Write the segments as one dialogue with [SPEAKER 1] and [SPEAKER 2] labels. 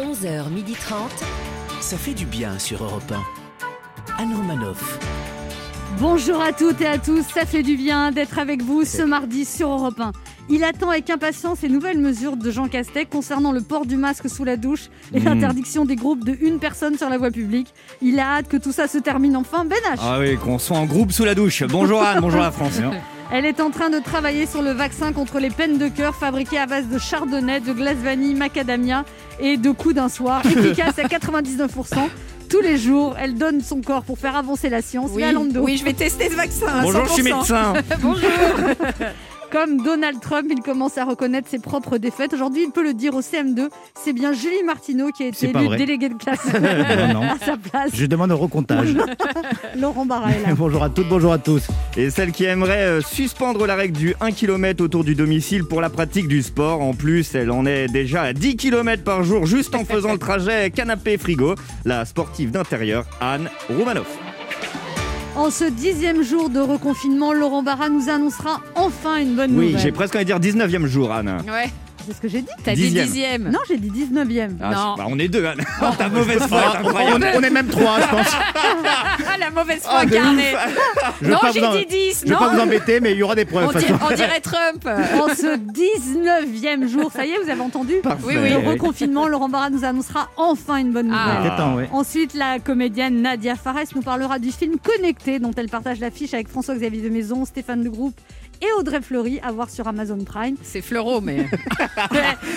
[SPEAKER 1] 11h30.
[SPEAKER 2] Ça fait du bien sur Europe 1. Anne Romanoff.
[SPEAKER 3] Bonjour à toutes et à tous, ça fait du bien d'être avec vous ce mardi sur Europe 1. Il attend avec impatience les nouvelles mesures de Jean Castex concernant le port du masque sous la douche et
[SPEAKER 4] Mmh.
[SPEAKER 3] l'interdiction des groupes de une personne sur la voie publique. Il a hâte que tout ça se termine enfin. Ben H.
[SPEAKER 4] Ah oui, qu'on soit en groupe sous la douche. Bonjour Anne, bonjour la France.
[SPEAKER 3] Elle est en train de travailler sur le vaccin contre les peines de cœur fabriqué à base de chardonnay, de glace vanille, macadamia et de coups d'un soir, efficace à 99%. Tous les jours, elle donne son corps pour faire avancer la science.
[SPEAKER 5] Oui,
[SPEAKER 3] Léa Landau.
[SPEAKER 5] oui, je vais tester ce vaccin. à
[SPEAKER 4] Bonjour, je suis
[SPEAKER 5] 100%.
[SPEAKER 4] médecin.
[SPEAKER 5] Bonjour.
[SPEAKER 3] Comme Donald Trump, il commence à reconnaître ses propres défaites. Aujourd'hui, il peut le dire au CM2. C'est bien Julie Martineau qui a été
[SPEAKER 6] C'est pas
[SPEAKER 3] élue
[SPEAKER 6] vrai.
[SPEAKER 3] déléguée de classe
[SPEAKER 6] Non, non.
[SPEAKER 3] à sa place.
[SPEAKER 6] Je demande au recomptage.
[SPEAKER 3] Laurent Barra Ah, est là.
[SPEAKER 6] bonjour à toutes, bonjour à tous.
[SPEAKER 7] Et celle qui aimerait euh, suspendre la règle du 1 km autour du domicile pour la pratique du sport. En plus, elle en est déjà à 10 km par jour juste en faisant le trajet canapé-frigo. La sportive d'intérieur, Anne Roumanoff.
[SPEAKER 3] En ce dixième jour de reconfinement, Laurent Barra nous annoncera enfin une bonne
[SPEAKER 7] Oui, j'ai
[SPEAKER 3] nouvelle.
[SPEAKER 7] presque envie de dire 19e jour, Anne.
[SPEAKER 5] Ouais,
[SPEAKER 3] C'est ce que j'ai dit
[SPEAKER 5] t'as dit
[SPEAKER 7] Dixième.
[SPEAKER 5] dixième.
[SPEAKER 3] Non, j'ai dit 19e.
[SPEAKER 7] Ah,
[SPEAKER 5] Non.
[SPEAKER 7] c'est- bah, on est deux, Anne. Ta mauvaise foi est
[SPEAKER 6] on,
[SPEAKER 7] incroyable.
[SPEAKER 6] est, on est même trois, je pense.
[SPEAKER 5] Ah, la mauvaise foi incarnée.
[SPEAKER 6] Je veux
[SPEAKER 5] Non,
[SPEAKER 6] pas vous en-
[SPEAKER 5] j'ai dit dix.
[SPEAKER 6] je veux
[SPEAKER 5] Non,
[SPEAKER 6] pas vous embêter, Ah, mais il y aura des preuves.
[SPEAKER 5] on,
[SPEAKER 6] de toute
[SPEAKER 5] dirait-
[SPEAKER 6] façon.
[SPEAKER 5] on dirait Trump.
[SPEAKER 3] En ce 19e jour, ça y est, vous avez entendu
[SPEAKER 5] Oui,
[SPEAKER 3] Le
[SPEAKER 5] oui.
[SPEAKER 3] reconfinement, Laurent Barra nous annoncera enfin une bonne nouvelle.
[SPEAKER 5] Ah.
[SPEAKER 6] T'es temps, ouais.
[SPEAKER 3] Ensuite, la comédienne Nadia Fares nous parlera du film Connecté, dont elle partage l'affiche avec François-Xavier de Maison, Stéphane de Groupe et Audrey Fleury, à voir sur Amazon Prime.
[SPEAKER 5] C'est Fleurot, mais.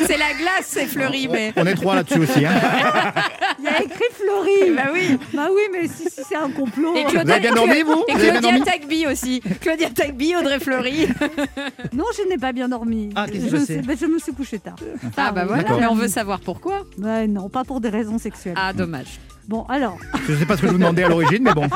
[SPEAKER 5] c'est la glace, c'est fleuri, mais.
[SPEAKER 6] On est trois là-dessus aussi. hein.
[SPEAKER 3] Il y a écrit Fleury
[SPEAKER 5] Bah oui.
[SPEAKER 3] Bah oui, mais si, si c'est un complot.
[SPEAKER 5] Et Claudia,
[SPEAKER 6] Vous avez bien dormi, vous
[SPEAKER 5] Et
[SPEAKER 6] Vous avez bien
[SPEAKER 5] Claudia
[SPEAKER 6] dormi
[SPEAKER 5] Tagby aussi. Claudia Tagby, Audrey Fleury.
[SPEAKER 3] Non, je n'ai pas bien dormi.
[SPEAKER 6] Ah, qu'est-ce qui
[SPEAKER 3] je,
[SPEAKER 6] s'est
[SPEAKER 3] sais-
[SPEAKER 6] passé
[SPEAKER 3] bah, je me suis couchée tard.
[SPEAKER 5] Ah bah voilà,
[SPEAKER 6] D'accord.
[SPEAKER 5] mais on veut savoir pourquoi.
[SPEAKER 3] Bah non, pas pour des raisons sexuelles.
[SPEAKER 5] Ah, dommage.
[SPEAKER 3] Bon, alors,
[SPEAKER 6] Je sais pas ce que je vous demandais à l'origine, mais bon.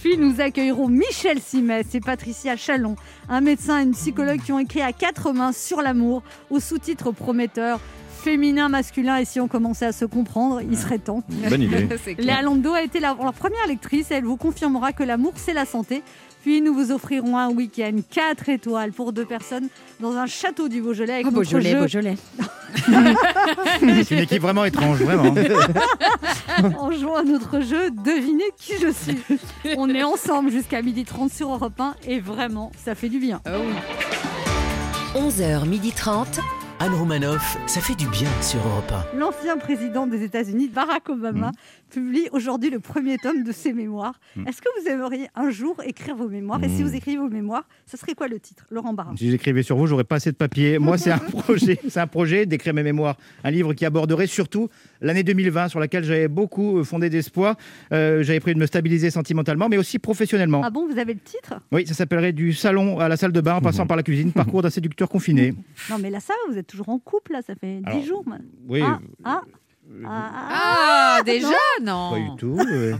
[SPEAKER 3] Puis nous accueillerons Michel Simès et Patricia Chalon, un médecin et une psychologue qui ont écrit à quatre mains sur l'amour, au sous-titre prometteur féminin, masculin, et si on commençait à se comprendre, il serait temps.
[SPEAKER 7] Bonne idée.
[SPEAKER 5] C'est clair.
[SPEAKER 3] Léa Lando a été la- leur première lectrice et elle vous confirmera que l'amour, c'est la santé. Puis nous vous offrirons un week-end 4 étoiles pour deux personnes dans un château du Beaujolais avec
[SPEAKER 5] Oh,
[SPEAKER 3] notre
[SPEAKER 5] Beaujolais,
[SPEAKER 3] jeu
[SPEAKER 5] Beaujolais.
[SPEAKER 6] C'est une équipe vraiment étrange, vraiment.
[SPEAKER 3] en jouant à notre jeu Devinez qui je suis. On est ensemble jusqu'à 12h30 sur Europe 1 et vraiment, ça fait du bien.
[SPEAKER 5] Oh oui.
[SPEAKER 1] 11h30.
[SPEAKER 2] Anne Romanoff, ça fait du bien sur Europe
[SPEAKER 3] L'ancien président des États-Unis, Barack Obama,
[SPEAKER 6] Mm.
[SPEAKER 3] publie aujourd'hui le premier tome de ses mémoires. Est-ce que vous aimeriez un jour écrire vos mémoires Et
[SPEAKER 6] Mm.
[SPEAKER 3] si vous écrivez vos mémoires, ce serait quoi le titre Laurent Barra.
[SPEAKER 6] Si j'écrivais sur vous, j'aurais pas assez de papier. Moi, c'est un projet, c'est un projet d'écrire mes mémoires, un livre qui aborderait surtout l'année 2020, sur laquelle j'avais beaucoup euh, fondé d'espoir. Euh, j'avais prévu de me stabiliser sentimentalement, mais aussi professionnellement.
[SPEAKER 3] Ah bon, vous avez le titre
[SPEAKER 6] Oui, ça s'appellerait du salon à la salle de bain, en
[SPEAKER 7] Mhm.
[SPEAKER 6] passant par la cuisine, parcours d'un séducteur confiné.
[SPEAKER 3] Non mais là ça, va, vous êtes toujours en couple, là, ça fait dix
[SPEAKER 6] Alors, euh,
[SPEAKER 3] jours. man.
[SPEAKER 6] Oui,
[SPEAKER 3] Ah, ah, ah, ah.
[SPEAKER 5] Ah, déjà, non.
[SPEAKER 6] pas du tout. euh.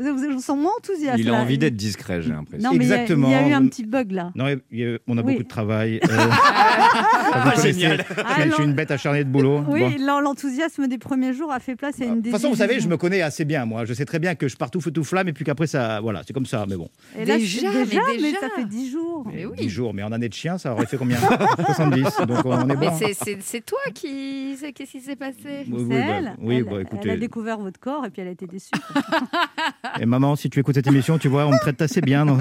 [SPEAKER 3] Vous, vous- je vous sens moins enthousiaste.
[SPEAKER 7] Il a
[SPEAKER 3] là.
[SPEAKER 7] envie d'être discret, j'ai l'impression.
[SPEAKER 3] Non mais il y a-
[SPEAKER 6] Exactement.
[SPEAKER 3] il y a eu un petit bug là.
[SPEAKER 6] Non, il y a- on a
[SPEAKER 3] Oui.
[SPEAKER 6] beaucoup de travail. euh, vous connaissez,
[SPEAKER 7] génial.
[SPEAKER 3] Ah,
[SPEAKER 6] Je
[SPEAKER 3] l'en-
[SPEAKER 6] suis une bête acharnée de boulot.
[SPEAKER 3] Oui,
[SPEAKER 6] Bon. Bah,
[SPEAKER 3] l'en- l'enthousiasme des premiers jours a fait place à une
[SPEAKER 6] De toute façon, vous savez, je
[SPEAKER 3] désillusion.
[SPEAKER 6] me connais assez bien, moi. Je sais très bien que je pars tout feu, tout flamme, et puis qu'après, ça. Voilà, c'est comme ça, mais bon.
[SPEAKER 3] Et là,
[SPEAKER 5] Déjà,
[SPEAKER 3] c'est-
[SPEAKER 5] mais
[SPEAKER 3] déjà, mais
[SPEAKER 5] déjà.
[SPEAKER 3] ça fait dix jours.
[SPEAKER 5] Mais oui.
[SPEAKER 6] 10 jours, mais en année de chien, ça aurait fait combien 70. Donc on est
[SPEAKER 5] Mais
[SPEAKER 6] bon.
[SPEAKER 5] c'est- c'est c'est toi qui. c'est- Qu'est-ce qui s'est passé
[SPEAKER 6] Oui,
[SPEAKER 3] C'est
[SPEAKER 6] oui, bah,
[SPEAKER 3] elle.
[SPEAKER 6] oui,
[SPEAKER 3] elle,
[SPEAKER 6] bah,
[SPEAKER 3] elle a
[SPEAKER 6] écoutez.
[SPEAKER 3] découvert votre corps et puis elle a été déçue.
[SPEAKER 6] Et maman, si tu écoutes cette émission, tu vois, on me traite assez bien. non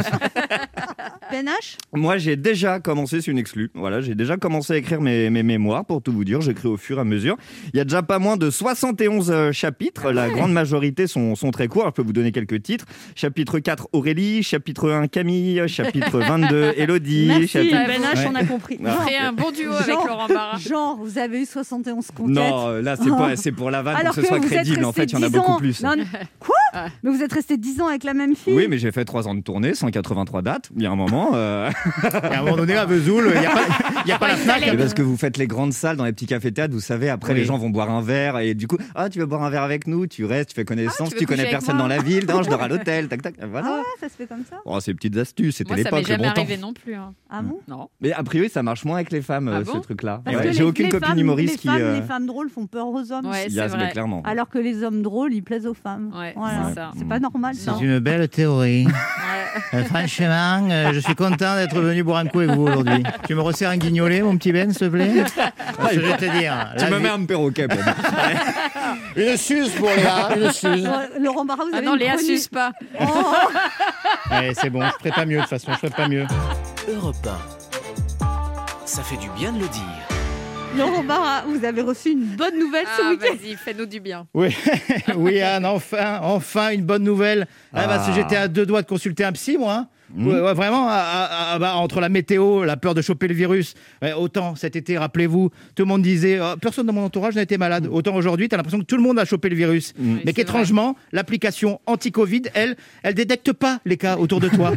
[SPEAKER 3] PNH
[SPEAKER 7] Moi, j'ai déjà commencé, c'est une exclue. Voilà, j'ai déjà commencé à écrire mes, mes mémoires, pour tout vous dire. J'écris au fur et à mesure. Il y a déjà pas moins de 71 euh, chapitres. La grande majorité sont, sont très courts. Alors, je peux vous donner quelques titres. Chapitre 4, Aurélie. Chapitre 1, Camille. Chapitre 22, Elodie.
[SPEAKER 3] Merci,
[SPEAKER 7] chapitre...
[SPEAKER 3] PNH, on a compris.
[SPEAKER 7] Ouais.
[SPEAKER 3] Genre,
[SPEAKER 5] Créer un bon duo avec
[SPEAKER 3] Genre.
[SPEAKER 5] Laurent Barra.
[SPEAKER 3] genre, vous avez eu 71 conquêtes.
[SPEAKER 7] Non, euh, là, c'est pas- c'est pour la vanne,
[SPEAKER 3] alors
[SPEAKER 7] pour que
[SPEAKER 3] que
[SPEAKER 7] ce soit
[SPEAKER 3] vous êtes
[SPEAKER 7] crédible. En
[SPEAKER 3] resté
[SPEAKER 7] fait, il y en a
[SPEAKER 3] 10
[SPEAKER 7] beaucoup
[SPEAKER 3] ans.
[SPEAKER 7] plus.
[SPEAKER 3] Non, non. quoi Mais vous êtes resté 10 ans avec la même fille
[SPEAKER 7] Oui, mais j'ai fait 3 ans de tournée, 183 dates. Il y a un moment. euh,
[SPEAKER 6] Et à un moment donné, à Vesoul, il n'y a pas, il y
[SPEAKER 5] Ah,
[SPEAKER 6] a pas la Fnac.
[SPEAKER 3] hein.
[SPEAKER 7] Mais parce que vous faites les grandes salles dans les petits cafés théâtres, vous savez, après
[SPEAKER 6] Oui.
[SPEAKER 7] les gens vont boire un verre et du coup, ah tu veux boire un verre avec nous, tu restes, tu fais connaissance,
[SPEAKER 5] Ah, tu veux
[SPEAKER 7] tu connais
[SPEAKER 5] coucher avec
[SPEAKER 7] personne
[SPEAKER 5] moi
[SPEAKER 7] dans la ville, non, je dors à l'hôtel, tac tac,
[SPEAKER 3] Ah ouais,
[SPEAKER 7] voilà.
[SPEAKER 3] ça se fait comme ça
[SPEAKER 7] Oh, ces petites astuces, c'était
[SPEAKER 5] Moi, ça m'est
[SPEAKER 7] l'époque, le
[SPEAKER 5] jamais
[SPEAKER 7] bon temps.
[SPEAKER 5] arrivé non plus. hein.
[SPEAKER 3] Ah bon
[SPEAKER 5] Non.
[SPEAKER 7] Mais a priori, ça marche moins avec les femmes,
[SPEAKER 5] Ah
[SPEAKER 7] euh,
[SPEAKER 5] bon
[SPEAKER 7] ce truc-là.
[SPEAKER 3] Parce
[SPEAKER 7] Ouais.
[SPEAKER 3] que
[SPEAKER 7] J'ai
[SPEAKER 3] les-
[SPEAKER 7] aucune
[SPEAKER 3] les
[SPEAKER 7] copine
[SPEAKER 3] femmes-
[SPEAKER 7] humoriste
[SPEAKER 3] les
[SPEAKER 7] qui.
[SPEAKER 3] femmes,
[SPEAKER 7] euh,
[SPEAKER 3] Les femmes drôles font peur aux hommes.
[SPEAKER 5] Ouais,
[SPEAKER 7] qui
[SPEAKER 5] c'est
[SPEAKER 7] asme
[SPEAKER 5] vrai.
[SPEAKER 7] clairement.
[SPEAKER 3] Alors que les hommes drôles, ils plaisent aux femmes.
[SPEAKER 5] Ouais.
[SPEAKER 3] Voilà. c'est ça. C'est pas normal, ça.
[SPEAKER 6] C'est une belle théorie. Euh, franchement, euh, je suis content d'être venu boire un coup avec vous aujourd'hui. Tu me resserres un guignolet, mon petit Ben, s'il te plaît Parce que Ah, Je vais te dire.
[SPEAKER 7] Tu
[SPEAKER 6] la
[SPEAKER 7] me
[SPEAKER 6] vie-
[SPEAKER 7] mets un perroquet. pour moi.
[SPEAKER 1] Une suce pour Léa, une suce.
[SPEAKER 3] Euh, Laurent Barra, vous avez
[SPEAKER 5] Ah non,
[SPEAKER 3] une
[SPEAKER 5] Léa
[SPEAKER 3] chronique. Oh,
[SPEAKER 5] suce pas.
[SPEAKER 6] Ouais, Eh, c'est bon, je ferai pas mieux de toute façon, je ferai pas mieux.
[SPEAKER 2] Europe 1. Ça fait du bien de le dire.
[SPEAKER 3] Laurent Barra, vous avez reçu une bonne nouvelle ce
[SPEAKER 5] Ah,
[SPEAKER 3] week-end.
[SPEAKER 5] vas-y, fais-nous du bien.
[SPEAKER 6] Oui, oui Anne, enfin, enfin une bonne nouvelle. Ah, bah, si j'étais à deux doigts de consulter un psy, moi. hein. Ouais, ouais, vraiment, ah, ah, ah, bah, entre la météo, la peur de choper le virus, ouais, autant cet été, rappelez-vous, tout le monde disait, ah, personne dans mon entourage n'a été malade. Autant aujourd'hui, tu as l'impression que tout le monde a chopé le virus.
[SPEAKER 5] c'est
[SPEAKER 6] Mais qu'étrangement, l'application anti-Covid, elle, elle détecte pas les cas autour de toi.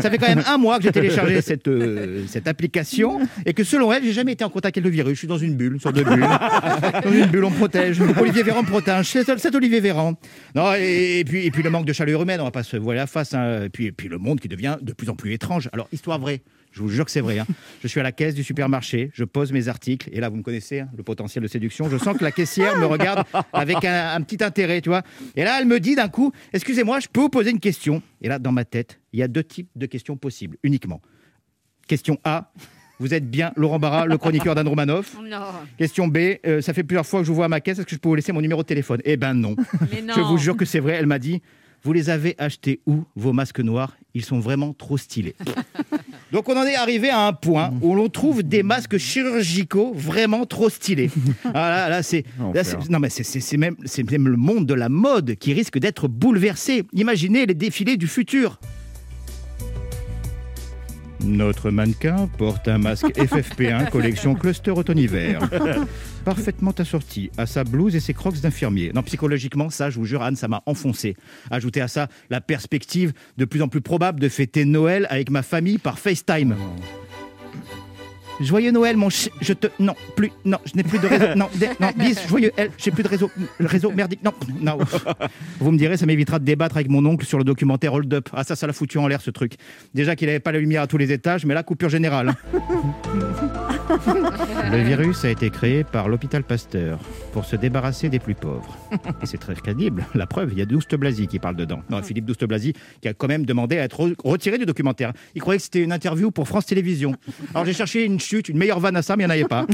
[SPEAKER 6] Ça fait quand même un mois que j'ai téléchargé cette, euh, cette application et que selon elle, j'ai jamais été en contact avec le virus. Je suis dans une bulle, une sorte de bulle. Dans une bulle, on me protège. Olivier Véran me protège. C'est c'est Olivier Véran. Non, et, et puis, et puis le manque de chaleur humaine, on va pas se voiler la face. hein. Et, puis, et puis le monde qui devient de plus en plus étrange. Alors, histoire vraie. Je vous jure que c'est vrai. hein. Je suis à la caisse du supermarché, je pose mes articles, et là, vous me connaissez, hein, le potentiel de séduction. Je sens que la caissière me regarde avec un, un petit intérêt, tu vois. Et là, elle me dit d'un coup Excusez-moi, je peux vous poser une question Et là, dans ma tête, il y a deux types de questions possibles, uniquement. Question A Vous êtes bien Laurent Barra, Ah, le chroniqueur d'Anne Romanoff
[SPEAKER 5] Non,
[SPEAKER 6] Question B, euh, ça fait plusieurs fois que je vous vois à ma caisse, est-ce que je peux vous laisser mon numéro de téléphone Eh ben non.
[SPEAKER 5] mais non.
[SPEAKER 6] Je vous jure que c'est vrai, elle m'a dit, vous les avez achetés où, vos masques noirs Ils sont vraiment trop stylés. Donc on en est arrivé à un point où l'on trouve des masques chirurgicaux vraiment trop stylés. Ah là, là, c'est, là, c'est- non mais c'est, c'est- c'est même, c'est même le monde de la mode qui risque d'être bouleversé. Imaginez les défilés du futur. Notre mannequin porte un masque FFP1 collection cluster automne hiver. Parfaitement assorti à sa blouse et ses crocs d'infirmier. Non, psychologiquement, ça, je vous jure, Anne, ça m'a enfoncé. Ajoutez à ça la perspective de plus en plus probable de fêter Noël avec ma famille par FaceTime. Joyeux Noël, mon ch... Je te... Non, plus... Non, je n'ai plus de réseau. Non, dé- non bis, joyeux L. J'ai plus de réseau. Le réseau merdique. Non, non. Vous me direz, ça m'évitera de débattre avec mon oncle sur le documentaire Hold Up. Ah ça, ça l'a foutu en l'air, ce truc. Déjà qu'il n'avait pas la lumière à tous les étages, mais là, coupure générale. hein. Le virus a été créé par l'hôpital Pasteur pour se débarrasser des plus pauvres. Et c'est très crédible. La preuve, il y a Douste-Blazy qui parle dedans. Non, Philippe Douste-Blazy qui a quand même demandé à être re- retiré du documentaire. Il croyait que c'était une interview pour France Télévisions. Alors j'ai cherché une chute, une meilleure vanne à ça, mais il n'y en avait pas.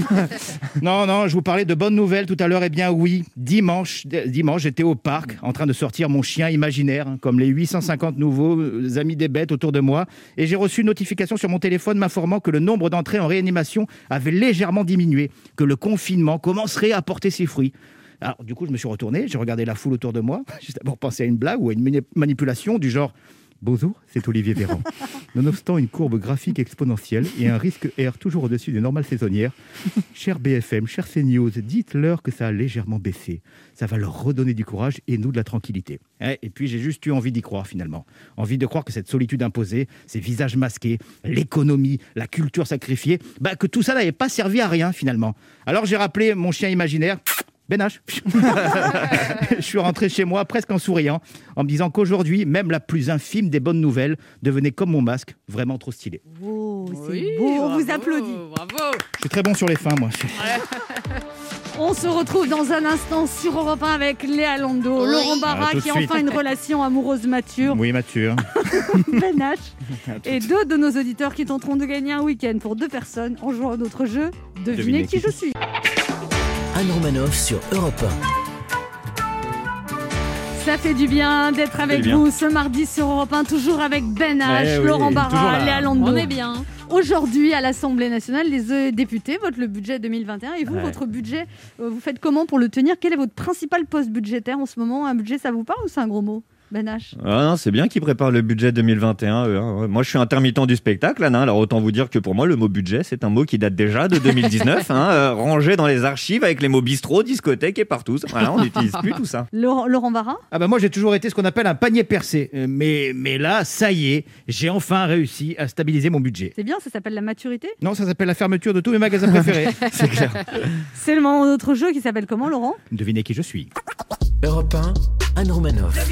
[SPEAKER 6] Non, non, je vous parlais de bonnes nouvelles tout à l'heure. Eh bien, oui, dimanche, d- dimanche, j'étais au parc en train de sortir mon chien imaginaire, hein, comme les 850 nouveaux euh, amis des bêtes autour de moi. Et j'ai reçu une notification sur mon téléphone m'informant que le nombre d'entrées en réanimation avait légèrement diminué, que le confinement commencerait à porter ses fruits. Alors, du coup, je me suis retourné, j'ai regardé la foule autour de moi. J'ai d'abord pensé à une blague ou à une mini- manipulation du genre. Bonjour, c'est Olivier Véran. Nonobstant une courbe graphique exponentielle et un risque R toujours au-dessus des normales saisonnières, Cher BFM, cher CNews, dites-leur que ça a légèrement baissé. Ça va leur redonner du courage et nous de la tranquillité. Eh, Et puis j'ai juste eu envie d'y croire finalement. Envie de croire que cette solitude imposée, ces visages masqués, l'économie, la culture sacrifiée, bah, que tout ça n'avait pas servi à rien finalement. Alors j'ai rappelé mon chien imaginaire. Ben H. je suis rentré chez moi presque en souriant, en me disant qu'aujourd'hui, même la plus infime des bonnes nouvelles devenait comme mon masque, vraiment trop stylé.
[SPEAKER 3] Oh, c'est
[SPEAKER 5] Oui,
[SPEAKER 3] beau, on vous
[SPEAKER 5] bravo,
[SPEAKER 3] applaudit.
[SPEAKER 5] Bravo.
[SPEAKER 6] Je suis très bon sur les fins, moi.
[SPEAKER 3] On se retrouve dans un instant sur Europe 1 avec Léa Lando,
[SPEAKER 1] Oui.
[SPEAKER 3] Laurent Barra
[SPEAKER 6] Ah, tout de
[SPEAKER 3] qui a
[SPEAKER 6] suite.
[SPEAKER 3] enfin une relation amoureuse mature,
[SPEAKER 6] Oui, Mathieu.
[SPEAKER 3] Ben H, et deux de nos auditeurs qui tenteront de gagner un week-end pour deux personnes en jouant à notre jeu Devinez,
[SPEAKER 6] Devinez
[SPEAKER 3] qui
[SPEAKER 6] qui.
[SPEAKER 3] je suis.
[SPEAKER 2] Anne Romanoff sur Europe
[SPEAKER 3] Ça fait du bien d'être avec
[SPEAKER 7] bien.
[SPEAKER 3] vous ce mardi sur Europe 1, toujours avec Ben H,
[SPEAKER 7] Eh oui,
[SPEAKER 3] Laurent
[SPEAKER 7] toujours
[SPEAKER 3] Barra,
[SPEAKER 7] là.
[SPEAKER 3] Léa Lando.
[SPEAKER 5] On est bien.
[SPEAKER 3] Aujourd'hui, à l'Assemblée nationale, les euh, députés votent le budget 2021. Et vous,
[SPEAKER 6] Ouais.
[SPEAKER 3] votre budget, euh, vous faites comment pour le tenir Quel est votre principal poste budgétaire en ce moment Un budget, ça vous parle ou c'est un gros mot Ben H
[SPEAKER 7] Ah non, c'est bien qu'ils préparent le budget 2021. eux, hein. Moi, je suis intermittent du spectacle, Anna, alors autant vous dire que pour moi, le mot budget, c'est un mot qui date déjà de 2019, hein, euh, rangé dans les archives avec les mots bistrot, discothèque et partout. Voilà, Ah, on n'utilise plus tout ça.
[SPEAKER 3] Laurent, Laurent Barra
[SPEAKER 6] Ah bah moi j'ai toujours été ce qu'on appelle un panier percé. Euh, Mais, mais là, ça y est, j'ai enfin réussi à stabiliser mon budget.
[SPEAKER 3] C'est bien, ça s'appelle la maturité.
[SPEAKER 6] Non, ça s'appelle la fermeture de tous mes magasins préférés.
[SPEAKER 7] C'est clair.
[SPEAKER 3] C'est le moment de notre jeu qui s'appelle comment, Laurent
[SPEAKER 6] Devinez qui je suis.
[SPEAKER 2] 1. Europe 1, Anne Romanoff.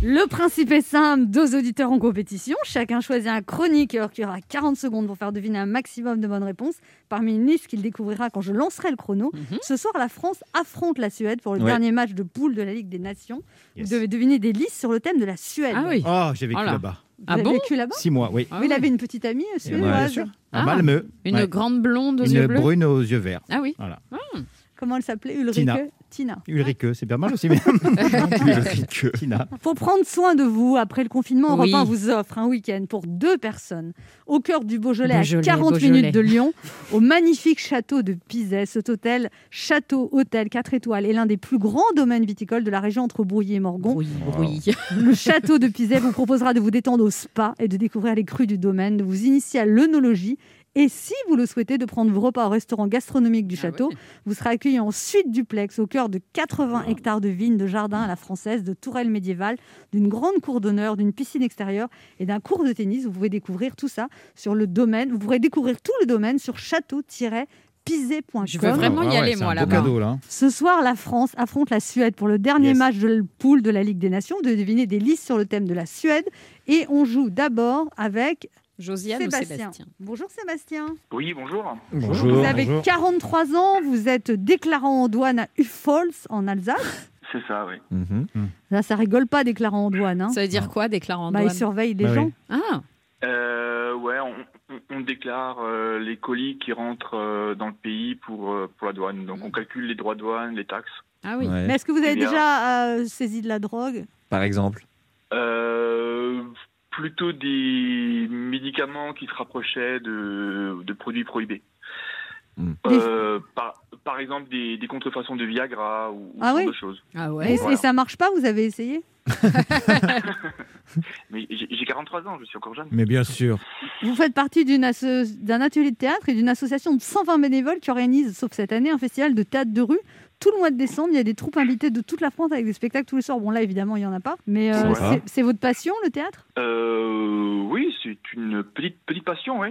[SPEAKER 3] Le principe est simple, deux auditeurs en compétition, chacun choisit un chroniqueur qui aura 40 secondes pour faire deviner un maximum de bonnes réponses parmi une liste qu'il découvrira quand je lancerai le chrono.
[SPEAKER 8] Mhm.
[SPEAKER 3] Ce soir, la France affronte la Suède pour le
[SPEAKER 4] Ouais.
[SPEAKER 3] dernier match de poule de la Ligue des Nations.
[SPEAKER 6] Yes.
[SPEAKER 3] Vous devez deviner des listes sur le thème de la Suède.
[SPEAKER 5] Ah oui.
[SPEAKER 6] Oh, j'ai vécu
[SPEAKER 8] Voilà.
[SPEAKER 6] là-bas. Eh
[SPEAKER 3] Vous
[SPEAKER 8] Ah
[SPEAKER 3] avez
[SPEAKER 8] bon
[SPEAKER 3] vécu là-bas
[SPEAKER 6] Six mois, oui.
[SPEAKER 8] Ah
[SPEAKER 3] Vous,
[SPEAKER 8] ouais.
[SPEAKER 3] Il avait une petite amie euh,
[SPEAKER 6] bien
[SPEAKER 3] suédoise.
[SPEAKER 6] sûr.
[SPEAKER 8] Ah.
[SPEAKER 6] À Malmö.
[SPEAKER 8] Une
[SPEAKER 6] Ouais.
[SPEAKER 8] grande blonde aux
[SPEAKER 6] Une
[SPEAKER 8] yeux bleus.
[SPEAKER 6] brune aux yeux verts.
[SPEAKER 8] Ah oui.
[SPEAKER 3] Comment elle s'appelait Ulrike
[SPEAKER 6] Tina.
[SPEAKER 3] Tina.
[SPEAKER 6] Ulrike, c'est pas mal aussi. Mais... Ulrike. Tina.
[SPEAKER 3] Pour prendre soin de vous après le confinement, Europe
[SPEAKER 8] Oui.
[SPEAKER 3] 1 vous offre un week-end pour deux personnes au cœur du Beaujolais, à
[SPEAKER 8] Beaujolais,
[SPEAKER 3] 40
[SPEAKER 8] Beaujolais.
[SPEAKER 3] minutes de Lyon, au magnifique château de Pizet. Cet hôtel, château hôtel 4 étoiles, est l'un des plus grands domaines viticoles de la région entre Brouilly et Morgon.
[SPEAKER 8] Oui, oui.
[SPEAKER 3] Le château de Pizet vous proposera de vous détendre au spa et de découvrir les crues du domaine, de vous initier à l'œnologie. Et si vous le souhaitez, de prendre vos repas au restaurant gastronomique du
[SPEAKER 8] Ah
[SPEAKER 3] château.
[SPEAKER 8] ouais.
[SPEAKER 3] Vous serez accueilli en suite duplex au cœur de 80 hectares de vignes, de jardins à la française, de tourelles médiévales, d'une grande cour d'honneur, d'une piscine extérieure et d'un cours de tennis. Vous pouvez découvrir tout ça sur le domaine. Vous pourrez découvrir tout le domaine sur
[SPEAKER 8] Je veux
[SPEAKER 3] château-pisé.com.
[SPEAKER 8] vraiment y
[SPEAKER 6] Ah ouais,
[SPEAKER 8] aller,
[SPEAKER 6] c'est
[SPEAKER 8] moi,
[SPEAKER 6] un beau
[SPEAKER 8] là-bas.
[SPEAKER 6] cadeau, là.
[SPEAKER 3] Ce soir, la France affronte la Suède pour le dernier
[SPEAKER 6] Yes.
[SPEAKER 3] match de la poule de la Ligue des Nations. De deviner des listes sur le thème de la Suède. Et on joue d'abord avec.
[SPEAKER 8] Josiane
[SPEAKER 3] Sébastien.
[SPEAKER 8] ou Sébastien
[SPEAKER 3] Bonjour Sébastien.
[SPEAKER 9] Oui, bonjour.
[SPEAKER 3] Vous
[SPEAKER 6] Bonjour.
[SPEAKER 3] avez
[SPEAKER 6] Bonjour.
[SPEAKER 3] 43 ans, vous êtes déclarant en douane à Uffols en Alsace.
[SPEAKER 9] C'est ça, oui.
[SPEAKER 7] Mhm.
[SPEAKER 3] Là, ça rigole pas, déclarant en douane. hein.
[SPEAKER 8] Ça veut dire quoi, déclarant
[SPEAKER 3] Bah,
[SPEAKER 8] douane
[SPEAKER 3] ils surveillent les
[SPEAKER 6] Bah oui.
[SPEAKER 3] gens.
[SPEAKER 8] Ah,
[SPEAKER 9] Euh, ouais, on, on- on déclare euh, les colis qui rentrent euh, dans le pays pour, euh, pour la douane. Donc on calcule les droits de douane, les taxes.
[SPEAKER 8] ah oui.
[SPEAKER 7] Ouais.
[SPEAKER 3] Mais est-ce que vous avez
[SPEAKER 9] Bien.
[SPEAKER 3] déjà euh, saisi de la drogue
[SPEAKER 7] Par exemple.
[SPEAKER 9] Euh, plutôt des médicaments qui se rapprochaient de, de produits prohibés.
[SPEAKER 7] Mm.
[SPEAKER 9] Euh, par, par exemple, des, des contrefaçons de Viagra ou, ou
[SPEAKER 3] Ah
[SPEAKER 9] ce
[SPEAKER 3] oui
[SPEAKER 9] genre de choses.
[SPEAKER 8] Ah
[SPEAKER 3] et,
[SPEAKER 8] ouais.
[SPEAKER 3] et ça marche pas Vous avez essayé
[SPEAKER 9] Mais j'ai j'ai 43 ans, je suis encore jeune.
[SPEAKER 1] Mais bien sûr.
[SPEAKER 3] Vous faites partie d'une asso- d'un atelier de théâtre et d'une association de 120 bénévoles qui organise, sauf cette année, un festival de théâtre de rue. Tout le mois de décembre, il y a des troupes invitées de toute la France avec des spectacles tous les soirs. Bon, là, évidemment, il n'y en a pas. Mais euh,
[SPEAKER 9] Ouais.
[SPEAKER 3] c'est- c'est votre passion, le théâtre
[SPEAKER 9] Euh, oui, c'est une petite, petite passion, oui.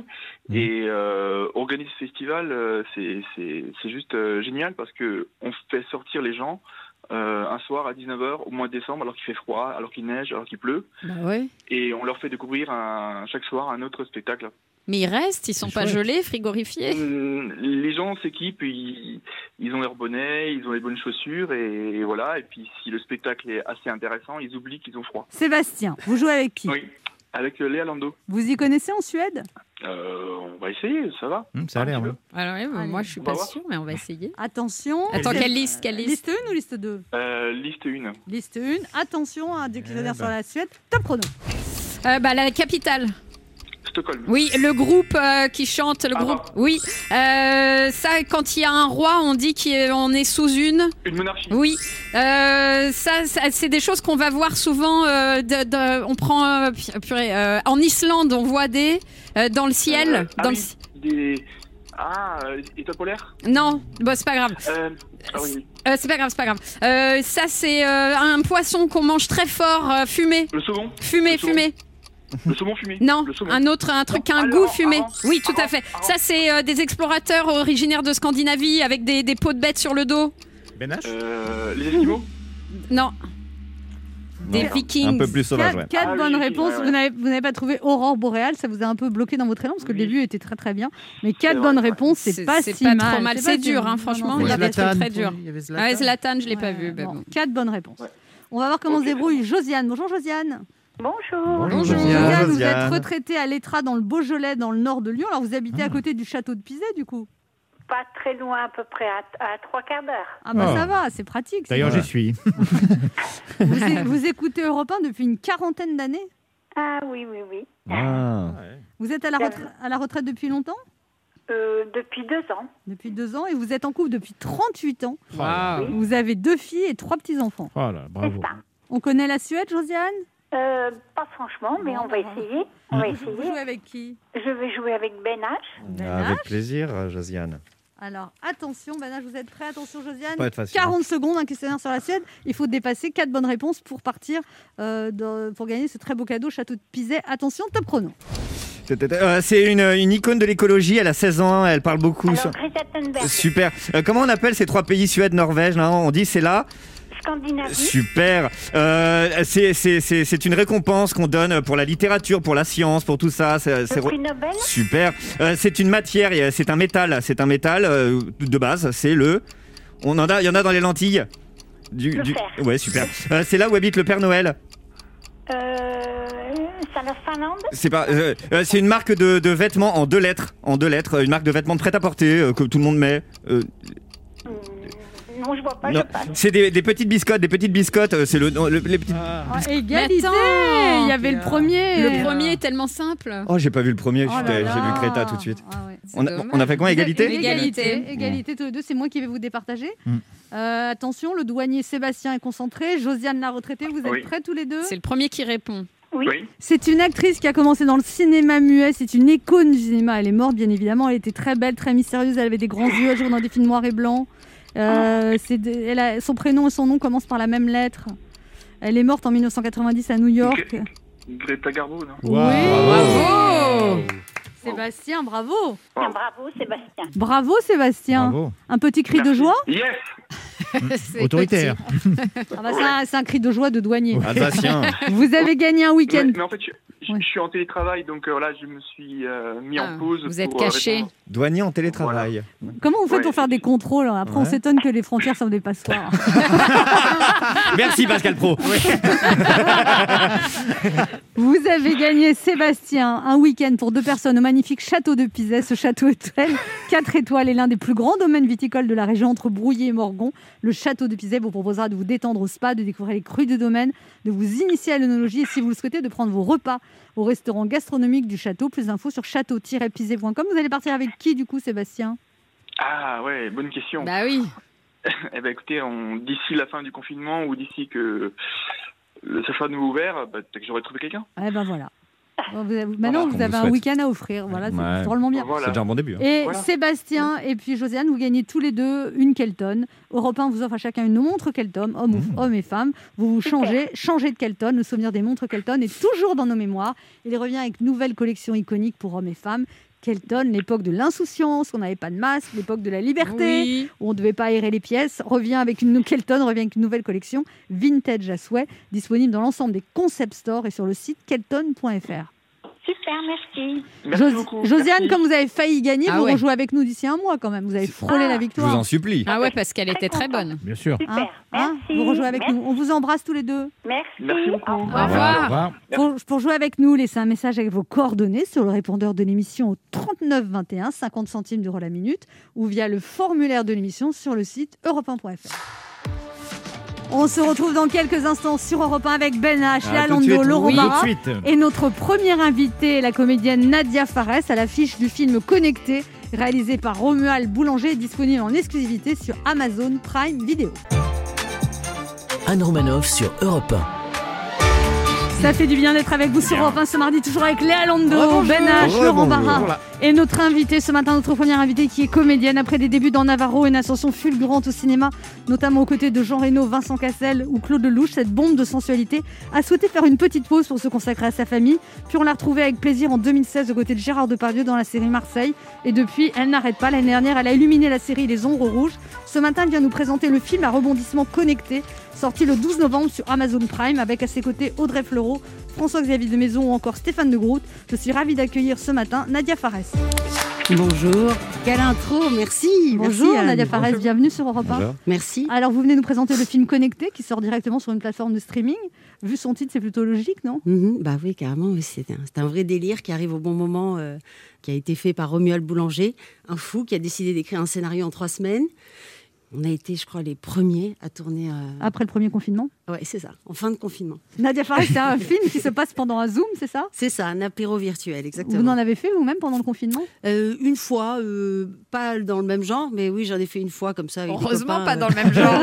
[SPEAKER 3] Mmh.
[SPEAKER 9] Et euh, organiser ce festival, euh, c'est- c'est c'est juste euh, génial parce que on fait sortir les gens euh, un soir à 19h au mois de décembre alors qu'il fait froid, alors qu'il neige, alors qu'il pleut.
[SPEAKER 8] Bah ouais.
[SPEAKER 9] Et on leur fait découvrir un, chaque soir un autre spectacle.
[SPEAKER 8] Mais ils restent, ils sont
[SPEAKER 6] C'est
[SPEAKER 8] pas
[SPEAKER 6] chouette.
[SPEAKER 8] gelés, frigorifiés.
[SPEAKER 9] Hum, les gens s'équipent, ils, ils ont leurs bonnets, ils ont les bonnes chaussures et, et voilà. Et puis si le spectacle est assez intéressant, ils oublient qu'ils ont froid.
[SPEAKER 3] Sébastien, vous jouez avec qui
[SPEAKER 9] Oui, avec euh, Léa Lando.
[SPEAKER 3] Vous y connaissez en Suède
[SPEAKER 9] Euh, on va essayer, ça va.
[SPEAKER 7] Mmh,
[SPEAKER 6] Hum, ça a l'air.
[SPEAKER 9] Un petit
[SPEAKER 6] ouais.
[SPEAKER 9] peu.
[SPEAKER 8] Alors, ouais, bah,
[SPEAKER 3] Allez,
[SPEAKER 8] moi, je suis
[SPEAKER 9] on
[SPEAKER 8] pas
[SPEAKER 9] va voir.
[SPEAKER 8] sûre, mais on va essayer.
[SPEAKER 3] Attention.
[SPEAKER 8] Attends,
[SPEAKER 3] c'est-
[SPEAKER 8] quelle liste, quelle liste
[SPEAKER 3] Liste 1 ou liste 2
[SPEAKER 9] Euh, liste 1.
[SPEAKER 3] Liste 1. Attention, hein, dès que je
[SPEAKER 6] Eh
[SPEAKER 3] vais dire sur
[SPEAKER 6] ben.
[SPEAKER 3] la Suède, top chrono.
[SPEAKER 8] Euh, bah, La capitale.
[SPEAKER 9] Stockholm.
[SPEAKER 8] Oui, le groupe euh, qui chante, le
[SPEAKER 9] Ah,
[SPEAKER 8] groupe. Oui, Euh, ça, quand il y a un roi, on dit qu'on est sous une.
[SPEAKER 9] Une monarchie.
[SPEAKER 8] Oui, Euh, ça, ça, c'est des choses qu'on va voir souvent. euh, de- de- on prend, euh, pu- purée, euh, en Islande, on voit des euh, dans le ciel.
[SPEAKER 9] Euh, ah
[SPEAKER 8] dans le
[SPEAKER 9] oui,
[SPEAKER 8] ci-
[SPEAKER 9] Des... Ah, euh, étoile polaire
[SPEAKER 8] Non, bah, c'est pas grave.
[SPEAKER 9] euh, ah oui, oui.
[SPEAKER 8] Euh, c'est pas grave, c'est pas grave. Euh, ça, c'est euh, un poisson qu'on mange très fort, euh, fumé,
[SPEAKER 9] Le saumon
[SPEAKER 8] fumé,
[SPEAKER 9] Le saumon.
[SPEAKER 8] fumé.
[SPEAKER 9] Le saumon fumé
[SPEAKER 8] Non,
[SPEAKER 9] Le saumon.
[SPEAKER 8] un autre, un truc,
[SPEAKER 9] Non,
[SPEAKER 8] un
[SPEAKER 9] ah,
[SPEAKER 8] goût
[SPEAKER 9] Laurent,
[SPEAKER 8] fumé.
[SPEAKER 9] Laurent,
[SPEAKER 8] Oui, tout à
[SPEAKER 9] Laurent,
[SPEAKER 8] fait.
[SPEAKER 9] Laurent.
[SPEAKER 8] Ça, c'est euh, des explorateurs originaires de Scandinavie avec des, des peaux de bêtes sur le dos.
[SPEAKER 6] Ben H
[SPEAKER 9] Euh, les Esquimaux
[SPEAKER 8] Non. Des
[SPEAKER 7] Non.
[SPEAKER 8] Vikings.
[SPEAKER 7] Un peu plus sauvage, ouais.
[SPEAKER 3] Quatre, quatre
[SPEAKER 9] Ah oui,
[SPEAKER 3] bonnes
[SPEAKER 9] oui,
[SPEAKER 3] réponses.
[SPEAKER 9] ouais, ouais.
[SPEAKER 3] Vous n'avez- Vous n'avez pas trouvé Aurore Boréale, ça vous a un peu bloqué dans votre élan parce que le
[SPEAKER 9] Oui.
[SPEAKER 3] début était très très bien. Mais quatre
[SPEAKER 9] vrai,
[SPEAKER 3] bonnes
[SPEAKER 9] ouais.
[SPEAKER 3] réponses, c'est
[SPEAKER 8] C'est-
[SPEAKER 3] pas
[SPEAKER 8] c'est
[SPEAKER 3] si
[SPEAKER 8] pas
[SPEAKER 3] mal.
[SPEAKER 8] trop mal, c'est dur, hein,
[SPEAKER 3] non, non,
[SPEAKER 8] franchement,
[SPEAKER 3] c'est
[SPEAKER 8] il y a
[SPEAKER 3] pas
[SPEAKER 8] des
[SPEAKER 3] si mal.
[SPEAKER 8] trucs très durs. Ah, Zlatan, je l'ai pas
[SPEAKER 3] Ouais,
[SPEAKER 8] vu. mais
[SPEAKER 3] bon,
[SPEAKER 8] bon.
[SPEAKER 3] Quatre bonnes réponses.
[SPEAKER 9] Ouais.
[SPEAKER 3] On va voir comment
[SPEAKER 9] Ok,
[SPEAKER 3] se débrouille Josiane. Bonjour Josiane.
[SPEAKER 6] Bonjour.
[SPEAKER 7] Josiane.
[SPEAKER 3] Josiane, vous
[SPEAKER 7] Josiane. Hmm.
[SPEAKER 3] êtes retraitée à l'Étra dans le Beaujolais, dans le nord de Lyon. Alors vous habitez à côté du château de Pizet du coup.
[SPEAKER 10] Pas très loin, à peu près à, à trois quarts d'heure.
[SPEAKER 3] Ah bah
[SPEAKER 6] Oh.
[SPEAKER 3] ça va, c'est pratique. c'est
[SPEAKER 6] D'ailleurs,
[SPEAKER 3] vrai.
[SPEAKER 6] j'y suis.
[SPEAKER 3] vous, é- vous écoutez Europe 1 depuis une quarantaine d'années.
[SPEAKER 10] Ah oui, oui, oui.
[SPEAKER 7] Ah.
[SPEAKER 3] Vous êtes à la,
[SPEAKER 10] Ça
[SPEAKER 3] retra- à la retraite depuis longtemps
[SPEAKER 10] Euh, depuis deux ans.
[SPEAKER 3] Depuis deux ans et vous êtes en couple depuis 38 ans.
[SPEAKER 10] Ah
[SPEAKER 8] Waouh.
[SPEAKER 3] Vous avez deux filles et trois petits-enfants.
[SPEAKER 6] Oh là, bravo.
[SPEAKER 3] On connaît la Suède, Josiane
[SPEAKER 10] Euh, pas franchement, mais
[SPEAKER 3] Non,
[SPEAKER 10] on va
[SPEAKER 3] non.
[SPEAKER 10] essayer. On va
[SPEAKER 3] Vous
[SPEAKER 10] essayer.
[SPEAKER 3] jouez avec qui
[SPEAKER 10] Je vais jouer avec Ben H.
[SPEAKER 7] Ah, Avec plaisir, euh, Josiane.
[SPEAKER 3] Alors, attention, Banage, vous êtes prêts Attention, Josiane.
[SPEAKER 7] Pas être facile. hein.
[SPEAKER 3] 40 secondes, un questionnaire sur la Suède. Il faut dépasser quatre bonnes réponses pour partir, euh, dans- pour gagner ce très beau cadeau, Château de Pizet. Attention, top chrono.
[SPEAKER 7] Euh, C'est une, une icône de l'écologie, elle a 16 ans, elle parle beaucoup.
[SPEAKER 10] Alors, Greta Thunberg.
[SPEAKER 7] Super. Euh, comment on appelle ces trois pays, Suède, Norvège là On dit c'est là
[SPEAKER 10] Scandinavie.
[SPEAKER 7] Super. Euh, c'est- c'est c'est- c'est une récompense qu'on donne pour la littérature, pour la science, pour tout ça. C'est c'est
[SPEAKER 10] Le
[SPEAKER 7] re-
[SPEAKER 10] prix Nobel
[SPEAKER 7] Super. Euh, c'est une matière, et, euh, c'est un métal, c'est un métal euh, de base, c'est le... On en a, il y en a dans les lentilles. Du,
[SPEAKER 10] Le
[SPEAKER 7] du-
[SPEAKER 10] fer.
[SPEAKER 7] Ouais, super. Euh, c'est là où habite le Père Noël.
[SPEAKER 10] Euh, c'est la Finlande
[SPEAKER 7] C'est pas. euh, euh, c'est une marque de, de vêtements en deux lettres, en deux lettres, euh, une marque de vêtements de prêt-à-porter euh, que tout le monde met. euh,
[SPEAKER 10] Non, je vois pas,
[SPEAKER 7] non.
[SPEAKER 10] je passe.
[SPEAKER 7] C'est des, des petites biscottes, des petites biscottes. euh, C'est le, non, le- les petites.
[SPEAKER 8] Ah.
[SPEAKER 3] Ah, Égalité
[SPEAKER 8] attends.
[SPEAKER 3] Il y avait le premier.
[SPEAKER 8] Le premier est tellement simple.
[SPEAKER 7] Oh, j'ai pas vu le premier.
[SPEAKER 3] Oh là
[SPEAKER 7] j'étais-
[SPEAKER 3] là.
[SPEAKER 7] J'ai vu Créta tout de suite.
[SPEAKER 8] c'est
[SPEAKER 7] On a,
[SPEAKER 8] dommage.
[SPEAKER 7] on a fait quoi Égalité.
[SPEAKER 3] Égalité, égalité tous les deux, c'est moi qui vais vous départager.
[SPEAKER 7] Mm.
[SPEAKER 3] Euh, attention, le douanier Sébastien est concentré, Josiane la retraitée, vous êtes
[SPEAKER 8] Oui.
[SPEAKER 3] prêts tous les deux
[SPEAKER 8] C'est le premier qui répond.
[SPEAKER 10] Oui.
[SPEAKER 3] C'est une actrice qui a commencé dans le cinéma muet, c'est une icône du cinéma, elle est morte bien évidemment, elle était très belle, très mystérieuse, elle avait des grands yeux, elle jouait dans des films noirs et blancs.
[SPEAKER 9] Ah.
[SPEAKER 3] Euh, c'est de- elle a- son prénom et son nom commencent par la même lettre. Elle est morte en 1990 à New York.
[SPEAKER 9] Greta Garbo, non
[SPEAKER 3] Bravo Sébastien, bravo
[SPEAKER 10] Bien, bravo, Sébastien.
[SPEAKER 3] Bravo Sébastien
[SPEAKER 6] Bravo.
[SPEAKER 3] Un petit cri de
[SPEAKER 9] Merci.
[SPEAKER 3] joie
[SPEAKER 9] Yes
[SPEAKER 6] Autoritaire.
[SPEAKER 3] Ah bah, c'est un- c'est un, cri de joie de douanier.
[SPEAKER 7] Alsacien.
[SPEAKER 3] Vous avez gagné un
[SPEAKER 9] Ouais,
[SPEAKER 3] week-end.
[SPEAKER 9] mais en fait, je, je-
[SPEAKER 3] Ouais.
[SPEAKER 9] je suis en télétravail, donc euh, là, je me suis euh, mis
[SPEAKER 8] Ah,
[SPEAKER 9] en pause.
[SPEAKER 8] vous êtes
[SPEAKER 9] pour, euh,
[SPEAKER 8] caché.
[SPEAKER 9] répondre.
[SPEAKER 7] Douanier en télétravail.
[SPEAKER 3] Comment vous faites
[SPEAKER 9] Ouais.
[SPEAKER 3] pour faire des contrôles hein Après, on
[SPEAKER 7] Ouais.
[SPEAKER 3] s'étonne que les frontières sont des passoires.
[SPEAKER 7] Merci Pascal Pro.
[SPEAKER 3] Vous avez gagné, Sébastien, un week-end pour deux personnes au magnifique château de Pizet. Ce château hôtel, 4 étoiles, est l'un des plus grands domaines viticoles de la région entre Brouillé et Morgon. Le château de Pizet vous proposera de vous détendre au spa, de découvrir les crues du domaine, de vous initier à l'onologie et, si vous le souhaitez, de prendre vos repas au restaurant gastronomique du château. Plus d'infos sur château-pizet.com. Vous allez partir avec qui, du coup, Sébastien
[SPEAKER 9] Ah ouais, bonne question.
[SPEAKER 8] Bah oui.
[SPEAKER 9] Eh ben écoutez, on- d'ici la fin du confinement ou d'ici que le- ça soit de nouveau ouvert, bah, peut-être que j'aurais trouvé quelqu'un.
[SPEAKER 3] Eh ben voilà. Bon, vous avez- Maintenant,
[SPEAKER 7] qu'on
[SPEAKER 3] vous
[SPEAKER 7] vous
[SPEAKER 3] avez un
[SPEAKER 7] souhaite.
[SPEAKER 3] week-end à offrir.
[SPEAKER 8] Ah,
[SPEAKER 3] Voilà, c'est
[SPEAKER 7] Ouais.
[SPEAKER 3] drôlement bien.
[SPEAKER 9] Voilà.
[SPEAKER 7] C'est déjà un bon début. hein.
[SPEAKER 3] Et
[SPEAKER 9] Voilà.
[SPEAKER 3] Sébastien et puis Josiane, vous gagnez tous les deux une Kelton. Europe 1 vous offre à chacun une montre Kelton, homme,
[SPEAKER 7] Mmh.
[SPEAKER 3] ou- homme et femme. Vous vous changez, changez de Kelton. Le souvenir des montres Kelton est toujours dans nos mémoires. Il revient avec nouvelle collection iconique pour hommes et femmes. Kelton, l'époque de l'insouciance, on n'avait pas de masque, l'époque de la liberté
[SPEAKER 8] Oui.
[SPEAKER 3] où on ne devait pas aérer les pièces, revient avec une Kelton revient avec une nouvelle collection vintage à souhait, disponible dans l'ensemble des concept stores et sur le site kelton.fr.
[SPEAKER 10] Super, merci.
[SPEAKER 9] Merci
[SPEAKER 3] Jos-
[SPEAKER 9] beaucoup.
[SPEAKER 3] Josiane,
[SPEAKER 9] Merci.
[SPEAKER 3] comme vous avez failli gagner,
[SPEAKER 8] Ah
[SPEAKER 3] vous
[SPEAKER 8] ouais.
[SPEAKER 3] rejouez avec nous d'ici un mois quand même. Vous avez frôlé
[SPEAKER 10] Ah.
[SPEAKER 3] la
[SPEAKER 7] Je vous
[SPEAKER 3] victoire.
[SPEAKER 7] en supplie.
[SPEAKER 8] Ah ouais, parce qu'elle était très bonne.
[SPEAKER 6] Bien sûr.
[SPEAKER 10] Super,
[SPEAKER 3] Hein Hein
[SPEAKER 10] merci.
[SPEAKER 3] vous rejouez avec
[SPEAKER 10] Merci,
[SPEAKER 3] nous. On vous embrasse tous les deux.
[SPEAKER 10] Merci.
[SPEAKER 9] Merci beaucoup.
[SPEAKER 10] Au revoir.
[SPEAKER 8] Au revoir.
[SPEAKER 3] Pour, pour jouer avec nous, laissez un message avec vos coordonnées sur le répondeur de l'émission au 39 21, 50 centimes d'euros la minute, ou via le formulaire de l'émission sur le site europe 1.fr. On se retrouve dans quelques instants sur Europe 1 avec Ben H,
[SPEAKER 7] Ah,
[SPEAKER 3] Léa
[SPEAKER 7] tout de
[SPEAKER 3] Londo,
[SPEAKER 7] suite,
[SPEAKER 3] Laurent
[SPEAKER 7] oui.
[SPEAKER 3] Barra.
[SPEAKER 6] Tout de suite.
[SPEAKER 3] Et notre première invitée est la comédienne Nadia Fares à l'affiche du film Connecté, réalisé par Romuald Boulanger, disponible en exclusivité sur Amazon Prime Video.
[SPEAKER 2] Anne Romanoff sur Europe 1.
[SPEAKER 3] Ça fait du bien d'être avec vous sur Europe 1 ce mardi, toujours avec Léa Lando, Ben H,
[SPEAKER 7] Rebonjour.
[SPEAKER 3] Laurent Barra.
[SPEAKER 7] Voilà.
[SPEAKER 3] Et notre invité ce matin, notre première invitée qui est comédienne, après des débuts dans Navarro, une ascension fulgurante au cinéma, notamment aux côtés de Jean Reno, Vincent Cassel ou Claude Lelouch, cette bombe de sensualité a souhaité faire une petite pause pour se consacrer à sa famille. Puis on l'a retrouvée avec plaisir en 2016 aux côtés de Gérard Depardieu dans la série Marseille. Et depuis, elle n'arrête pas. L'année dernière, elle a illuminé la série Les Ombres Rouges. Ce matin, elle vient nous présenter le film à rebondissement connecté, sorti le 12 novembre sur Amazon Prime, avec à ses côtés Audrey Fleurot, François-Xavier de Maison ou encore Stéphane de Groot. Je suis ravie d'accueillir ce matin Nadia Fares.
[SPEAKER 11] Bonjour. Quelle intro, merci.
[SPEAKER 3] Bonjour
[SPEAKER 11] merci, Anne.
[SPEAKER 3] Nadia Fares, bienvenue sur Europe 1.
[SPEAKER 7] Bonjour.
[SPEAKER 11] Merci.
[SPEAKER 3] Alors vous venez nous présenter le film Connecté qui sort directement sur une plateforme de streaming. Vu son titre, c'est plutôt logique, non
[SPEAKER 11] Mhm, bah oui, carrément, oui, c'est un, c'est un vrai délire qui arrive au bon moment, euh, qui a été fait par Romuald Boulanger, un fou qui a décidé d'écrire un scénario en trois semaines. On a été, je crois, les premiers à tourner. euh,
[SPEAKER 3] Après le premier confinement.
[SPEAKER 11] Ouais, c'est ça, en fin de confinement.
[SPEAKER 3] Nadia Fares, c'est un film qui se passe pendant un Zoom, c'est ça
[SPEAKER 11] C'est ça, un apéro virtuel,
[SPEAKER 3] Vous
[SPEAKER 11] exactement.
[SPEAKER 3] en avez fait vous-même pendant le confinement
[SPEAKER 11] Euh, une fois, euh, pas dans le même genre, mais oui, j'en ai fait une fois comme ça. Avec des
[SPEAKER 8] Heureusement
[SPEAKER 11] copains,
[SPEAKER 8] pas
[SPEAKER 11] euh,
[SPEAKER 8] dans le même genre.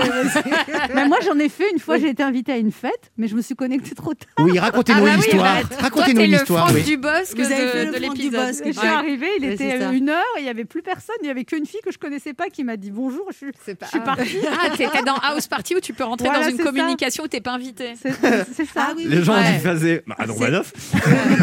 [SPEAKER 3] Mais Moi j'en ai fait une fois, j'ai été invitée à une fête, mais je me suis connectée trop tard.
[SPEAKER 1] Oui,
[SPEAKER 8] Ah
[SPEAKER 1] racontez-nous
[SPEAKER 8] bah
[SPEAKER 1] une
[SPEAKER 8] oui,
[SPEAKER 1] histoire.
[SPEAKER 8] bah,
[SPEAKER 1] Racontez-nous
[SPEAKER 8] Toi, t'es
[SPEAKER 1] une
[SPEAKER 8] le
[SPEAKER 1] histoire.
[SPEAKER 8] Franck
[SPEAKER 1] oui.
[SPEAKER 8] Dubosc
[SPEAKER 11] Vous avez
[SPEAKER 8] de,
[SPEAKER 11] fait le
[SPEAKER 8] de
[SPEAKER 11] Franck
[SPEAKER 8] l'épisode.
[SPEAKER 11] Dubosc.
[SPEAKER 3] Je suis
[SPEAKER 11] Ouais.
[SPEAKER 3] arrivée, il
[SPEAKER 11] Ouais,
[SPEAKER 3] était
[SPEAKER 11] c'est ça.
[SPEAKER 3] une heure, il n'y avait plus personne, il n'y avait qu'une fille que je connaissais pas qui m'a dit bonjour. Je suis-
[SPEAKER 8] C'est
[SPEAKER 5] sais pas.
[SPEAKER 3] Je suis partie.
[SPEAKER 8] Ah, t'étais dans House Party où tu peux rentrer
[SPEAKER 5] Voilà,
[SPEAKER 8] dans une
[SPEAKER 5] c'est ça.
[SPEAKER 8] communication où t'es pas invité.
[SPEAKER 3] C'est
[SPEAKER 11] Ah
[SPEAKER 3] ça.
[SPEAKER 7] Les gens ont
[SPEAKER 8] Ouais.
[SPEAKER 7] dit phasé. Bah, Adam Banoff.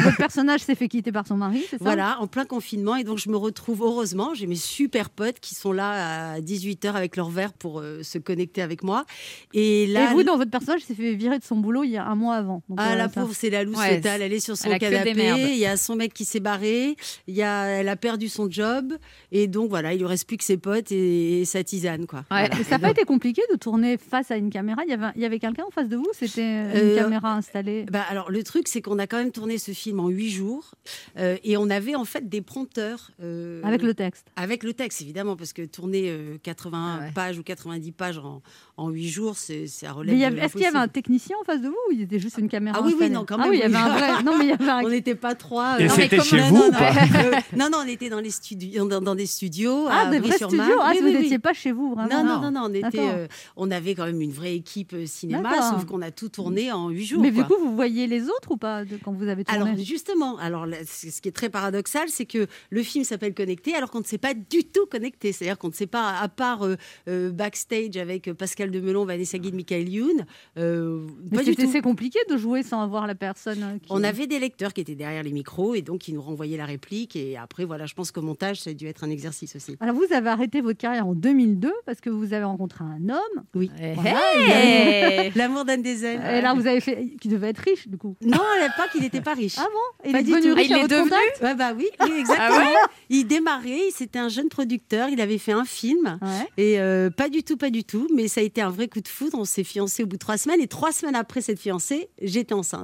[SPEAKER 3] Votre personnage s'est fait quitter par son mari, c'est ça
[SPEAKER 11] Voilà, en plein confinement. Et donc, je me retrouve, heureusement, j'ai mes super potes qui sont là à 18h avec leur verre pour euh, se connecter avec moi. Et
[SPEAKER 3] Et
[SPEAKER 11] là.
[SPEAKER 3] vous, dans votre personnage, s'est fait virer de son boulot il y a un mois avant. Donc,
[SPEAKER 11] Ah,
[SPEAKER 3] euh,
[SPEAKER 11] la
[SPEAKER 3] ça-
[SPEAKER 11] pauvre, c'est la loose
[SPEAKER 3] Ouais,
[SPEAKER 11] totale. Elle est sur son
[SPEAKER 3] elle a que des merdes.
[SPEAKER 11] canapé. Il y a son mec qui s'est barré. Il y a, elle a perdu son job. Et donc, voilà, il lui reste plus que ses potes et, et sa tisane, quoi.
[SPEAKER 3] Ouais.
[SPEAKER 11] Voilà.
[SPEAKER 3] Et ça n'a pas été compliqué de tourner face à une caméra. Il y avait, il y avait quelqu'un en face de vous C'était une
[SPEAKER 11] Euh,
[SPEAKER 3] caméra installée
[SPEAKER 11] Bah, alors le truc c'est qu'on a quand même tourné ce film en huit jours euh, et on avait en fait des prompteurs euh,
[SPEAKER 3] Avec le texte. Ah
[SPEAKER 11] Avec le texte évidemment parce que tourner euh, 80 pages ou 90 pages en en huit jours c'est c'est à
[SPEAKER 3] Mais
[SPEAKER 11] relève.
[SPEAKER 3] il y
[SPEAKER 11] de
[SPEAKER 3] avait- Est-ce qu'il y avait un
[SPEAKER 11] l'impossible.
[SPEAKER 3] technicien en face de vous ou il était juste une caméra
[SPEAKER 11] ah oui, oui,
[SPEAKER 3] installée
[SPEAKER 11] non, quand
[SPEAKER 3] Ah
[SPEAKER 11] même.
[SPEAKER 3] oui, il y avait un vrai. Non, mais il y avait un-
[SPEAKER 11] On n'était pas trois. euh,
[SPEAKER 3] Et
[SPEAKER 11] non, mais
[SPEAKER 3] c'était
[SPEAKER 11] comment-
[SPEAKER 3] chez
[SPEAKER 11] non,
[SPEAKER 3] vous
[SPEAKER 11] non,
[SPEAKER 3] ou
[SPEAKER 11] non.
[SPEAKER 3] pas
[SPEAKER 11] Euh, Non, non, on était dans, les studios, dans, dans des studios.
[SPEAKER 3] Ah,
[SPEAKER 11] à
[SPEAKER 3] des vrais
[SPEAKER 11] Bray-sur-Marne.
[SPEAKER 3] studios. Ah,
[SPEAKER 11] Oui,
[SPEAKER 3] vous
[SPEAKER 11] oui, oui.
[SPEAKER 3] n'étiez pas chez vous, vraiment.
[SPEAKER 11] Non, non, non, non, on, était,
[SPEAKER 3] D'accord.
[SPEAKER 11] euh, on avait quand même une vraie équipe euh, cinéma,
[SPEAKER 3] D'accord.
[SPEAKER 11] sauf qu'on a tout tourné en huit jours.
[SPEAKER 3] Mais
[SPEAKER 11] quoi.
[SPEAKER 3] du coup, vous voyez les autres ou pas de- quand vous avez tourné
[SPEAKER 11] Alors justement, alors là, c- ce qui est très paradoxal, c'est que le film s'appelle Connecté, alors qu'on ne s'est pas du tout connecté. C'est-à-dire qu'on ne s'est pas, à part euh, euh, backstage avec euh, Pascal Demelon, Vanessa Guide, Michael Youn, euh,
[SPEAKER 3] Mais
[SPEAKER 11] pas du
[SPEAKER 3] c'était-
[SPEAKER 11] tout.
[SPEAKER 3] c'est compliqué de jouer sans avoir la personne. euh, qui-
[SPEAKER 11] On avait des lecteurs qui étaient derrière les micros et donc qui nous renvoyaient la réplique. Et après, voilà, je pense qu'au montage, ça a dû être un exercice aussi.
[SPEAKER 3] Alors vous avez arrêté votre carrière en 2002 parce que vous avez rencontré un homme.
[SPEAKER 11] Oui. Eh
[SPEAKER 3] Hey
[SPEAKER 11] L'amour d'Anne des ailes.
[SPEAKER 3] Et là vous avez fait qui devait être riche du coup.
[SPEAKER 11] Non, à l'époque, il n'était pas riche.
[SPEAKER 3] Ah bon Il
[SPEAKER 11] Pas
[SPEAKER 3] est
[SPEAKER 11] du
[SPEAKER 3] devenu
[SPEAKER 11] tout.
[SPEAKER 3] riche à votre contact
[SPEAKER 11] Ouais, bah oui, oui, exactement.
[SPEAKER 3] Ah ouais
[SPEAKER 11] il démarrait, c'était un jeune producteur, il avait fait un film. Et euh, pas du tout, pas du tout, mais ça a été un vrai coup de foudre. On s'est fiancés au bout de trois semaines et trois semaines après cette fiancée, j'étais enceinte.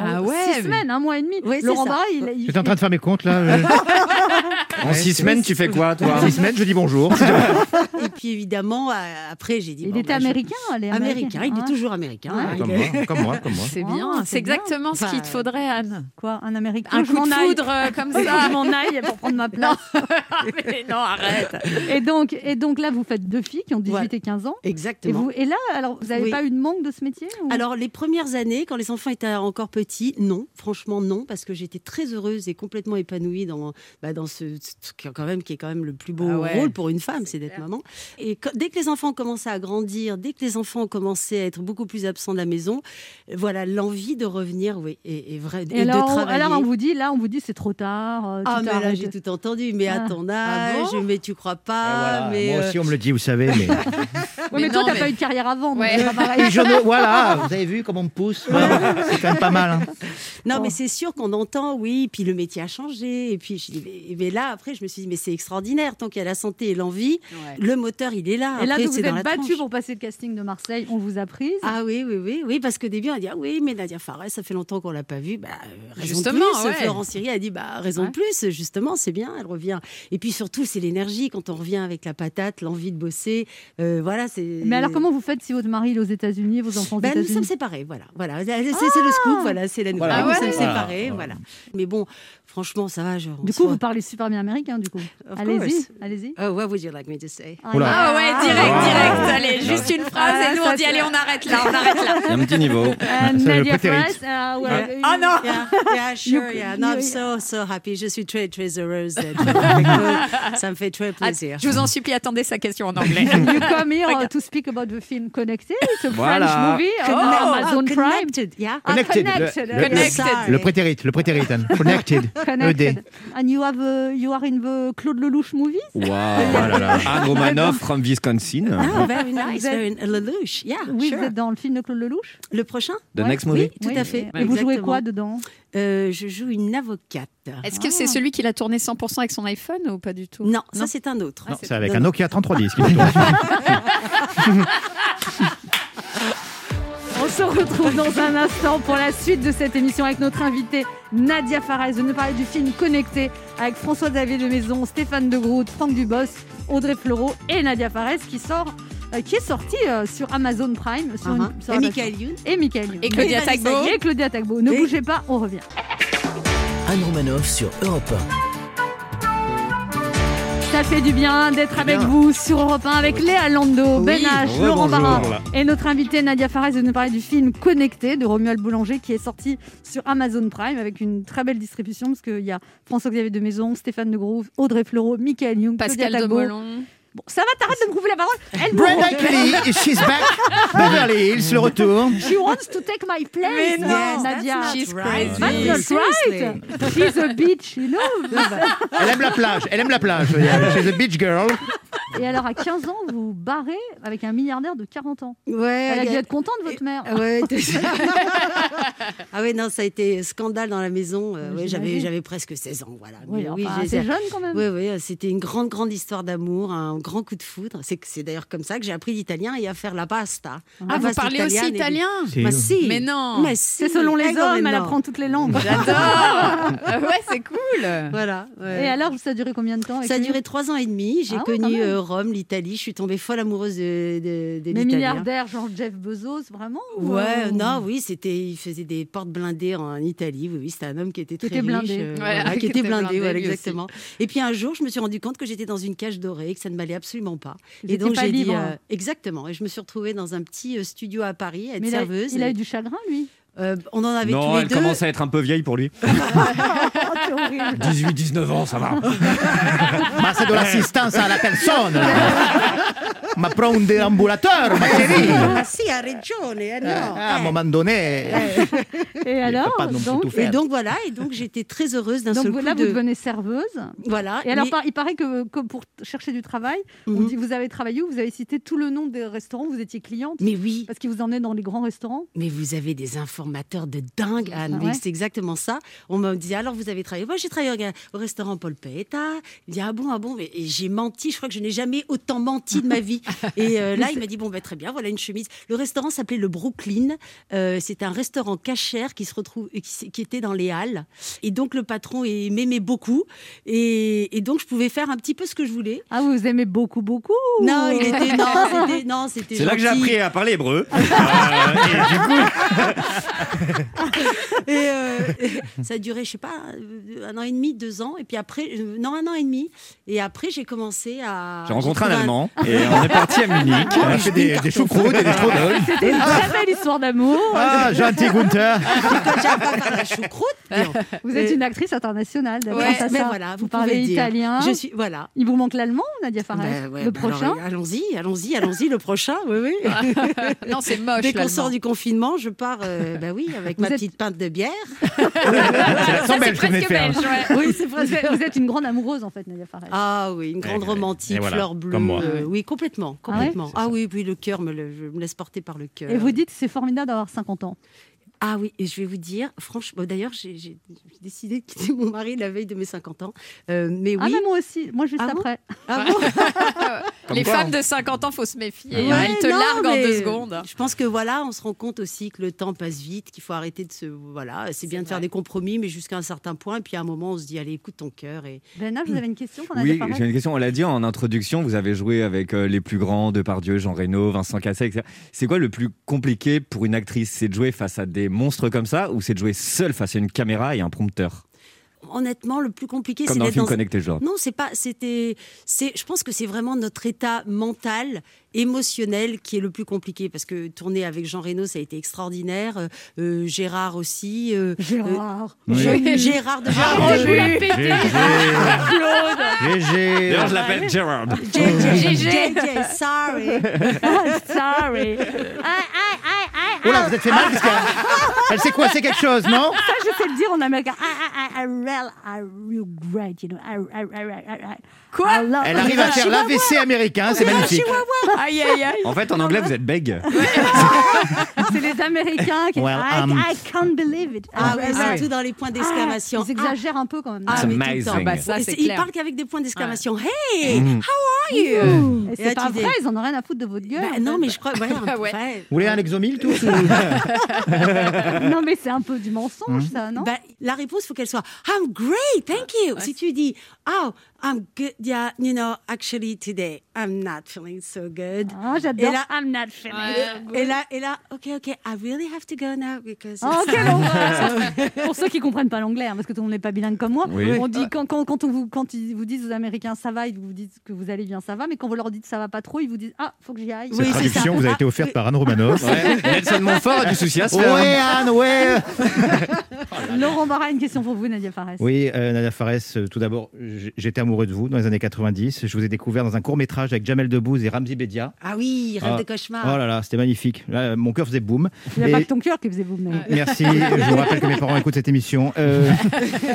[SPEAKER 3] Six semaines, un mois et demi.
[SPEAKER 11] Ah Ouais, c'est
[SPEAKER 3] Laurent
[SPEAKER 11] ça.
[SPEAKER 3] Barra, il, il-
[SPEAKER 6] J'étais en train de faire mes comptes là. euh.
[SPEAKER 4] En six semaines, tu fais quoi, toi
[SPEAKER 6] En six semaines, je dis bonjour.
[SPEAKER 11] Et puis évidemment, euh, après, j'ai dit.
[SPEAKER 3] il
[SPEAKER 11] bon,
[SPEAKER 3] était
[SPEAKER 11] bah, je-
[SPEAKER 3] américain, elle est
[SPEAKER 11] Américain, il
[SPEAKER 3] hein.
[SPEAKER 11] est toujours américain.
[SPEAKER 3] Ouais.
[SPEAKER 11] hein, il
[SPEAKER 6] Comme
[SPEAKER 11] est-
[SPEAKER 6] moi, comme moi, comme moi.
[SPEAKER 8] C'est
[SPEAKER 3] Ah,
[SPEAKER 8] bien,
[SPEAKER 3] c'est
[SPEAKER 8] c'est exactement ce
[SPEAKER 3] bien.
[SPEAKER 8] qu'il te faudrait, Anne.
[SPEAKER 3] Quoi, un américain
[SPEAKER 8] Un
[SPEAKER 3] je
[SPEAKER 8] coup de
[SPEAKER 3] m'en aille.
[SPEAKER 8] foudre euh, comme
[SPEAKER 3] Faut que
[SPEAKER 8] ça.
[SPEAKER 3] Je m'en aille pour prendre ma place.
[SPEAKER 8] Mais non, arrête.
[SPEAKER 3] Et donc, et donc là, vous faites deux filles qui ont 18 et 15 ans. Et,
[SPEAKER 11] Exactement.
[SPEAKER 3] vous, et là, alors, vous n'avez
[SPEAKER 11] Oui.
[SPEAKER 3] pas eu de manque de ce métier ou-
[SPEAKER 11] Alors, les premières années, quand les enfants étaient encore petits, non, franchement, non, parce que j'étais très heureuse et complètement épanouie dans, bah, dans ce, ce qui, est quand même, qui est quand même le plus beau
[SPEAKER 8] Ah ouais.
[SPEAKER 11] rôle pour une femme, c'est d'être maman. Et quand- dès que les enfants commençaient à grandir, dès que les enfants ont commencé à être beaucoup plus absents de la maison, voilà, l'envie de revenir, oui, et, et vrai,
[SPEAKER 3] Et
[SPEAKER 11] et
[SPEAKER 3] alors,
[SPEAKER 11] de
[SPEAKER 3] on-
[SPEAKER 11] travailler.
[SPEAKER 3] alors, on vous dit, là, on vous dit, c'est trop tard. euh,
[SPEAKER 11] ah
[SPEAKER 3] tu
[SPEAKER 11] mais
[SPEAKER 3] t'as
[SPEAKER 11] là
[SPEAKER 3] arrêté.
[SPEAKER 11] j'ai tout entendu, mais
[SPEAKER 3] Ah.
[SPEAKER 11] à ton
[SPEAKER 3] Ah
[SPEAKER 11] âge,
[SPEAKER 3] bon
[SPEAKER 11] mais tu crois pas,
[SPEAKER 6] Ah,
[SPEAKER 11] mais
[SPEAKER 6] moi
[SPEAKER 11] euh,
[SPEAKER 6] aussi, on me le dit, vous savez. Mais...
[SPEAKER 3] Ouais, mais,
[SPEAKER 8] Mais
[SPEAKER 3] toi,
[SPEAKER 8] non,
[SPEAKER 3] t'as
[SPEAKER 8] mais-
[SPEAKER 3] pas eu de carrière avant. donc
[SPEAKER 8] Ouais.
[SPEAKER 3] c'est pas
[SPEAKER 11] Ah,
[SPEAKER 3] pareil.
[SPEAKER 6] Et je me- Voilà, vous avez vu comment on me pousse. Voilà, C'est quand même pas mal. hein.
[SPEAKER 11] Non, mais
[SPEAKER 3] Oh.
[SPEAKER 11] c'est sûr qu'on entend, oui, puis le métier a changé. Et puis, je dis, mais, mais là, après, je me suis dit, mais c'est extraordinaire, tant qu'il y a la santé et l'envie, le moteur, il est là.
[SPEAKER 3] Et là,
[SPEAKER 11] Après,
[SPEAKER 3] donc, vous
[SPEAKER 11] c'est dans
[SPEAKER 3] êtes
[SPEAKER 11] la
[SPEAKER 3] battu
[SPEAKER 11] tranche.
[SPEAKER 3] pour passer le casting de Marseille. On vous a prise.
[SPEAKER 11] Ah oui, oui, oui, oui, parce que des bien, on dit, ah oui, mais Nadia Farès, ça fait longtemps qu'on l'a pas vue. Bah, euh, raison
[SPEAKER 8] Justement,
[SPEAKER 11] de plus.
[SPEAKER 8] ouais.
[SPEAKER 11] Florent Siri a dit, bah, raison
[SPEAKER 8] Ouais.
[SPEAKER 11] de plus, justement, c'est bien, elle revient. Et puis surtout, c'est l'énergie quand on revient avec la patate, l'envie de bosser. Euh, voilà, c'est.
[SPEAKER 3] Mais alors, comment vous faites si votre mari il est aux États-Unis, vos enfants aux
[SPEAKER 11] Ben, nous
[SPEAKER 3] États-Unis
[SPEAKER 11] sommes séparés, voilà. voilà. C'est c'est
[SPEAKER 3] Ah
[SPEAKER 11] le scoop, voilà, c'est la nouvelle.
[SPEAKER 6] Voilà.
[SPEAKER 11] nous
[SPEAKER 8] Ah
[SPEAKER 11] sommes
[SPEAKER 8] ouais
[SPEAKER 11] séparés, voilà. Mais bon, franchement, ça va, je
[SPEAKER 3] Du coup, vous parlez super bien américain, du coup.
[SPEAKER 11] Of
[SPEAKER 3] Allez-y,
[SPEAKER 11] course.
[SPEAKER 3] allez-y.
[SPEAKER 11] Oh, what would you like me to say?
[SPEAKER 6] Oula.
[SPEAKER 8] Ah ouais, direct,
[SPEAKER 6] Ah.
[SPEAKER 8] direct. Allez, juste une phrase
[SPEAKER 3] Ah,
[SPEAKER 8] et nous
[SPEAKER 3] ça,
[SPEAKER 8] on dit
[SPEAKER 3] c'est-
[SPEAKER 8] allez, on arrête là, on arrête là.
[SPEAKER 4] Il y a un petit niveau.
[SPEAKER 3] Euh,
[SPEAKER 6] Ça, je
[SPEAKER 3] Nadia
[SPEAKER 6] préfère
[SPEAKER 3] Forest,
[SPEAKER 6] it.
[SPEAKER 3] euh, ouais.
[SPEAKER 11] Ah non! Yeah, yeah,
[SPEAKER 3] You-
[SPEAKER 11] sure, yeah. No,
[SPEAKER 3] you-
[SPEAKER 11] I'm so, so happy. Je suis très, très heureuse d'être avec vous. Ça me fait très
[SPEAKER 8] Ah,
[SPEAKER 11] plaisir.
[SPEAKER 8] Je vous en supplie, attendez sa question en anglais.
[SPEAKER 3] You come here uh, to speak about the film Connected, it's a
[SPEAKER 4] Voilà.
[SPEAKER 3] French movie uh,
[SPEAKER 11] Oh,
[SPEAKER 8] ah,
[SPEAKER 3] Amazon Prime.
[SPEAKER 11] connected, yeah?
[SPEAKER 3] Ah,
[SPEAKER 6] Connected, le-
[SPEAKER 3] connected,
[SPEAKER 6] le-
[SPEAKER 3] yes.
[SPEAKER 11] Sorry.
[SPEAKER 6] Le prétérite, le prétérite, Anne. Connected. E ED.
[SPEAKER 3] Connected. And you have uh, you are in the Claude Lelouch movies.
[SPEAKER 4] Wow. Anne Romanoff from Wisconsin.
[SPEAKER 11] Ah, very nice.
[SPEAKER 3] êtes-
[SPEAKER 11] Very Lelouch. Yeah,
[SPEAKER 3] Oui,
[SPEAKER 11] sure.
[SPEAKER 3] vous êtes dans le film de Claude Lelouch.
[SPEAKER 11] Le prochain?
[SPEAKER 4] The
[SPEAKER 3] Ouais.
[SPEAKER 4] next movie.
[SPEAKER 11] Tout
[SPEAKER 3] Oui,
[SPEAKER 11] à fait.
[SPEAKER 3] Et vous jouez
[SPEAKER 11] Exactement.
[SPEAKER 3] quoi dedans
[SPEAKER 11] Euh, je joue une avocate.
[SPEAKER 8] Est-ce que
[SPEAKER 3] Ah.
[SPEAKER 8] c'est celui qui l'a tourné 100% avec son iPhone ou pas du tout
[SPEAKER 11] Non, ça, c'est un
[SPEAKER 8] Ah,
[SPEAKER 11] autre.
[SPEAKER 6] Non, c'est avec
[SPEAKER 11] Non,
[SPEAKER 6] un
[SPEAKER 11] non.
[SPEAKER 6] Nokia 3310 qui me tourne.
[SPEAKER 3] On se retrouve dans un instant pour la suite de cette émission avec notre invitée Nadia Farès. de nous parler du film Connecté avec François-Xavier de Maison, Stéphane De Groot, Franck Dubos, Audrey Fleurot et Nadia Farès qui sort, euh, qui est sorti euh, sur Amazon Prime sur une-
[SPEAKER 11] Uh-huh.
[SPEAKER 3] sur
[SPEAKER 11] Et
[SPEAKER 3] la-
[SPEAKER 11] Michael Youn?
[SPEAKER 3] et Michael Youn.
[SPEAKER 8] Et Claudia
[SPEAKER 3] Et
[SPEAKER 8] Tagbo.
[SPEAKER 3] Et Claudia Tagbo. Ne
[SPEAKER 11] Et-
[SPEAKER 3] bougez pas, on revient.
[SPEAKER 2] Anne Romanoff sur Europe
[SPEAKER 3] Ça fait du bien d'être avec vous sur Europe 1 avec Léa Lando, Ben H, Laurent Barra et notre invitée Nadia Farès de nous parler du film Connecté de Romuald Boulanger qui est sorti sur Amazon Prime avec une très belle distribution parce qu'il y a François-Xavier de Maison, Stéphane de Gros, Audrey Fleurot, Michael Young,
[SPEAKER 8] Pascal
[SPEAKER 3] Claudia Tagbo,
[SPEAKER 8] Demolon.
[SPEAKER 3] Bon, ça va, t'arrêtes de me couper la parole. Elle me
[SPEAKER 6] Brenda
[SPEAKER 3] ronge.
[SPEAKER 6] Kelly, she's back. Beverly Hills, le retour.
[SPEAKER 3] She wants to take my place.
[SPEAKER 5] Mais non,
[SPEAKER 3] Nadia.
[SPEAKER 5] that's not She's right. crazy.
[SPEAKER 3] That's not right. She's a bitch, you know.
[SPEAKER 6] Elle aime la plage, elle aime la plage. je veux dire. She's a beach girl.
[SPEAKER 3] Et alors, à 15 ans, vous vous barrez avec un milliardaire de 40 ans.
[SPEAKER 11] Ouais,
[SPEAKER 3] Elle a dû
[SPEAKER 11] y a-
[SPEAKER 3] être contente, votre mère.
[SPEAKER 11] Ouais, t'es- ah ouais, non, ça a été scandale dans la maison. Euh, ouais, j'avais,
[SPEAKER 3] j'imagine.
[SPEAKER 11] j'avais presque 16 ans, voilà.
[SPEAKER 3] Oui,
[SPEAKER 11] Mais
[SPEAKER 3] enfin,
[SPEAKER 11] j'ai-
[SPEAKER 3] c'est jeune quand même.
[SPEAKER 11] Oui, oui, euh, c'était une grande, grande histoire d'amour, un grand coup de foudre. C'est, que- c'est d'ailleurs comme ça que j'ai appris l'italien et à faire la pasta.
[SPEAKER 3] Ah,
[SPEAKER 11] La
[SPEAKER 8] vous
[SPEAKER 11] pasta
[SPEAKER 8] parlez aussi
[SPEAKER 11] italienne et-
[SPEAKER 8] italien
[SPEAKER 11] Bah,
[SPEAKER 8] Mais
[SPEAKER 11] si.
[SPEAKER 8] Mais non.
[SPEAKER 11] Mais
[SPEAKER 3] C'est
[SPEAKER 11] si.
[SPEAKER 3] selon
[SPEAKER 11] Eh,
[SPEAKER 3] les
[SPEAKER 11] non, mais
[SPEAKER 3] hommes, elle
[SPEAKER 11] non.
[SPEAKER 3] apprend toutes les langues. Ah
[SPEAKER 8] J'adore. ouais, c'est cool.
[SPEAKER 11] Voilà. ouais.
[SPEAKER 3] Et alors, ça a duré combien de temps avec
[SPEAKER 11] Ça a
[SPEAKER 3] lui
[SPEAKER 11] duré trois ans et demi. J'ai
[SPEAKER 3] Ah ouais, quand
[SPEAKER 11] connu
[SPEAKER 3] même.
[SPEAKER 11] euh, Rome, l'Italie. Je suis tombée folle amoureuse de, de, de
[SPEAKER 3] Mais
[SPEAKER 11] l'italien.
[SPEAKER 3] milliardaire, genre Jeff Bezos, vraiment ou- euh,
[SPEAKER 11] Ouais,
[SPEAKER 3] ou-
[SPEAKER 11] non, oui, c'était, il faisait des portes blindées en Italie. Oui, oui, c'était un homme qui était très
[SPEAKER 3] était
[SPEAKER 11] riche,
[SPEAKER 3] blindé.
[SPEAKER 11] euh,
[SPEAKER 8] Voilà,
[SPEAKER 11] voilà,
[SPEAKER 8] qui
[SPEAKER 11] qui était
[SPEAKER 8] était
[SPEAKER 11] blindé,
[SPEAKER 8] blindé,
[SPEAKER 11] voilà,
[SPEAKER 8] lui aussi.
[SPEAKER 11] exactement. Et puis un jour, je me suis rendu compte que j'étais dans une cage dorée, et que ça ne m'allait absolument pas.
[SPEAKER 3] Vous
[SPEAKER 11] Et
[SPEAKER 3] étiez
[SPEAKER 11] donc
[SPEAKER 3] pas
[SPEAKER 11] j'ai dit,
[SPEAKER 3] libre.
[SPEAKER 11] euh, exactement. Et je me suis retrouvée dans un petit euh, studio à Paris, à être
[SPEAKER 3] Mais il a,
[SPEAKER 11] serveuse.
[SPEAKER 3] il a
[SPEAKER 11] Et,
[SPEAKER 3] eu du chagrin, lui.
[SPEAKER 11] euh, on en avait
[SPEAKER 4] Non,
[SPEAKER 11] tous les
[SPEAKER 4] elle
[SPEAKER 11] deux.
[SPEAKER 4] commence à être un peu vieille pour lui.
[SPEAKER 3] Oh, c'est horrible.
[SPEAKER 4] 18, 19 ans, ça va.
[SPEAKER 6] Ma c'est de l'assistance à la personne. là. Ma prends un déambulateur, ma chérie. Ah,
[SPEAKER 11] Ah si, à Regione, eh, non.
[SPEAKER 6] À un
[SPEAKER 11] Eh.
[SPEAKER 6] moment donné.
[SPEAKER 3] Et alors
[SPEAKER 6] pas non plus
[SPEAKER 3] donc,
[SPEAKER 6] tout fait.
[SPEAKER 11] Et donc voilà, et donc j'étais très heureuse d'un
[SPEAKER 3] donc
[SPEAKER 11] seul
[SPEAKER 3] vous-
[SPEAKER 11] coup
[SPEAKER 3] là,
[SPEAKER 11] de...
[SPEAKER 3] vous devenez serveuse.
[SPEAKER 11] Voilà.
[SPEAKER 3] Et alors,
[SPEAKER 11] mais-
[SPEAKER 3] par- il paraît que, que pour t- chercher du travail, on
[SPEAKER 11] Mhm.
[SPEAKER 3] dit vous avez travaillé où Vous avez cité tout le nom des restaurants où vous étiez cliente
[SPEAKER 11] mais oui,
[SPEAKER 3] Parce qu'ils vous emmenaient dans les grands restaurants.
[SPEAKER 11] Mais vous avez des informateurs de dingue, Anne.
[SPEAKER 3] Ah
[SPEAKER 11] mais
[SPEAKER 3] ouais
[SPEAKER 11] c'est exactement ça. On me dit alors vous avez travaillé. Moi j'ai travaillé regarde, au restaurant Paul Peta. Il dit ah bon ah bon mais et j'ai menti. Je crois que je n'ai jamais autant menti de ma vie. Et euh, là il m'a dit bon bah, très bien voilà une chemise. Le restaurant s'appelait le Brooklyn. Euh, c'est un restaurant cachère qui se retrouve euh, qui, s- qui était dans les Halles. Et donc le patron il m'aimait beaucoup et, et donc je pouvais faire un petit peu ce que je voulais.
[SPEAKER 3] Ah, vous aimez beaucoup, beaucoup ou-
[SPEAKER 11] Non il était non c'était non c'était.
[SPEAKER 4] C'est là que j'ai
[SPEAKER 11] gentil.
[SPEAKER 4] appris à parler hébreu. Euh, et du coup,
[SPEAKER 11] Et euh, ça a duré, je sais pas, euh, un an et demi, deux ans. Et puis après, euh, non, un an et demi. Et après, j'ai commencé à.
[SPEAKER 4] j'ai rencontré un
[SPEAKER 11] trouvé
[SPEAKER 4] Allemand et on est parti à Munich.
[SPEAKER 6] On a fait des, des choucroutes et des strudels.
[SPEAKER 3] C'était une très belle histoire d'amour.
[SPEAKER 6] Ah, gentil Gunther.
[SPEAKER 11] Quand j'arrive pas à faire la choucroute, bien.
[SPEAKER 3] Vous êtes
[SPEAKER 11] Et-
[SPEAKER 3] une actrice internationale. d'abord,
[SPEAKER 11] Ouais,
[SPEAKER 3] ça,
[SPEAKER 11] mais
[SPEAKER 3] ça.
[SPEAKER 11] voilà, vous,
[SPEAKER 3] vous parlez
[SPEAKER 11] pouvez dire.
[SPEAKER 3] italien.
[SPEAKER 11] Je suis, voilà.
[SPEAKER 3] Il vous manque l'allemand, Nadia Farès
[SPEAKER 11] Bah ouais,
[SPEAKER 3] Le
[SPEAKER 11] bah
[SPEAKER 3] prochain
[SPEAKER 11] alors, Allons-y, allons-y, allons-y, le prochain, oui, oui.
[SPEAKER 8] Non, c'est moche.
[SPEAKER 11] Dès qu'on
[SPEAKER 8] l'allemand.
[SPEAKER 11] sort du confinement, je pars, euh, bah oui, avec
[SPEAKER 3] Vous
[SPEAKER 11] ma
[SPEAKER 3] êtes-
[SPEAKER 11] petite pinte de bière.
[SPEAKER 8] Ça,
[SPEAKER 6] l'accent
[SPEAKER 8] c'est
[SPEAKER 6] belge qu'on venait de
[SPEAKER 8] presque
[SPEAKER 6] faire.
[SPEAKER 8] belge, ouais.
[SPEAKER 3] Oui, c'est vrai. Vous êtes- Vous êtes une grande amoureuse, en fait, Nadia Farès.
[SPEAKER 11] Ah oui, une grande
[SPEAKER 4] ouais,
[SPEAKER 11] romantique,
[SPEAKER 4] et voilà,
[SPEAKER 11] fleur bleue.
[SPEAKER 4] comme moi.
[SPEAKER 11] euh, oui, complètement,
[SPEAKER 3] Ah ouais
[SPEAKER 11] complètement. Ah, oui, puis le cœur, me le- je me laisse porter par le cœur.
[SPEAKER 3] Et vous dites, c'est formidable d'avoir 50 ans.
[SPEAKER 11] Ah oui, et je vais vous dire, franchement, d'ailleurs, j'ai j'ai- j'ai décidé de quitter mon mari la veille de mes 50 ans. Euh, mais
[SPEAKER 3] Ah,
[SPEAKER 11] oui.
[SPEAKER 3] mais moi aussi. Moi, juste
[SPEAKER 11] Ah bon
[SPEAKER 3] après.
[SPEAKER 11] Ah bon
[SPEAKER 8] Les
[SPEAKER 4] quoi, hein.
[SPEAKER 8] femmes de 50 ans, faut se méfier.
[SPEAKER 11] Ouais,
[SPEAKER 8] hein, Elles te
[SPEAKER 11] non,
[SPEAKER 8] larguent en
[SPEAKER 11] mais
[SPEAKER 8] deux secondes.
[SPEAKER 11] Je pense que voilà, on se rend compte aussi que le temps passe vite, qu'il faut arrêter de se. Voilà, c'est bien de faire
[SPEAKER 8] vrai.
[SPEAKER 11] des compromis, mais jusqu'à un certain point. Et puis à un moment, on se dit, allez, écoute ton cœur. Et...
[SPEAKER 3] Benna, Ben vous avez une question pour Nadia
[SPEAKER 4] Oui,
[SPEAKER 3] Farès
[SPEAKER 4] j'ai une question. On l'a dit en introduction, vous avez joué avec euh, les plus grands, Depardieu, Jean Reno, Vincent Cassel, etc. C'est quoi le plus compliqué pour une actrice C'est de jouer face à des monstres comme ça ou c'est de jouer seule face à une caméra et un prompteur
[SPEAKER 11] Honnêtement, le plus compliqué, c'est
[SPEAKER 4] Comme dans le
[SPEAKER 11] d'être
[SPEAKER 4] film
[SPEAKER 11] dans,
[SPEAKER 4] Connecté, genre.
[SPEAKER 11] Non, c'est pas. C'était. C'est. Je pense que c'est vraiment notre état mental, émotionnel, qui est le plus compliqué parce que tourner avec Jean Reno, ça a été extraordinaire. euh, euh, Gérard aussi. euh,
[SPEAKER 3] Gérard.
[SPEAKER 11] euh,
[SPEAKER 8] Oui.
[SPEAKER 11] Gérard de
[SPEAKER 8] Oh,
[SPEAKER 11] Gérard.
[SPEAKER 8] je vous la pété, Claude.
[SPEAKER 6] GG.
[SPEAKER 4] D'ailleurs, je l'appelle Gerard.
[SPEAKER 11] JJ,
[SPEAKER 8] GG.
[SPEAKER 11] JJ, sorry.
[SPEAKER 3] Sorry. Ah, ah, ah, ah,
[SPEAKER 6] Oh là, vous êtes fait mal parce qu'elle s'est coincée quelque chose, non
[SPEAKER 3] ah, je sais le dire en américain. I, I, I, I really I regret, you know. I, I, I, I, I,
[SPEAKER 8] Quoi
[SPEAKER 3] I love-
[SPEAKER 6] Elle arrive à faire l'AVC américain, c'est magnifique.
[SPEAKER 8] Aïe, aïe, aïe.
[SPEAKER 4] En fait, en anglais, vous êtes bègue.
[SPEAKER 3] C'est les Américains qui.
[SPEAKER 6] Well,
[SPEAKER 3] I,
[SPEAKER 6] um,
[SPEAKER 3] I can't believe it.
[SPEAKER 11] Ah
[SPEAKER 3] I
[SPEAKER 11] ouais,
[SPEAKER 3] really-
[SPEAKER 11] c'est tout dans les points d'exclamation.
[SPEAKER 3] Ils exagèrent un peu quand même.
[SPEAKER 11] Ah, mais tout le
[SPEAKER 4] Amazing.
[SPEAKER 11] temps.
[SPEAKER 4] Bah,
[SPEAKER 8] ça,
[SPEAKER 11] Et
[SPEAKER 8] c'est
[SPEAKER 11] c'est- Ils
[SPEAKER 8] clair.
[SPEAKER 11] parlent qu'avec des points d'exclamation. Hey, how are you?
[SPEAKER 3] Mm-hmm. Et
[SPEAKER 11] Et là,
[SPEAKER 3] c'est
[SPEAKER 11] tu
[SPEAKER 3] pas
[SPEAKER 11] dis-
[SPEAKER 3] vrai, ils en ont rien à foutre de votre gueule. en
[SPEAKER 11] Bah,
[SPEAKER 3] fait. Ah
[SPEAKER 11] non, mais je crois. ouais, un peu,
[SPEAKER 8] Ouais.
[SPEAKER 11] ouais.
[SPEAKER 6] Vous voulez un exomile tous ou-
[SPEAKER 3] Non, mais c'est un peu du mensonge, ça, non
[SPEAKER 11] Bah, la réponse, faut qu'elle soit I'm great, thank you. Si tu dis Oh, I'm good, yeah, you know, actually today I'm not feeling so good.
[SPEAKER 3] Ah, j'adore.
[SPEAKER 11] Et là-
[SPEAKER 3] I'm not finished.
[SPEAKER 11] Et là, et là, ok, ok, I really have to go now because.
[SPEAKER 3] Oh, quelle horreur Pour ceux qui comprennent pas l'anglais, hein, parce que tout le monde n'est pas bilingue comme moi,
[SPEAKER 4] Oui.
[SPEAKER 3] on dit quand, quand, quand, on vous, quand ils vous disent aux Américains ça va, ils vous disent que vous allez bien, ça va, mais quand vous leur dites ça va pas trop, ils vous disent ah, faut que j'y aille.
[SPEAKER 11] Oui, c'est ça.
[SPEAKER 6] vous a été offerte par Anne Romanoff.
[SPEAKER 4] Ouais. Nelson Montfort a du souci à se faire.
[SPEAKER 6] Ouais, Anne, ouais.
[SPEAKER 3] Laurent Barra, une question pour vous, Nadia Farès.
[SPEAKER 6] Oui, euh, Nadia Fares, euh, tout d'abord, je, j- j'étais amoureux de vous dans les années 90. Je vous ai découvert dans un court métrage avec Jamel Debbouze et Ramzi Bedia.
[SPEAKER 11] Ah oui, rêve
[SPEAKER 6] Ah.
[SPEAKER 11] de cauchemar.
[SPEAKER 6] Oh là là, c'était magnifique. Là, mon cœur faisait boum.
[SPEAKER 3] Il n'y a
[SPEAKER 6] Et-
[SPEAKER 3] pas que ton cœur qui faisait vous même.
[SPEAKER 6] Merci. Je vous rappelle que mes parents écoutent cette émission. Euh,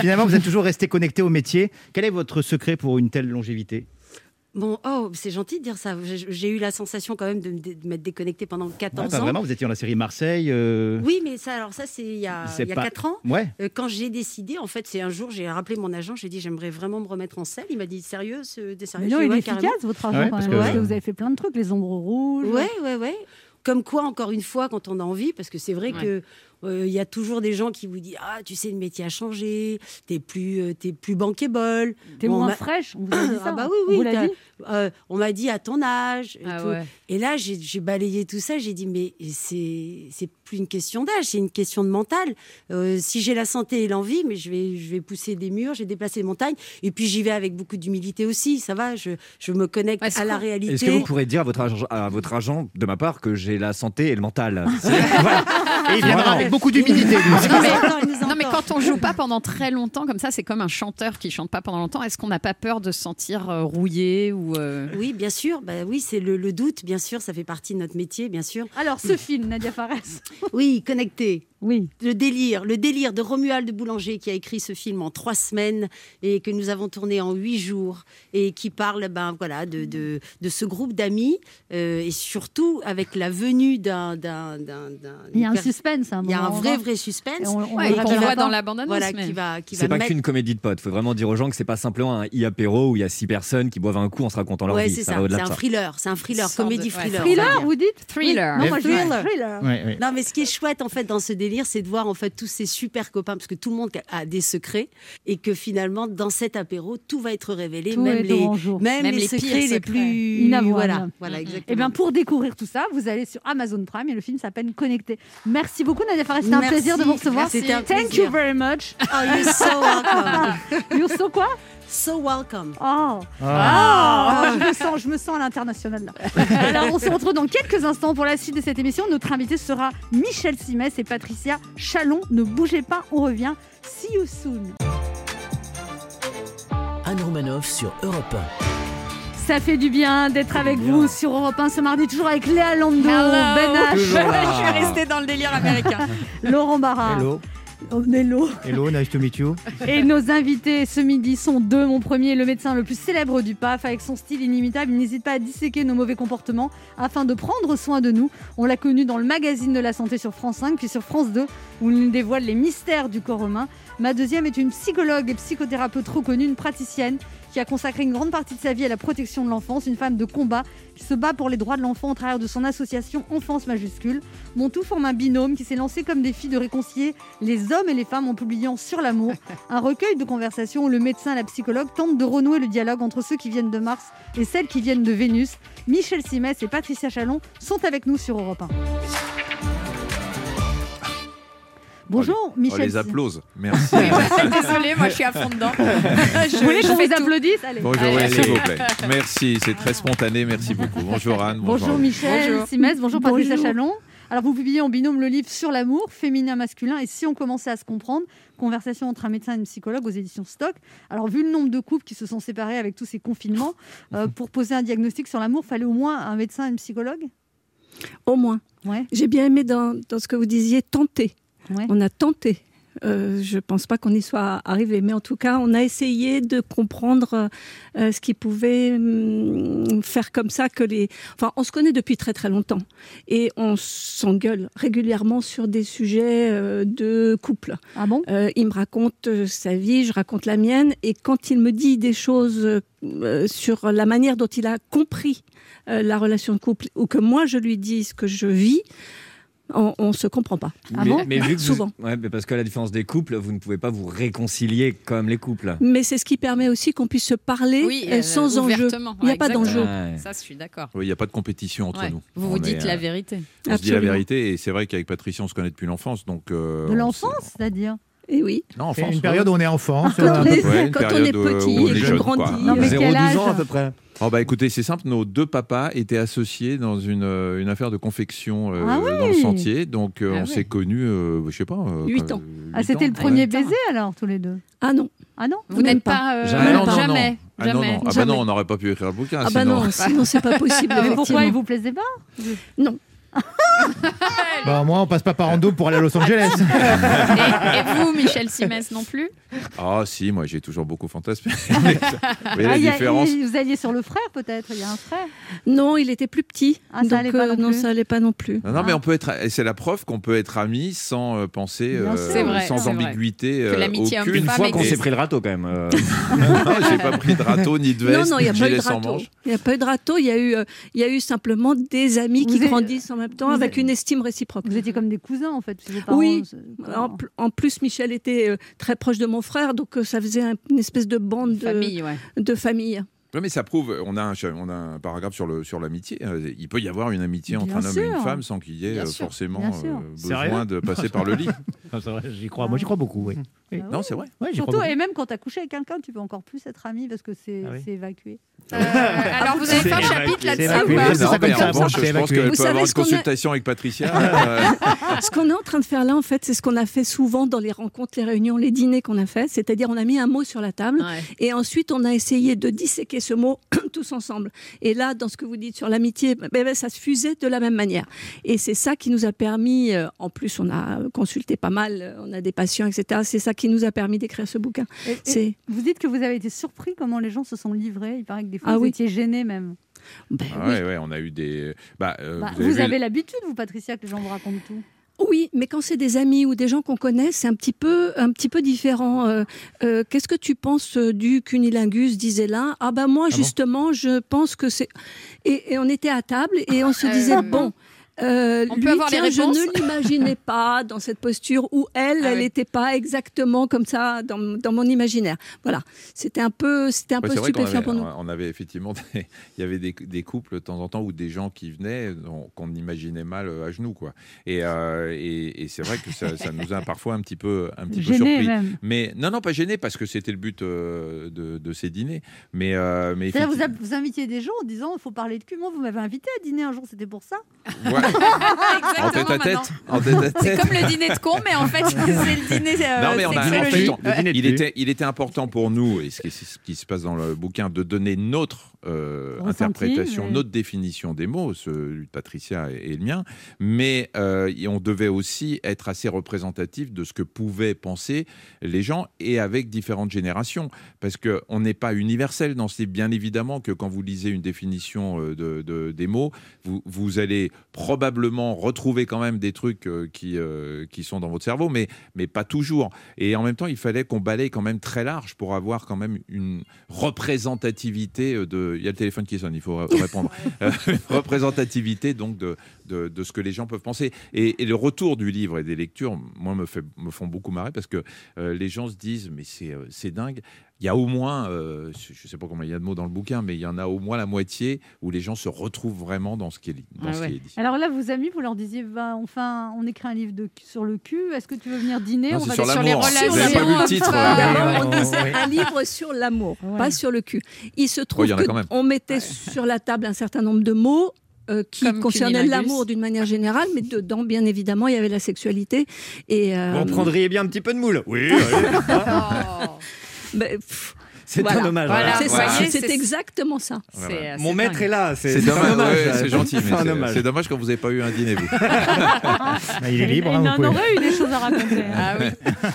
[SPEAKER 6] finalement, vous êtes toujours resté connecté au métier. Quel est votre secret pour une telle longévité
[SPEAKER 11] Bon, oh, c'est gentil de dire ça. J'ai j'ai eu la sensation quand même de, me dé- de m'être déconnectée pendant 14
[SPEAKER 6] Ouais, enfin,
[SPEAKER 11] ans.
[SPEAKER 6] Vraiment, vous étiez dans la série Marseille. euh,
[SPEAKER 11] Oui, mais ça, alors ça, c'est il y a,
[SPEAKER 6] C'est
[SPEAKER 11] il y a
[SPEAKER 6] pas-
[SPEAKER 11] quatre ans.
[SPEAKER 6] Ouais.
[SPEAKER 11] Euh, quand j'ai décidé, en fait, c'est un jour, j'ai rappelé mon agent, j'ai dit j'aimerais vraiment me remettre en scène. Il m'a dit sérieux, ce, des sérieux
[SPEAKER 3] Mais non,
[SPEAKER 11] Je dis,
[SPEAKER 3] il
[SPEAKER 11] ouais,
[SPEAKER 3] est efficace
[SPEAKER 11] carrément.
[SPEAKER 3] votre agent quand même, parce que vous avez fait plein de trucs, les ombres rouges.
[SPEAKER 11] Ouais, ouais, ouais. Comme quoi, encore une fois, quand on a envie, parce que c'est vrai que
[SPEAKER 3] Ouais.
[SPEAKER 11] qu'il y a toujours des gens qui vous disent Ah, tu sais, le métier a changé, t'es plus, euh, t'es plus bankable.
[SPEAKER 3] T'es
[SPEAKER 11] Bon, on
[SPEAKER 3] moins
[SPEAKER 11] m'a-
[SPEAKER 3] fraîche, on vous a dit ça,
[SPEAKER 11] ah bah
[SPEAKER 3] hein.
[SPEAKER 11] oui,
[SPEAKER 3] On
[SPEAKER 11] oui.
[SPEAKER 3] vous l'a
[SPEAKER 11] t'as-
[SPEAKER 3] dit
[SPEAKER 11] euh, on m'a dit à ton âge. Et,
[SPEAKER 3] Ah
[SPEAKER 11] tout.
[SPEAKER 3] ouais.
[SPEAKER 11] Et là, j'ai j'ai balayé tout ça. J'ai dit, mais c'est c'est plus une question d'âge, c'est une question de mental. Euh, si j'ai la santé et l'envie, mais je vais, je vais pousser des murs, j'ai déplacé des montagnes. Et puis, j'y vais avec beaucoup d'humilité aussi. Ça va, je, je me connecte à la réalité.
[SPEAKER 4] Est-ce que vous pourrez dire à votre, agent, à votre agent, de ma part, que j'ai la santé et le mental C'est- voilà.
[SPEAKER 6] Et il viendra
[SPEAKER 4] Vraiment.
[SPEAKER 6] avec beaucoup d'humilité. lui.
[SPEAKER 8] Non, mais- non, mais quand on joue pas pendant très longtemps comme ça, c'est comme un chanteur qui chante pas pendant longtemps. Est-ce qu'on n'a pas peur de se sentir euh, rouillé ou euh,
[SPEAKER 11] Oui, bien sûr. Bah oui, c'est le, le doute, bien sûr. Ça fait partie de notre métier, bien sûr.
[SPEAKER 3] Alors, ce film, Nadia Fares.
[SPEAKER 11] Oui, connecté.
[SPEAKER 3] Oui.
[SPEAKER 11] Le délire, le délire de Romuald de Boulanger qui a écrit ce film en trois semaines et que nous avons tourné en huit jours et qui parle, ben voilà, de, de, de ce groupe d'amis euh, et surtout avec la venue d'un d'un d'un- d'un-
[SPEAKER 3] Il y a un suspense, hein, à un
[SPEAKER 11] il y a un
[SPEAKER 3] moment
[SPEAKER 11] vrai
[SPEAKER 3] donné.
[SPEAKER 11] vrai suspense
[SPEAKER 3] Et on- on
[SPEAKER 8] Ouais, le et qu'on rappellera voit pas. dans la bande-annonce,
[SPEAKER 11] voilà,
[SPEAKER 8] mais-
[SPEAKER 11] qui va qui
[SPEAKER 4] C'est
[SPEAKER 11] va
[SPEAKER 4] pas
[SPEAKER 11] mettre-
[SPEAKER 4] qu'une comédie de potes. Faut vraiment dire aux gens que c'est pas simplement un i-apéro où il y a six personnes qui boivent un coup en se racontant leur
[SPEAKER 11] Ouais,
[SPEAKER 4] vie.
[SPEAKER 11] c'est
[SPEAKER 4] Ça
[SPEAKER 11] ça.
[SPEAKER 4] va au-delà
[SPEAKER 11] C'est
[SPEAKER 4] de
[SPEAKER 11] un
[SPEAKER 4] ça.
[SPEAKER 11] thriller, c'est un thriller,
[SPEAKER 8] Sorte de-
[SPEAKER 11] comédie
[SPEAKER 8] ouais.
[SPEAKER 11] thriller.
[SPEAKER 3] Thriller,
[SPEAKER 11] on va dire.
[SPEAKER 3] vous dites
[SPEAKER 8] Thriller.
[SPEAKER 3] Oui. Non, moi, je dis
[SPEAKER 11] Thriller.
[SPEAKER 3] thriller.
[SPEAKER 6] Ouais, ouais.
[SPEAKER 11] Non, mais ce qui est chouette en fait dans ce délire, c'est de voir en fait tous ces super copains, parce que tout le monde a des secrets, et que finalement dans cet apéro, tout va être révélé,
[SPEAKER 3] Tout
[SPEAKER 11] même,
[SPEAKER 3] est
[SPEAKER 11] les,
[SPEAKER 3] au grand jour.
[SPEAKER 11] même,
[SPEAKER 8] Même
[SPEAKER 11] les,
[SPEAKER 8] les pires
[SPEAKER 11] secrets les
[SPEAKER 8] secrets.
[SPEAKER 11] plus
[SPEAKER 3] Inavouable.
[SPEAKER 11] Voilà, voilà
[SPEAKER 8] Mhm.
[SPEAKER 11] exactement.
[SPEAKER 3] Et Eh bien, pour découvrir tout ça, vous allez sur Amazon Prime et le film s'appelle Connecté. Merci beaucoup, Nadia Fares. C'était un
[SPEAKER 11] Merci.
[SPEAKER 3] plaisir de vous recevoir.
[SPEAKER 11] C'était un
[SPEAKER 3] Thank
[SPEAKER 11] plaisir.
[SPEAKER 3] you very much.
[SPEAKER 11] Oh, you're so welcome.
[SPEAKER 3] You're so quoi
[SPEAKER 11] So welcome.
[SPEAKER 3] Oh. Oh, je me sens, je me sens à l'international. là. Alors, on se retrouve dans quelques instants pour la suite de cette émission. Notre invité sera Michel Simès et Patricia Chalon. Ne bougez pas, on revient. See you soon.
[SPEAKER 2] Anne Romanoff sur Europe
[SPEAKER 3] Ça fait du bien d'être avec vous sur Europe 1 ce mardi, toujours avec Léa Lando,
[SPEAKER 8] Hello.
[SPEAKER 3] Ben
[SPEAKER 6] Toujours
[SPEAKER 3] H,
[SPEAKER 6] Oh là.
[SPEAKER 8] Je vais rester dans le délire américain.
[SPEAKER 3] Laurent Barra,
[SPEAKER 6] Hello,
[SPEAKER 3] Nello.
[SPEAKER 6] hello, nice to meet you.
[SPEAKER 3] Et nos invités ce midi sont deux. Mon premier, le médecin le plus célèbre du PAF, avec son style inimitable, il n'hésite pas à disséquer nos mauvais comportements afin de prendre soin de nous. On l'a connu dans le magazine de la santé sur France 5, puis sur France 2, où il nous dévoile les mystères du corps humain. Ma deuxième est une psychologue et psychothérapeute reconnue, une praticienne qui a consacré une grande partie de sa vie à la protection de l'enfance, une femme de combat qui se bat pour les droits de l'enfant au travers de son association Enfance Majuscule. Mon tout forme un binôme qui s'est lancé comme défi de réconcilier les hommes et les femmes en publiant Sur l'amour, un recueil de conversations où le médecin et la psychologue tentent de renouer le dialogue entre ceux qui viennent de Mars et celles qui viennent de Vénus. Michel Simès et Patricia Chalon sont avec nous sur Europe 1. Bonjour
[SPEAKER 12] On
[SPEAKER 3] Michel.
[SPEAKER 12] Oh, les applause. Merci.
[SPEAKER 8] Désolée, moi je suis à fond dedans. Je,
[SPEAKER 3] Vous voulez
[SPEAKER 8] je
[SPEAKER 3] qu'on
[SPEAKER 8] fais
[SPEAKER 3] vous
[SPEAKER 8] tout.
[SPEAKER 3] applaudisse Allez.
[SPEAKER 12] Bonjour,
[SPEAKER 8] Allez,
[SPEAKER 12] ouais,
[SPEAKER 8] allez.
[SPEAKER 12] s'il vous plaît. Merci, c'est très spontané. Merci beaucoup. Bonjour Anne.
[SPEAKER 3] Bonjour, Michel
[SPEAKER 8] Bonjour.
[SPEAKER 3] Simès, bonjour Patricia
[SPEAKER 8] Bonjour.
[SPEAKER 3] Chalon. Alors vous publiez en binôme le livre sur l'amour, féminin, masculin, et si on commençait à se comprendre, conversation entre un médecin et une psychologue aux éditions Stock. Alors vu le nombre de couples qui se sont séparés avec tous ces confinements, euh, pour poser un diagnostic sur l'amour, fallait au moins un médecin et une psychologue
[SPEAKER 13] Au moins.
[SPEAKER 3] Ouais.
[SPEAKER 13] J'ai bien aimé dans, dans ce que vous disiez, tenter.
[SPEAKER 3] Ouais.
[SPEAKER 13] On a tenté. Euh, je ne pense pas qu'on y soit arrivé, mais en tout cas, on a essayé de comprendre euh, ce qui pouvait hum, faire comme ça que les. Enfin, on se connaît depuis très très longtemps et on s'engueule régulièrement sur des sujets euh, de couple.
[SPEAKER 3] Ah bon
[SPEAKER 13] Euh, il me raconte euh, sa vie, je raconte la mienne, et quand il me dit des choses euh, euh, sur la manière dont il a compris euh, la relation de couple, ou que moi je lui dis ce que je vis, on, on se comprend pas.
[SPEAKER 3] Ah
[SPEAKER 4] mais,
[SPEAKER 3] bon
[SPEAKER 4] mais vu que vous-
[SPEAKER 13] Souvent.
[SPEAKER 4] ouais, mais parce que à la différence des couples, vous ne pouvez pas vous réconcilier comme les couples.
[SPEAKER 13] Mais c'est ce qui permet aussi qu'on puisse se parler
[SPEAKER 8] Oui,
[SPEAKER 13] euh,
[SPEAKER 8] euh,
[SPEAKER 13] sans enjeu.
[SPEAKER 8] ouvertement.
[SPEAKER 13] Il n'y a
[SPEAKER 8] Ouais,
[SPEAKER 13] pas
[SPEAKER 8] exactement.
[SPEAKER 13] d'enjeu.
[SPEAKER 4] Ouais.
[SPEAKER 8] Ça, je suis d'accord.
[SPEAKER 12] Oui, il n'y a pas de compétition entre
[SPEAKER 8] Ouais.
[SPEAKER 12] nous.
[SPEAKER 8] Vous
[SPEAKER 12] On
[SPEAKER 8] vous dites
[SPEAKER 12] est,
[SPEAKER 8] la
[SPEAKER 12] euh, On
[SPEAKER 8] vérité.
[SPEAKER 12] se dit la
[SPEAKER 13] Absolument.
[SPEAKER 12] vérité et c'est vrai qu'avec Patricia, on se connaît depuis l'enfance. Donc, euh,
[SPEAKER 3] De
[SPEAKER 12] on
[SPEAKER 3] l'enfance, c'est-à-dire
[SPEAKER 8] Eh
[SPEAKER 13] Et oui.
[SPEAKER 14] Non,
[SPEAKER 6] C'est
[SPEAKER 14] enfance,
[SPEAKER 6] une période où on est enfant.
[SPEAKER 12] Ah,
[SPEAKER 13] Quand on est- quand on est petit et qu'on grandit. Non, mais quel
[SPEAKER 14] 0-12
[SPEAKER 13] âge
[SPEAKER 14] ans à peu près.
[SPEAKER 12] Oh bah écoutez, c'est simple, nos deux papas étaient associés dans une, euh, une affaire de confection euh,
[SPEAKER 3] Ah oui
[SPEAKER 12] dans le sentier, donc euh,
[SPEAKER 3] Ah
[SPEAKER 12] on
[SPEAKER 3] ouais.
[SPEAKER 12] s'est connus, euh, je sais pas... euh,
[SPEAKER 3] Huit
[SPEAKER 12] quand-
[SPEAKER 3] ans. Ah, c'était le premier baiser alors, tous les deux
[SPEAKER 13] Ah non.
[SPEAKER 3] Ah non
[SPEAKER 8] Vous n'êtes pas. euh,
[SPEAKER 12] Ah non, non, non.
[SPEAKER 8] jamais.
[SPEAKER 12] Ah non,
[SPEAKER 8] jamais.
[SPEAKER 12] non. Ah bah non, on n'aurait pas pu écrire le bouquin.
[SPEAKER 13] Ah bah
[SPEAKER 12] sinon.
[SPEAKER 13] non, sinon c'est pas possible.
[SPEAKER 3] Mais pourquoi
[SPEAKER 13] effectivement.
[SPEAKER 3] il vous plaisait pas
[SPEAKER 13] Non.
[SPEAKER 6] Bah, moi, on passe pas par en double pour aller à Los Angeles.
[SPEAKER 8] Et vous, Michel Simès, non plus
[SPEAKER 12] Ah si, moi j'ai toujours beaucoup fantasmé. Mais
[SPEAKER 3] Ah,
[SPEAKER 12] la
[SPEAKER 3] il y a-
[SPEAKER 12] différence...
[SPEAKER 3] il- Vous alliez sur le frère peut-être Il y a un frère
[SPEAKER 13] Non, il était plus petit.
[SPEAKER 3] Ah, ça
[SPEAKER 13] donc,
[SPEAKER 3] allait pas non plus.
[SPEAKER 13] ça allait pas non plus.
[SPEAKER 12] Non, non, mais on peut être. et C'est la preuve qu'on peut être amis sans euh, penser,
[SPEAKER 13] Bien
[SPEAKER 12] euh,
[SPEAKER 13] sûr. C'est vrai,
[SPEAKER 12] sans
[SPEAKER 13] c'est vrai.
[SPEAKER 12] ambiguïté. euh,
[SPEAKER 13] Que l'amitié
[SPEAKER 12] aucune.
[SPEAKER 13] homme-femme Une fois qu'on existe. s'est pris
[SPEAKER 12] le râteau quand même.
[SPEAKER 13] euh.
[SPEAKER 12] J'ai pas pris de râteau ni de veste
[SPEAKER 13] non, non,
[SPEAKER 12] ni
[SPEAKER 13] il n'y a
[SPEAKER 12] de
[SPEAKER 13] pas eu
[SPEAKER 12] gilet
[SPEAKER 13] de
[SPEAKER 12] sans
[SPEAKER 13] râteau.
[SPEAKER 12] manche.
[SPEAKER 13] Il n'y a pas eu de râteau. Il y a eu, euh, il y a eu simplement des amis qui grandissent en même temps avec une estime réciproque.
[SPEAKER 3] Vous étiez comme des cousins en fait. parce que vos parents, euh,
[SPEAKER 13] Oui.
[SPEAKER 3] c'est-
[SPEAKER 13] En, pl- en plus, Michel était euh, très proche de mon frère, donc euh, ça faisait un- une espèce de bande de
[SPEAKER 8] famille. Ouais.
[SPEAKER 13] De famille.
[SPEAKER 12] Ouais, mais ça prouve. On a un, cha- on a un paragraphe sur le sur l'amitié. Euh, Il peut y avoir une amitié entre
[SPEAKER 13] Bien
[SPEAKER 12] un homme et une
[SPEAKER 13] sûr.
[SPEAKER 12] femme sans qu'il y ait
[SPEAKER 13] Bien
[SPEAKER 12] euh,
[SPEAKER 13] sûr,
[SPEAKER 12] forcément
[SPEAKER 13] bien
[SPEAKER 12] euh,
[SPEAKER 13] sûr.
[SPEAKER 12] besoin
[SPEAKER 6] Sérieux
[SPEAKER 12] de passer par le lit.
[SPEAKER 6] Non, c'est vrai, j'y crois. Moi, j'y crois beaucoup, oui. Oui.
[SPEAKER 12] Non, c'est vrai.
[SPEAKER 6] Ouais, j'y crois
[SPEAKER 3] Surtout,
[SPEAKER 6] beaucoup.
[SPEAKER 3] et même quand tu as couché avec quelqu'un, tu peux encore plus être ami parce que c'est
[SPEAKER 6] Ah oui.
[SPEAKER 3] c'est évacué.
[SPEAKER 12] Ah
[SPEAKER 3] Euh,
[SPEAKER 8] alors, vous avez fait un
[SPEAKER 12] C'est
[SPEAKER 8] chapitre
[SPEAKER 12] évacué.
[SPEAKER 8] là-dessus
[SPEAKER 12] C'est évacué.
[SPEAKER 13] ou pas
[SPEAKER 12] Non,
[SPEAKER 13] C'est ça
[SPEAKER 12] mais
[SPEAKER 13] comme
[SPEAKER 12] en
[SPEAKER 13] ça,
[SPEAKER 12] revanche,
[SPEAKER 13] c'est
[SPEAKER 12] je pense
[SPEAKER 13] évacué.
[SPEAKER 12] qu'elle
[SPEAKER 13] Vous
[SPEAKER 12] peut
[SPEAKER 13] savez
[SPEAKER 12] avoir
[SPEAKER 13] ce
[SPEAKER 12] une
[SPEAKER 13] qu'on a-
[SPEAKER 12] consultation avec Patricia. euh,
[SPEAKER 13] ce qu'on est en train de faire là, en fait, c'est ce qu'on a fait souvent dans les rencontres, les réunions, les dîners qu'on a fait. C'est-à-dire, on a mis un mot sur la table et ensuite, on a essayé de disséquer ce mot tous ensemble. Et là, dans ce que vous dites sur l'amitié, ben, ben, ça se fusait de la même manière. Et c'est ça qui nous a permis, euh, en plus, on a consulté pas mal, euh, on a des patients, etc. C'est ça qui nous a permis d'écrire ce bouquin.
[SPEAKER 3] Et- et
[SPEAKER 13] C'est.
[SPEAKER 3] vous dites que vous avez été surpris comment les gens se sont livrés. Il paraît que des fois,
[SPEAKER 13] Ah
[SPEAKER 3] vous
[SPEAKER 13] oui.
[SPEAKER 3] étiez gêné même.
[SPEAKER 13] Ben
[SPEAKER 12] ah ouais, ouais, on a eu des. Bah, euh,
[SPEAKER 3] Bah,
[SPEAKER 12] vous avez vu-
[SPEAKER 3] l'habitude, vous, Patricia, que les gens vous racontent tout.
[SPEAKER 13] Oui, mais quand c'est des amis ou des gens qu'on connaît, c'est un petit peu, un petit peu différent. Euh, euh, Qu'est-ce que tu penses euh, du cunilingus disait l'un. Ah ben moi justement, je pense que c'est. Et, et on était à table et on se disait bon. euh,
[SPEAKER 8] on peut
[SPEAKER 13] lui,
[SPEAKER 8] avoir les
[SPEAKER 13] tiens, je
[SPEAKER 8] réponses Ah
[SPEAKER 13] ne l'imaginais pas dans cette posture où elle, elle n'était pas exactement comme ça dans, dans mon imaginaire. Voilà, c'était un peu, c'était un
[SPEAKER 12] Ouais,
[SPEAKER 13] peu
[SPEAKER 12] c'est vrai qu'on
[SPEAKER 13] stupéfiant
[SPEAKER 12] avait,
[SPEAKER 13] pour nous.
[SPEAKER 12] On avait effectivement, des- il y avait des, des couples de temps en temps ou des gens qui venaient euh, dont- qu'on imaginait mal euh, à genoux, quoi. Et, euh, et, et c'est vrai que ça, ça nous a parfois un petit peu, un petit peu
[SPEAKER 3] Gêné,
[SPEAKER 12] surpris.
[SPEAKER 3] même.
[SPEAKER 12] Mais non, non, pas gêné parce que c'était le but euh, de, de ces dîners. Mais, euh, mais
[SPEAKER 3] C'est-à-dire, vous, a- vous invitiez des gens en disant il faut parler de cul. Moi, vous m'avez invité à dîner un jour, c'était pour ça.
[SPEAKER 12] effectivement- Ouais. en tête à tête, en tête à
[SPEAKER 8] C'est
[SPEAKER 12] tête.
[SPEAKER 8] comme le dîner de con, mais en fait, c'est le dîner. euh,
[SPEAKER 12] Non, mais on a- en fait,
[SPEAKER 8] sexologique.
[SPEAKER 12] on-
[SPEAKER 8] Ouais.
[SPEAKER 12] il, était, il était important pour nous, et ce qui, c'est ce qui se passe dans le bouquin, de donner notre euh,
[SPEAKER 15] Ressenti,
[SPEAKER 12] interprétation,
[SPEAKER 15] mais-
[SPEAKER 12] notre définition des mots, celui de Patricia et, et le mien, mais euh, et on devait aussi être assez représentatif de ce que pouvaient penser les gens et avec différentes générations, parce qu'on n'est pas universel dans ce livre. Bien évidemment que quand vous lisez une définition euh, de, de- des mots, vous, vous allez probablement retrouver quand même des trucs euh, qui, euh, qui sont dans votre cerveau, mais, mais pas toujours. Et en même temps, il fallait qu'on balaye quand même très large pour avoir quand même une représentativité euh, de. Il y a le téléphone qui sonne, il faut euh, répondre. Euh, une représentativité donc de, de, de ce que les gens peuvent penser. Et, et le retour du livre et des lectures, moi, me, fait, me font beaucoup marrer parce que euh, les gens se disent mais c'est euh, c'est dingue. Il y a au moins, euh, je ne sais pas combien il y a de mots dans le bouquin, mais il y en a au moins la moitié où les gens se retrouvent vraiment dans ce qui est, li- dans
[SPEAKER 3] Ah
[SPEAKER 12] ce qui
[SPEAKER 3] ouais.
[SPEAKER 12] est dit.
[SPEAKER 3] Alors là, vos amis, vous leur disiez bah, enfin, on écrit un livre de, cul- sur le cul. Est-ce que tu veux venir dîner
[SPEAKER 12] Non,
[SPEAKER 3] On
[SPEAKER 12] c'est
[SPEAKER 3] va
[SPEAKER 12] sur l'amour.
[SPEAKER 3] les
[SPEAKER 12] Vous avez pas vu le titre, hein. là.
[SPEAKER 13] D'abord, on
[SPEAKER 12] Ouais.
[SPEAKER 13] disait un livre sur l'amour, pas sur le cul. Il se
[SPEAKER 12] Oh, il
[SPEAKER 13] trouve
[SPEAKER 12] y en a quand même.
[SPEAKER 13] qu'on mettait sur la table un certain nombre de mots. euh, qui
[SPEAKER 8] Comme
[SPEAKER 13] concernaient
[SPEAKER 8] cunilingus.
[SPEAKER 13] l'amour d'une manière générale, mais dedans, bien évidemment, il y avait la sexualité. Et euh,
[SPEAKER 1] Vous en prendriez bien un petit peu de moule. Oui, allez.
[SPEAKER 13] ben, pff,
[SPEAKER 1] C'est
[SPEAKER 13] voilà.
[SPEAKER 1] un hommage.
[SPEAKER 13] Voilà,
[SPEAKER 1] Voilà,
[SPEAKER 13] c'est
[SPEAKER 1] voilà.
[SPEAKER 13] ça,
[SPEAKER 1] Ouais.
[SPEAKER 13] c'est
[SPEAKER 1] C'est-
[SPEAKER 13] exactement ça.
[SPEAKER 12] Voilà.
[SPEAKER 1] euh, Mon c'est maître dingue. est là, c'est-
[SPEAKER 12] C'est
[SPEAKER 1] c'est un
[SPEAKER 12] dommage,
[SPEAKER 1] hommage,
[SPEAKER 12] ouais,
[SPEAKER 1] euh,
[SPEAKER 12] c'est gentil, mais
[SPEAKER 1] c'est un
[SPEAKER 12] c'est-
[SPEAKER 1] hommage.
[SPEAKER 12] c'est dommage quand vous n'avez pas eu un dîner, vous.
[SPEAKER 6] il est libre.
[SPEAKER 3] Il
[SPEAKER 6] hein, vous
[SPEAKER 3] en
[SPEAKER 6] pouvez-
[SPEAKER 3] aurait eu des choses à raconter. hein.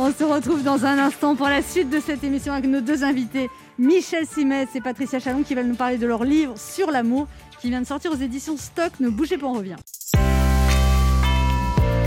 [SPEAKER 3] On se retrouve dans un instant pour la suite de cette émission avec nos deux invités, Michel Simès et Patricia Chalon, qui veulent nous parler de leur livre sur l'amour qui vient de sortir aux éditions Stock. Ne bougez pas, on revient.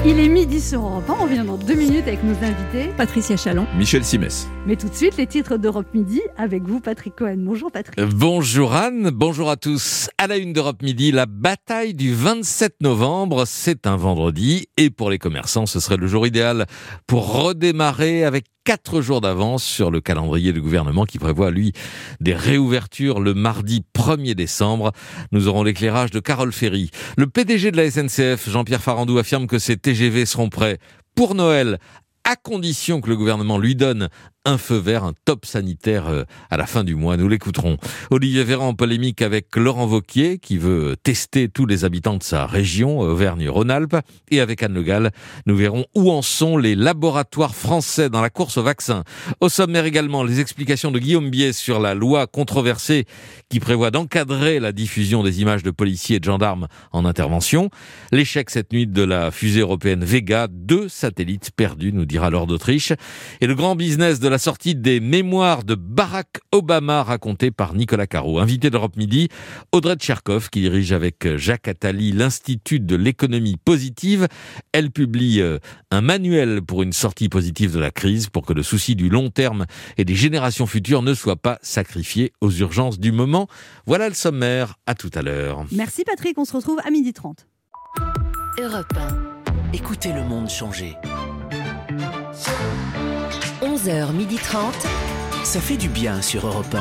[SPEAKER 3] Il est midi sur Europe 1. On revient dans deux minutes avec nos invités.
[SPEAKER 13] Patricia Chalon.
[SPEAKER 15] Michel Simès.
[SPEAKER 3] Mais tout de suite, les titres d'Europe Midi avec vous, Patrick Cohen. Bonjour, Patrick.
[SPEAKER 15] Bonjour Anne, bonjour à tous. À la une d'Europe Midi, la bataille du 27 novembre, c'est un vendredi et pour les commerçants, ce serait le jour idéal pour redémarrer avec quatre jours d'avance sur le calendrier du gouvernement qui prévoit, lui, des réouvertures le mardi 1er décembre. Nous aurons l'éclairage de Carole Ferry. Le PDG de la SNCF, Jean-Pierre Farandou, affirme que ses TGV seront prêts pour Noël à condition que le gouvernement lui donne un feu vert, un top sanitaire euh, à la fin du mois. Nous l'écouterons. Olivier Véran en polémique avec Laurent Vauquier, qui veut tester tous les habitants de sa région, Auvergne-Rhône-Alpes. Et avec Anne Le Gall, nous verrons où en sont les laboratoires français dans la course au vaccin. Au sommaire également, les explications de Guillaume Biès sur la loi controversée qui prévoit d'encadrer la diffusion des images de policiers et de gendarmes en intervention. L'échec cette nuit de la fusée européenne Vega, deux satellites perdus, nous dira l'or d'Autriche. Et le grand business de la sortie des mémoires de Barack Obama racontées par Nicolas Caro. Invité d'Europe Midi, Audrey Tcherkov, qui dirige avec Jacques Attali l'Institut de l'économie positive. Elle publie euh, un manuel pour une sortie positive de la crise pour que le souci du long terme et des générations futures ne soit pas sacrifié aux urgences du moment. Voilà le sommaire. À tout à l'heure.
[SPEAKER 3] Merci Patrick, on se retrouve à 12h30.
[SPEAKER 2] Europe 1. Écoutez le monde changer.
[SPEAKER 14] 11h30.
[SPEAKER 2] Ça fait du bien sur Europe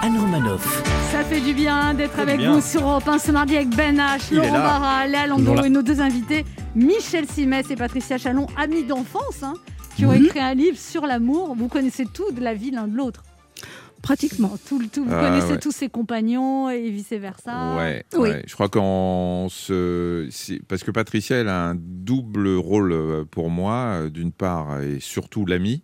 [SPEAKER 2] 1. Anne Romanoff.
[SPEAKER 3] Ça fait du bien d'être avec
[SPEAKER 2] bien.
[SPEAKER 3] vous sur Europe 1 ce mardi avec Ben H,
[SPEAKER 2] Il est
[SPEAKER 3] Laurent
[SPEAKER 2] là.
[SPEAKER 3] Barra, Léa Landau
[SPEAKER 2] Toujours là.
[SPEAKER 3] et nos deux invités, Michel Simès et Patricia Chalon, amis d'enfance, hein, qui ont écrit un livre sur l'amour. Vous connaissez tout de la vie l'un de l'autre.
[SPEAKER 13] Pratiquement.
[SPEAKER 3] Tout, le- tout, vous
[SPEAKER 12] Ah,
[SPEAKER 3] connaissez
[SPEAKER 12] ouais.
[SPEAKER 3] tous ses compagnons et vice-versa.
[SPEAKER 12] Ouais,
[SPEAKER 3] Oui.
[SPEAKER 12] ouais. je crois qu'on se. c'est- Parce que Patricia, elle a un double rôle euh, pour moi, euh, d'une part, et surtout l'ami.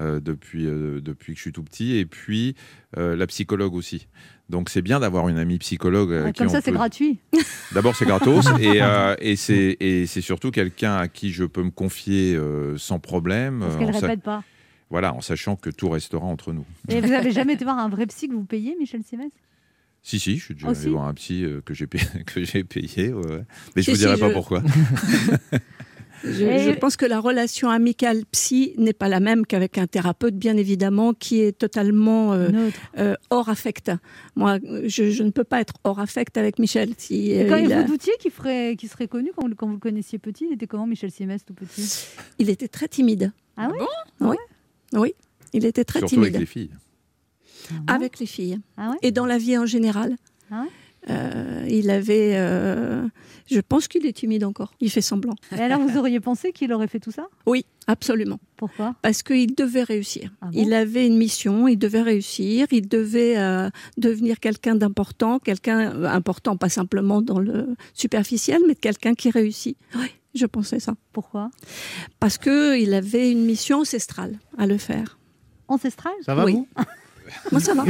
[SPEAKER 12] euh, depuis, euh, depuis que je suis tout petit, et puis euh, la psychologue aussi. Donc c'est bien d'avoir une amie psychologue. euh,
[SPEAKER 3] Ouais,
[SPEAKER 12] qui
[SPEAKER 3] Ah, Comme
[SPEAKER 12] on
[SPEAKER 3] ça, c'est
[SPEAKER 12] peut-
[SPEAKER 3] gratuit.
[SPEAKER 12] D'abord, c'est gratos et, euh, et c'est et c'est surtout quelqu'un à qui je peux me confier euh, sans problème.
[SPEAKER 3] Parce
[SPEAKER 12] euh,
[SPEAKER 3] qu'elle
[SPEAKER 12] en sa-
[SPEAKER 3] répète pas.
[SPEAKER 12] Voilà, en sachant que tout restera entre nous.
[SPEAKER 3] Et vous avez jamais été voir un vrai psy que vous payez, Michel Simès
[SPEAKER 12] Si, si, je suis déjà
[SPEAKER 3] Aussi
[SPEAKER 12] allé voir un psy euh, que j'ai payé, que j'ai payé ouais, ouais. mais
[SPEAKER 13] Si,
[SPEAKER 12] je ne vous dirai
[SPEAKER 13] si,
[SPEAKER 12] pas
[SPEAKER 13] je-
[SPEAKER 12] pourquoi.
[SPEAKER 13] Je,
[SPEAKER 3] Et-
[SPEAKER 13] je pense que la relation amicale psy n'est pas la même qu'avec un thérapeute, bien évidemment, qui est totalement euh, euh, hors affect. Moi, je, je ne peux pas être hors affect avec Michel. Si,
[SPEAKER 3] Et
[SPEAKER 13] euh,
[SPEAKER 3] quand
[SPEAKER 13] il,
[SPEAKER 3] il
[SPEAKER 13] a-
[SPEAKER 3] vous doutiez qu'il ferait- qu'il serait connu quand vous, le- quand vous le connaissiez petit, il était comment Michel Simès tout petit
[SPEAKER 13] il était très timide.
[SPEAKER 3] Ah oui
[SPEAKER 13] oui. oui, il était très
[SPEAKER 12] Surtout
[SPEAKER 13] timide.
[SPEAKER 12] avec les filles.
[SPEAKER 3] Ah
[SPEAKER 13] Avec les filles. Et dans la vie en général. Euh, il avait. euh, je pense qu'il est timide encore. Il fait semblant.
[SPEAKER 3] Et alors vous auriez pensé qu'il aurait fait tout ça
[SPEAKER 13] Oui, absolument.
[SPEAKER 3] Pourquoi
[SPEAKER 13] Parce qu'il devait réussir.
[SPEAKER 3] Ah
[SPEAKER 13] il avait une mission, il devait réussir, il devait euh, devenir quelqu'un d'important, quelqu'un euh, important, pas simplement dans le superficiel, mais quelqu'un qui réussit. Oui, je pensais ça.
[SPEAKER 3] Pourquoi
[SPEAKER 13] Parce qu'il avait une mission ancestrale à le faire.
[SPEAKER 3] Ancestrale
[SPEAKER 6] Ça va,
[SPEAKER 13] Oui.
[SPEAKER 6] vous
[SPEAKER 13] Moi, ça va.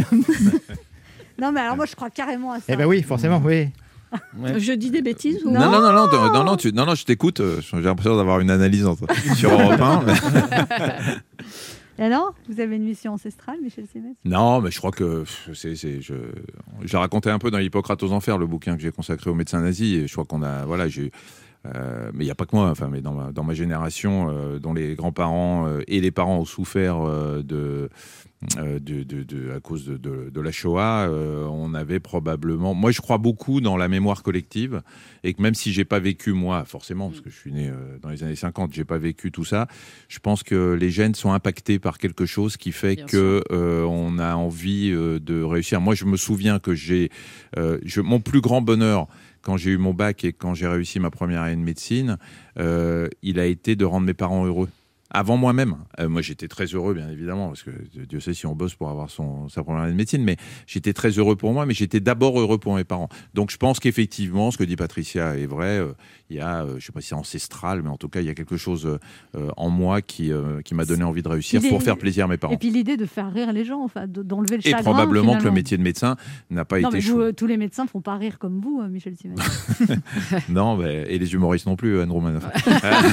[SPEAKER 3] Non, mais alors moi je crois carrément à ça.
[SPEAKER 6] Eh ben oui, forcément, oui.
[SPEAKER 13] Je dis des bêtises ou
[SPEAKER 12] Non, non, non, non, non, non, tu- non, non, je t'écoute. euh, J'ai l'impression d'avoir une analyse entre- sur Europe 1.
[SPEAKER 3] Et alors Vous avez une mission ancestrale, Michel Simès
[SPEAKER 12] Non, mais je crois que pff, c'est, c'est- je, je la racontais un peu dans Hippocrate aux enfers, le bouquin que j'ai consacré aux médecins nazis. Et je crois qu'on a, voilà, j'ai, euh, mais il n'y a pas que moi. Enfin, mais dans ma, dans ma génération, euh, dont les grands-parents euh, et les parents ont souffert euh, de, euh, de, de- de- à cause de, de- de la Shoah, euh, on avait probablement. Moi, je crois beaucoup dans la mémoire collective et que même si j'ai pas vécu moi, forcément, parce que je suis né euh, dans les années 50, j'ai pas vécu tout ça. Je pense que les gènes sont impactés par quelque chose qui fait
[SPEAKER 16] Bien
[SPEAKER 12] que euh, on a envie euh, de réussir. Moi, je me souviens que j'ai euh, je- mon plus grand bonheur quand j'ai eu mon bac et quand j'ai réussi ma première année de médecine, euh, il a été de rendre mes parents heureux. Avant moi-même, Euh, moi j'étais très heureux bien évidemment parce que euh, Dieu sait si on bosse pour avoir son, sa première année de médecine, mais j'étais très heureux pour moi, mais j'étais d'abord heureux pour mes parents. Donc je pense qu'effectivement, ce que dit Patricia est vrai. euh, Il y a, euh, je sais pas si c'est ancestral, mais en tout cas il y a quelque chose euh, euh, en moi qui euh, qui m'a donné envie de réussir
[SPEAKER 3] Il est-
[SPEAKER 12] pour faire plaisir à mes parents.
[SPEAKER 3] Et puis l'idée de faire rire les gens, enfin, de- d'enlever le
[SPEAKER 12] Et
[SPEAKER 3] chagrin.
[SPEAKER 12] probablement que le
[SPEAKER 3] finalement.
[SPEAKER 12] métier de médecin n'a pas
[SPEAKER 3] Non,
[SPEAKER 12] été
[SPEAKER 3] mais vous,
[SPEAKER 12] chou-
[SPEAKER 3] euh, tous les médecins font pas rire comme vous, euh, Michel Simès.
[SPEAKER 12] Non, mais- et les humoristes non plus, Anne Romanoff.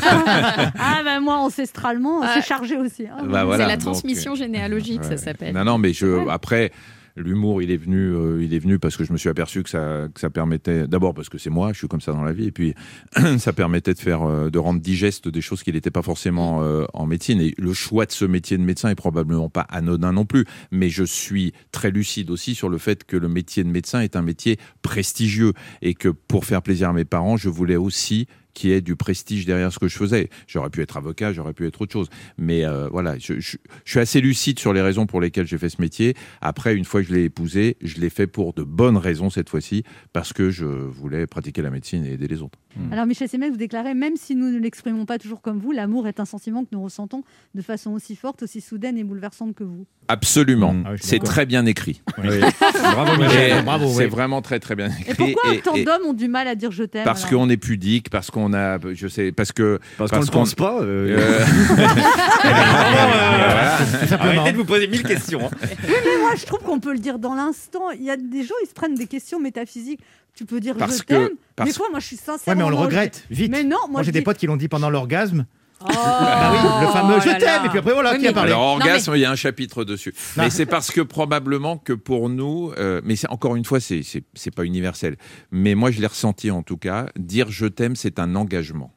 [SPEAKER 3] ah ben moi ancestralement, c'est chargé aussi. hein.
[SPEAKER 12] Bah voilà,
[SPEAKER 8] Ah. c'est la
[SPEAKER 12] donc,
[SPEAKER 8] transmission généalogique, ça
[SPEAKER 12] Ouais.
[SPEAKER 8] s'appelle.
[SPEAKER 12] Non, non, mais je, après, l'humour, il est venu, euh, il est venu parce que je me suis aperçu que ça, que ça permettait. D'abord parce que c'est moi, je suis comme ça dans la vie, et puis ça permettait de faire, euh, de rendre digeste des choses qui n'étaient pas forcément euh, en médecine. Et le choix de ce métier de médecin est probablement pas anodin non plus, mais je suis très lucide aussi sur le fait que le métier de médecin est un métier prestigieux et que pour faire plaisir à mes parents, je voulais aussi qui ait du prestige derrière ce que je faisais. J'aurais pu être avocat, j'aurais pu être autre chose. Mais euh, voilà, je, je- je suis assez lucide sur les raisons pour lesquelles j'ai fait ce métier. Après, une fois que je l'ai épousé, je l'ai fait pour de bonnes raisons cette fois-ci, parce que je voulais pratiquer la médecine et aider les autres.
[SPEAKER 3] Alors Michel Sémès, vous déclarez, même si nous ne l'exprimons pas toujours comme vous, l'amour est un sentiment que nous ressentons de façon aussi forte, aussi soudaine et bouleversante que vous.
[SPEAKER 12] Absolument.
[SPEAKER 1] Ah
[SPEAKER 12] c'est
[SPEAKER 3] d'accord.
[SPEAKER 12] très bien écrit.
[SPEAKER 1] Oui.
[SPEAKER 3] Bravo,
[SPEAKER 1] Michel.
[SPEAKER 12] Et
[SPEAKER 1] Bravo,
[SPEAKER 12] C'est
[SPEAKER 1] oui.
[SPEAKER 12] vraiment très très bien écrit.
[SPEAKER 3] Et pourquoi euh,
[SPEAKER 12] Et-
[SPEAKER 3] tant
[SPEAKER 12] et-
[SPEAKER 3] d'hommes ont du mal à dire je t'aime
[SPEAKER 12] parce
[SPEAKER 3] alors
[SPEAKER 12] qu'on est pudique, parce qu'on a, je sais, parce que parce, Euh,
[SPEAKER 1] qu'on le pense euh,
[SPEAKER 12] pas.
[SPEAKER 4] Euh,
[SPEAKER 12] Ah.
[SPEAKER 1] Arrêtez de vous poser mille questions. hein.
[SPEAKER 3] Oui, mais moi je trouve qu'on peut le dire dans l'instant. Il y a des gens, ils se prennent des questions métaphysiques. Tu peux dire
[SPEAKER 6] Parce
[SPEAKER 3] je
[SPEAKER 6] que-
[SPEAKER 3] t'aime.
[SPEAKER 6] parce-
[SPEAKER 3] Des fois, moi je suis sincère.
[SPEAKER 6] Ouais, mais on le regrette, vite.
[SPEAKER 3] Mais non, moi,
[SPEAKER 6] Moi, j'ai
[SPEAKER 3] je
[SPEAKER 6] des
[SPEAKER 3] dis- Oh.
[SPEAKER 6] potes qui l'ont dit pendant l'orgasme. Bah oui, le fameux je
[SPEAKER 3] là
[SPEAKER 6] t'aime,
[SPEAKER 3] là.
[SPEAKER 6] et puis après, voilà,
[SPEAKER 3] Oui,
[SPEAKER 6] qui a
[SPEAKER 3] mais-
[SPEAKER 6] parlé.
[SPEAKER 12] Alors, orgasme,
[SPEAKER 6] orgasme
[SPEAKER 12] il y a un chapitre dessus. Mais c'est parce que probablement que pour nous, euh, mais c'est- encore une fois, c'est c'est- c'est pas universel. Mais moi, je l'ai ressenti en tout cas. Dire je t'aime, c'est un engagement.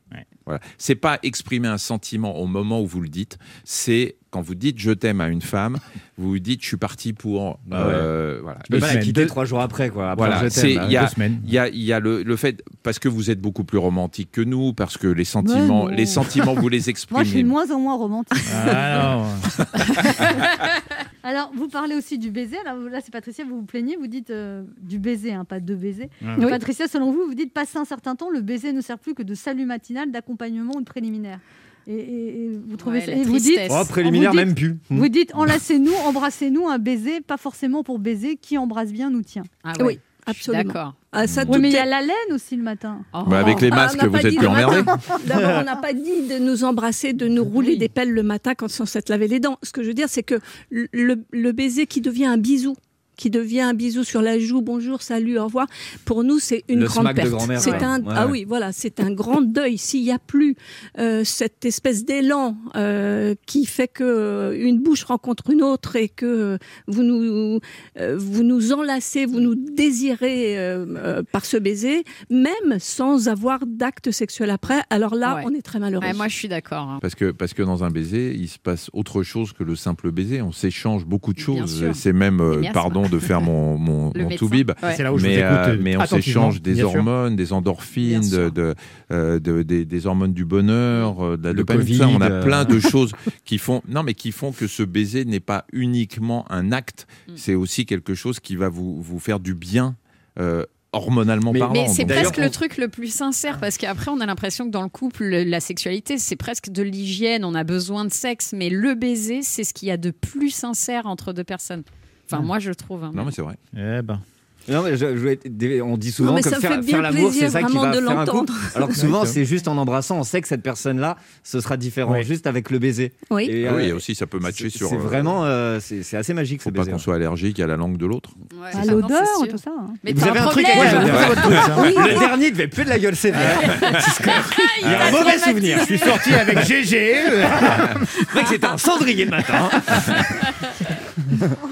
[SPEAKER 12] Voilà. C'est pas exprimer un sentiment au moment où vous le dites. C'est quand vous dites je t'aime à une femme, vous lui dites je suis parti pour.
[SPEAKER 7] Ah
[SPEAKER 12] euh, voilà.
[SPEAKER 4] Tu peux pas la
[SPEAKER 12] Semaine.
[SPEAKER 4] quitter trois jours après, quoi. Après,
[SPEAKER 12] Voilà,
[SPEAKER 4] je
[SPEAKER 12] c'est
[SPEAKER 4] t'aime, hein,
[SPEAKER 12] il y
[SPEAKER 4] bah, deux
[SPEAKER 12] a,
[SPEAKER 4] semaines.
[SPEAKER 12] il y a- il y a le, le fait parce que vous êtes beaucoup plus romantique que nous, parce que les sentiments,
[SPEAKER 3] Mais non.
[SPEAKER 12] les sentiments vous les exprimez.
[SPEAKER 3] Moi, je suis de moins en moins romantique.
[SPEAKER 12] Ah,
[SPEAKER 3] Alors, vous parlez aussi du baiser. Là, vous- là, c'est Patricia, vous vous plaignez, vous dites euh, du baiser, hein, pas de baiser.
[SPEAKER 13] Ouais. Oui.
[SPEAKER 3] Patricia, selon vous, vous dites passé un certain temps, le baiser ne sert plus que de salut matinal, d'accompagnement ou de préliminaire. Et, et- et vous trouvez
[SPEAKER 1] Ouais,
[SPEAKER 3] ça-
[SPEAKER 1] la
[SPEAKER 3] et vous dites,
[SPEAKER 1] tristesse. Oh, préliminaire,
[SPEAKER 3] vous dites-
[SPEAKER 1] même plus.
[SPEAKER 4] Hmm.
[SPEAKER 3] Vous dites enlacez-nous, embrassez-nous, un baiser, pas forcément pour baiser, qui embrasse bien nous tient.
[SPEAKER 8] Ah ouais.
[SPEAKER 13] Oui, absolument.
[SPEAKER 8] d'accord.
[SPEAKER 13] Ah, ça,
[SPEAKER 3] Oui,
[SPEAKER 13] tout
[SPEAKER 3] mais il y
[SPEAKER 13] est-
[SPEAKER 3] a la laine aussi le matin.
[SPEAKER 12] Bah, avec les masques,
[SPEAKER 13] Oh, Ah, on n'a
[SPEAKER 12] vous
[SPEAKER 13] pas
[SPEAKER 12] êtes
[SPEAKER 13] dit
[SPEAKER 12] plus
[SPEAKER 13] le matin.
[SPEAKER 12] emmerdés.
[SPEAKER 13] D'abord, on n'a pas dit de nous embrasser, de nous rouler des pelles le matin quand on s'est lavé les dents. Ce que je veux dire, c'est que le, le baiser qui devient un bisou, qui devient un bisou sur la joue, bonjour, salut, au revoir, pour nous, c'est une
[SPEAKER 16] Le
[SPEAKER 13] grande
[SPEAKER 16] smack de
[SPEAKER 13] perte.
[SPEAKER 16] grand-mère,
[SPEAKER 13] c'est
[SPEAKER 16] ouais.
[SPEAKER 13] un,
[SPEAKER 16] Ouais,
[SPEAKER 13] ah
[SPEAKER 16] ouais.
[SPEAKER 13] oui, voilà, c'est un grand deuil. S'il n'y a plus euh, cette espèce d'élan euh, qui fait que euh, une bouche rencontre une autre et que euh, vous nous, euh, vous nous enlacez, vous nous désirez euh, euh, par ce baiser, même sans avoir d'acte sexuel après, alors là, on est très malheureux.
[SPEAKER 8] Ouais, moi, je suis d'accord. hein.
[SPEAKER 12] Parce que, parce que dans un baiser, il se passe autre chose que le simple baiser. On s'échange beaucoup de choses.
[SPEAKER 8] sûr. Eh
[SPEAKER 12] C'est même, euh,
[SPEAKER 8] Le miasme.
[SPEAKER 12] pardon de faire mon, mon,
[SPEAKER 8] Le
[SPEAKER 12] mon
[SPEAKER 8] médecin.
[SPEAKER 12] toubib,
[SPEAKER 8] Ouais. C'est là
[SPEAKER 6] où je
[SPEAKER 12] mais,
[SPEAKER 6] vous écoute, euh,
[SPEAKER 12] mais on
[SPEAKER 6] attentivement,
[SPEAKER 12] s'échange des
[SPEAKER 6] bien sûr.
[SPEAKER 12] hormones, des endorphines, de, de- euh, de- des, des hormones du bonheur, euh, de la dopamine, tout ça.
[SPEAKER 4] Covid,
[SPEAKER 12] On a
[SPEAKER 4] euh.
[SPEAKER 12] plein de choses qui font, non, mais qui font que ce baiser n'est pas uniquement un acte.
[SPEAKER 8] Mm.
[SPEAKER 12] C'est aussi quelque chose qui va vous, vous faire du bien. euh, hormonalement parlant.
[SPEAKER 8] Mais c'est
[SPEAKER 12] Donc,
[SPEAKER 8] presque
[SPEAKER 12] d'ailleurs,
[SPEAKER 8] le truc le plus sincère parce qu'après on a l'impression que dans le couple la sexualité c'est presque de l'hygiène, on a besoin de sexe, mais le baiser c'est ce qu'il y a de plus sincère entre deux personnes. Enfin moi je trouve. hein.
[SPEAKER 12] Hmm. Non, mais c'est vrai.
[SPEAKER 6] Eh ben.
[SPEAKER 4] Non, mais je- je voulais- des- on dit souvent
[SPEAKER 8] mais
[SPEAKER 4] que
[SPEAKER 8] ça fait
[SPEAKER 4] faire,
[SPEAKER 8] bien
[SPEAKER 4] faire l'amour,
[SPEAKER 8] plaisir
[SPEAKER 4] c'est ça qui
[SPEAKER 8] vraiment
[SPEAKER 4] va
[SPEAKER 8] de
[SPEAKER 4] faire un couple.
[SPEAKER 8] l'entendre.
[SPEAKER 4] Alors que souvent,
[SPEAKER 12] Exactement.
[SPEAKER 4] c'est juste en embrassant, on sait que cette personne-là, ce sera différent juste avec le baiser.
[SPEAKER 12] Oui.
[SPEAKER 4] Et,
[SPEAKER 12] Ah oui,
[SPEAKER 4] euh,
[SPEAKER 12] aussi, ça peut matcher
[SPEAKER 4] c'est-
[SPEAKER 12] sur,
[SPEAKER 4] C'est
[SPEAKER 12] euh,
[SPEAKER 4] vraiment, euh, c'est c'est assez magique ce
[SPEAKER 12] Faut pas
[SPEAKER 4] baiser. hein.
[SPEAKER 12] qu'on soit allergique à la langue de l'autre.
[SPEAKER 3] À Ah, l'odeur, tout ça. hein.
[SPEAKER 8] Mais
[SPEAKER 4] vous
[SPEAKER 8] t'as
[SPEAKER 4] avez
[SPEAKER 8] un
[SPEAKER 4] un truc
[SPEAKER 8] problème.
[SPEAKER 4] avec les odeurs.
[SPEAKER 8] Ouais.
[SPEAKER 4] Votre truc, hein.
[SPEAKER 8] Oui.
[SPEAKER 4] Le dernier devait plus de la gueule sévère. Il y a un mauvais souvenir.
[SPEAKER 6] Je suis sorti avec GG.
[SPEAKER 4] Mec, c'était un cendrier le matin.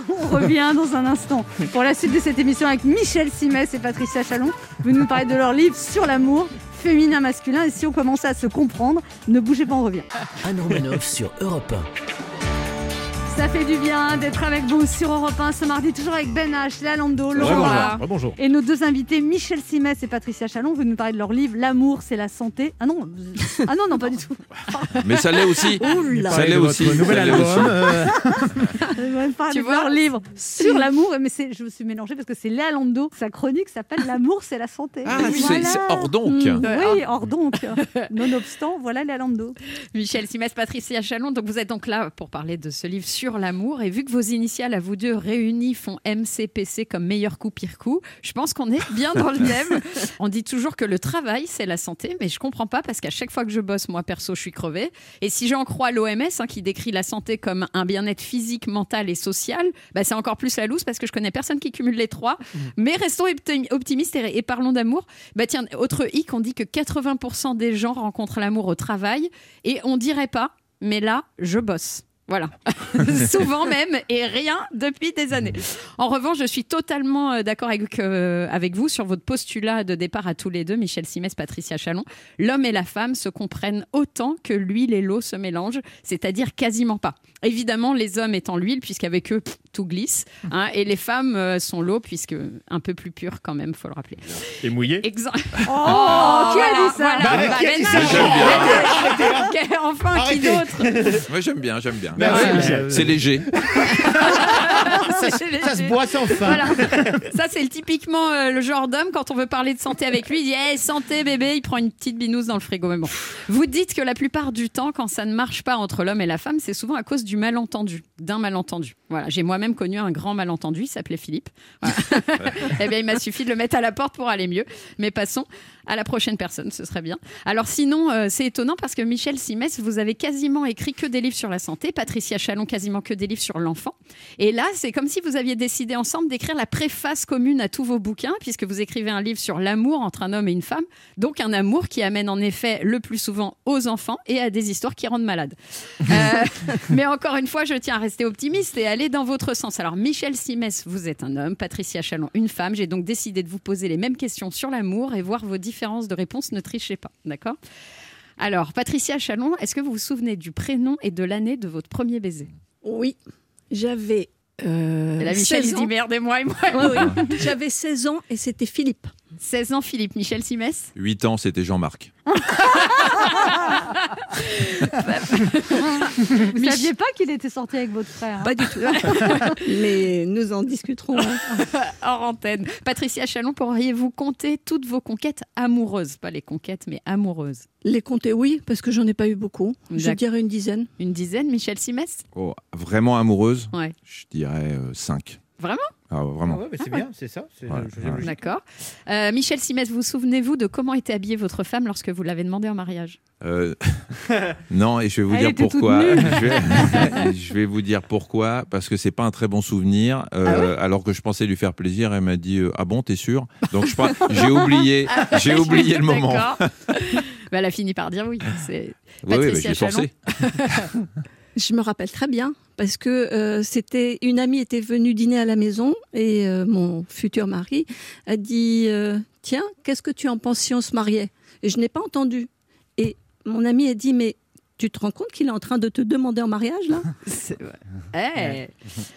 [SPEAKER 3] On revient dans un instant pour la suite de cette émission avec Michel Simès et Patricia Chalon. Vous nous parlez de leur livre sur l'amour féminin masculin et si on commence à se comprendre, ne bougez pas, on revient.
[SPEAKER 4] Ah
[SPEAKER 2] Anne Romanoff sur Europe 1.
[SPEAKER 3] Ça fait du bien d'être avec vous sur Europe 1 ce mardi, toujours avec Ben H, Lalando, Laura.
[SPEAKER 6] Bonjour.
[SPEAKER 3] Et nos deux invités, Michel Simès et Patricia Chalon, vous nous parlez de leur livre L'amour, c'est la santé. Ah non, vous- ah non, non, pas du tout.
[SPEAKER 12] Mais ça l'est aussi.
[SPEAKER 3] Oula.
[SPEAKER 12] Ça l'est
[SPEAKER 6] Parlez de
[SPEAKER 12] aussi.
[SPEAKER 6] votre nouvel
[SPEAKER 12] ça l'est
[SPEAKER 6] album,
[SPEAKER 12] aussi.
[SPEAKER 6] euh.
[SPEAKER 3] Vous parlez de leur livre sur l'amour, mais c'est- je me suis mélangée parce que c'est Lalando. Sa chronique s'appelle L'amour, c'est la santé.
[SPEAKER 12] Ah,
[SPEAKER 3] Voilà.
[SPEAKER 12] c'est- c'est hors donc.
[SPEAKER 3] Mm,
[SPEAKER 6] Ah,
[SPEAKER 3] Oui, hors donc. Nonobstant, voilà Lalando.
[SPEAKER 8] Michel Simès, Patricia Chalon, donc vous êtes donc là pour parler de ce livre sur l'amour. Et vu que vos initiales à vous deux réunies font MCPC comme meilleur coup, pire coup, je pense qu'on est bien dans le thème. On dit toujours que le travail, c'est la santé, mais je comprends pas parce qu'à chaque fois que je bosse, moi perso, je suis crevée. Et si j'en crois l'OMS, hein, qui décrit la santé comme un bien-être physique, mental et social, bah, c'est encore plus la loose parce que je connais personne qui cumule les trois. Mais restons opti- optimistes et, et parlons d'amour. Bah tiens, autre hic, on dit que 80% des gens rencontrent l'amour au travail et on dirait pas, mais là, je bosse. Voilà, souvent même et rien depuis des années. En revanche, je suis totalement euh, d'accord avec, euh, avec vous sur votre postulat de départ à tous les deux, Michel Simès, Patricia Chalon. L'homme et la femme se comprennent autant que l'huile et l'eau se mélangent, c'est-à-dire quasiment pas. Évidemment, les hommes étant l'huile, puisqu'avec eux, pff, tout glisse. hein, et les femmes euh, sont l'eau, puisque un peu plus pure quand même, faut le rappeler.
[SPEAKER 1] Et mouillé
[SPEAKER 8] Exemple.
[SPEAKER 3] Oh, qui a dit ça
[SPEAKER 8] voilà,
[SPEAKER 3] Bah,
[SPEAKER 8] bah,
[SPEAKER 3] qui a
[SPEAKER 8] Ben
[SPEAKER 3] dit ça
[SPEAKER 8] Affleck.
[SPEAKER 3] Arrêtez,
[SPEAKER 8] Ok, Enfin, qui
[SPEAKER 3] Arrêtez.
[SPEAKER 8] d'autre
[SPEAKER 12] Moi j'aime bien, j'aime bien.
[SPEAKER 6] Bah ouais, Michel.
[SPEAKER 12] c'est léger.
[SPEAKER 6] Ça se- ça se boit sans fin.
[SPEAKER 8] Voilà. Ça, c'est le- typiquement euh, le genre d'homme, quand on veut parler de santé avec lui, il dit hey, santé bébé, il prend une petite binouse dans le frigo. Mais bon. Vous dites que la plupart du temps, quand ça ne marche pas entre l'homme et la femme, c'est souvent à cause du malentendu, d'un malentendu. Voilà, j'ai moi-même connu un grand malentendu, il s'appelait Philippe. Voilà. eh bien, il m'a suffi de le mettre à la porte pour aller mieux. Mais passons à la prochaine personne, ce serait bien. Alors sinon, euh, c'est étonnant parce que Michel Simès, vous avez quasiment écrit que des livres sur la santé, Patricia Chalon quasiment que des livres sur l'enfant. Et là, c'est comme si vous aviez décidé ensemble d'écrire la préface commune à tous vos bouquins, puisque vous écrivez un livre sur l'amour entre un homme et une femme, donc un amour qui amène en effet le plus souvent aux enfants et à des histoires qui rendent malades. Euh, mais encore une fois, je tiens à rester optimiste et à aller dans votre sens. Alors, Michel Simès, vous êtes un homme, Patricia Chalon, une femme. J'ai donc décidé de vous poser les mêmes questions sur l'amour et voir vos différences de réponse. Ne trichez pas, d'accord Alors, Patricia Chalon, est-ce que vous vous souvenez du prénom et de l'année de votre premier baiser
[SPEAKER 13] Oui, j'avais. euh,
[SPEAKER 8] Et La Michel
[SPEAKER 13] 16
[SPEAKER 8] il
[SPEAKER 13] ans.
[SPEAKER 8] dit merde et moi et moi.
[SPEAKER 13] Ouais, ouais. J'avais 16 ans et c'était Philippe.
[SPEAKER 8] 16 ans, Philippe. Michel Simès
[SPEAKER 12] 8 ans, c'était Jean-Marc.
[SPEAKER 3] Vous saviez pas qu'il était sorti avec votre
[SPEAKER 8] hein
[SPEAKER 3] frère
[SPEAKER 13] Pas du tout. Mais nous en discuterons.
[SPEAKER 8] Hors antenne. Patricia Chalon, pourriez-vous compter toutes vos conquêtes amoureuses Pas les conquêtes, mais amoureuses.
[SPEAKER 13] Les compter, oui, parce que j'en ai pas eu beaucoup. Je
[SPEAKER 8] D'accord.
[SPEAKER 13] dirais une dizaine.
[SPEAKER 8] Une dizaine, Michel Simès
[SPEAKER 12] Oh, vraiment amoureuse
[SPEAKER 8] Ouais.
[SPEAKER 12] Je dirais 5.
[SPEAKER 8] Vraiment
[SPEAKER 12] Ah, ouais, vraiment.
[SPEAKER 6] mais c'est bien, c'est ça. c'est-
[SPEAKER 12] Voilà,
[SPEAKER 6] je- je-
[SPEAKER 12] voilà.
[SPEAKER 8] Ah, D'accord. Euh, Michel Simès, vous souvenez-vous de comment était habillée votre femme lorsque vous l'avez demandé en mariage
[SPEAKER 12] Euh, non, et je vais vous
[SPEAKER 8] Elle
[SPEAKER 12] dire
[SPEAKER 8] était toute
[SPEAKER 12] pourquoi.
[SPEAKER 8] nue.
[SPEAKER 12] je, vais, je vais vous dire pourquoi, parce que c'est pas un très bon souvenir.
[SPEAKER 8] Ah
[SPEAKER 12] euh, alors que je pensais lui faire plaisir, elle m'a dit euh, ah bon, t'es sûr Donc je pense- j'ai oublié, j'ai oublié le moment.
[SPEAKER 8] Ah, D'accord. Bah, elle a fini par dire oui. C'est
[SPEAKER 12] Oui, oui, mais
[SPEAKER 8] Patricia
[SPEAKER 12] j'ai forcé.
[SPEAKER 8] Chalon.
[SPEAKER 13] Je me rappelle très bien parce que euh, c'était une amie était venue dîner à la maison et euh, mon futur mari a dit euh, tiens qu'est-ce que tu en penses si on se mariait et je n'ai pas entendu et mon ami a dit mais tu te rends compte qu'il est en train de te demander en mariage là
[SPEAKER 8] Eh.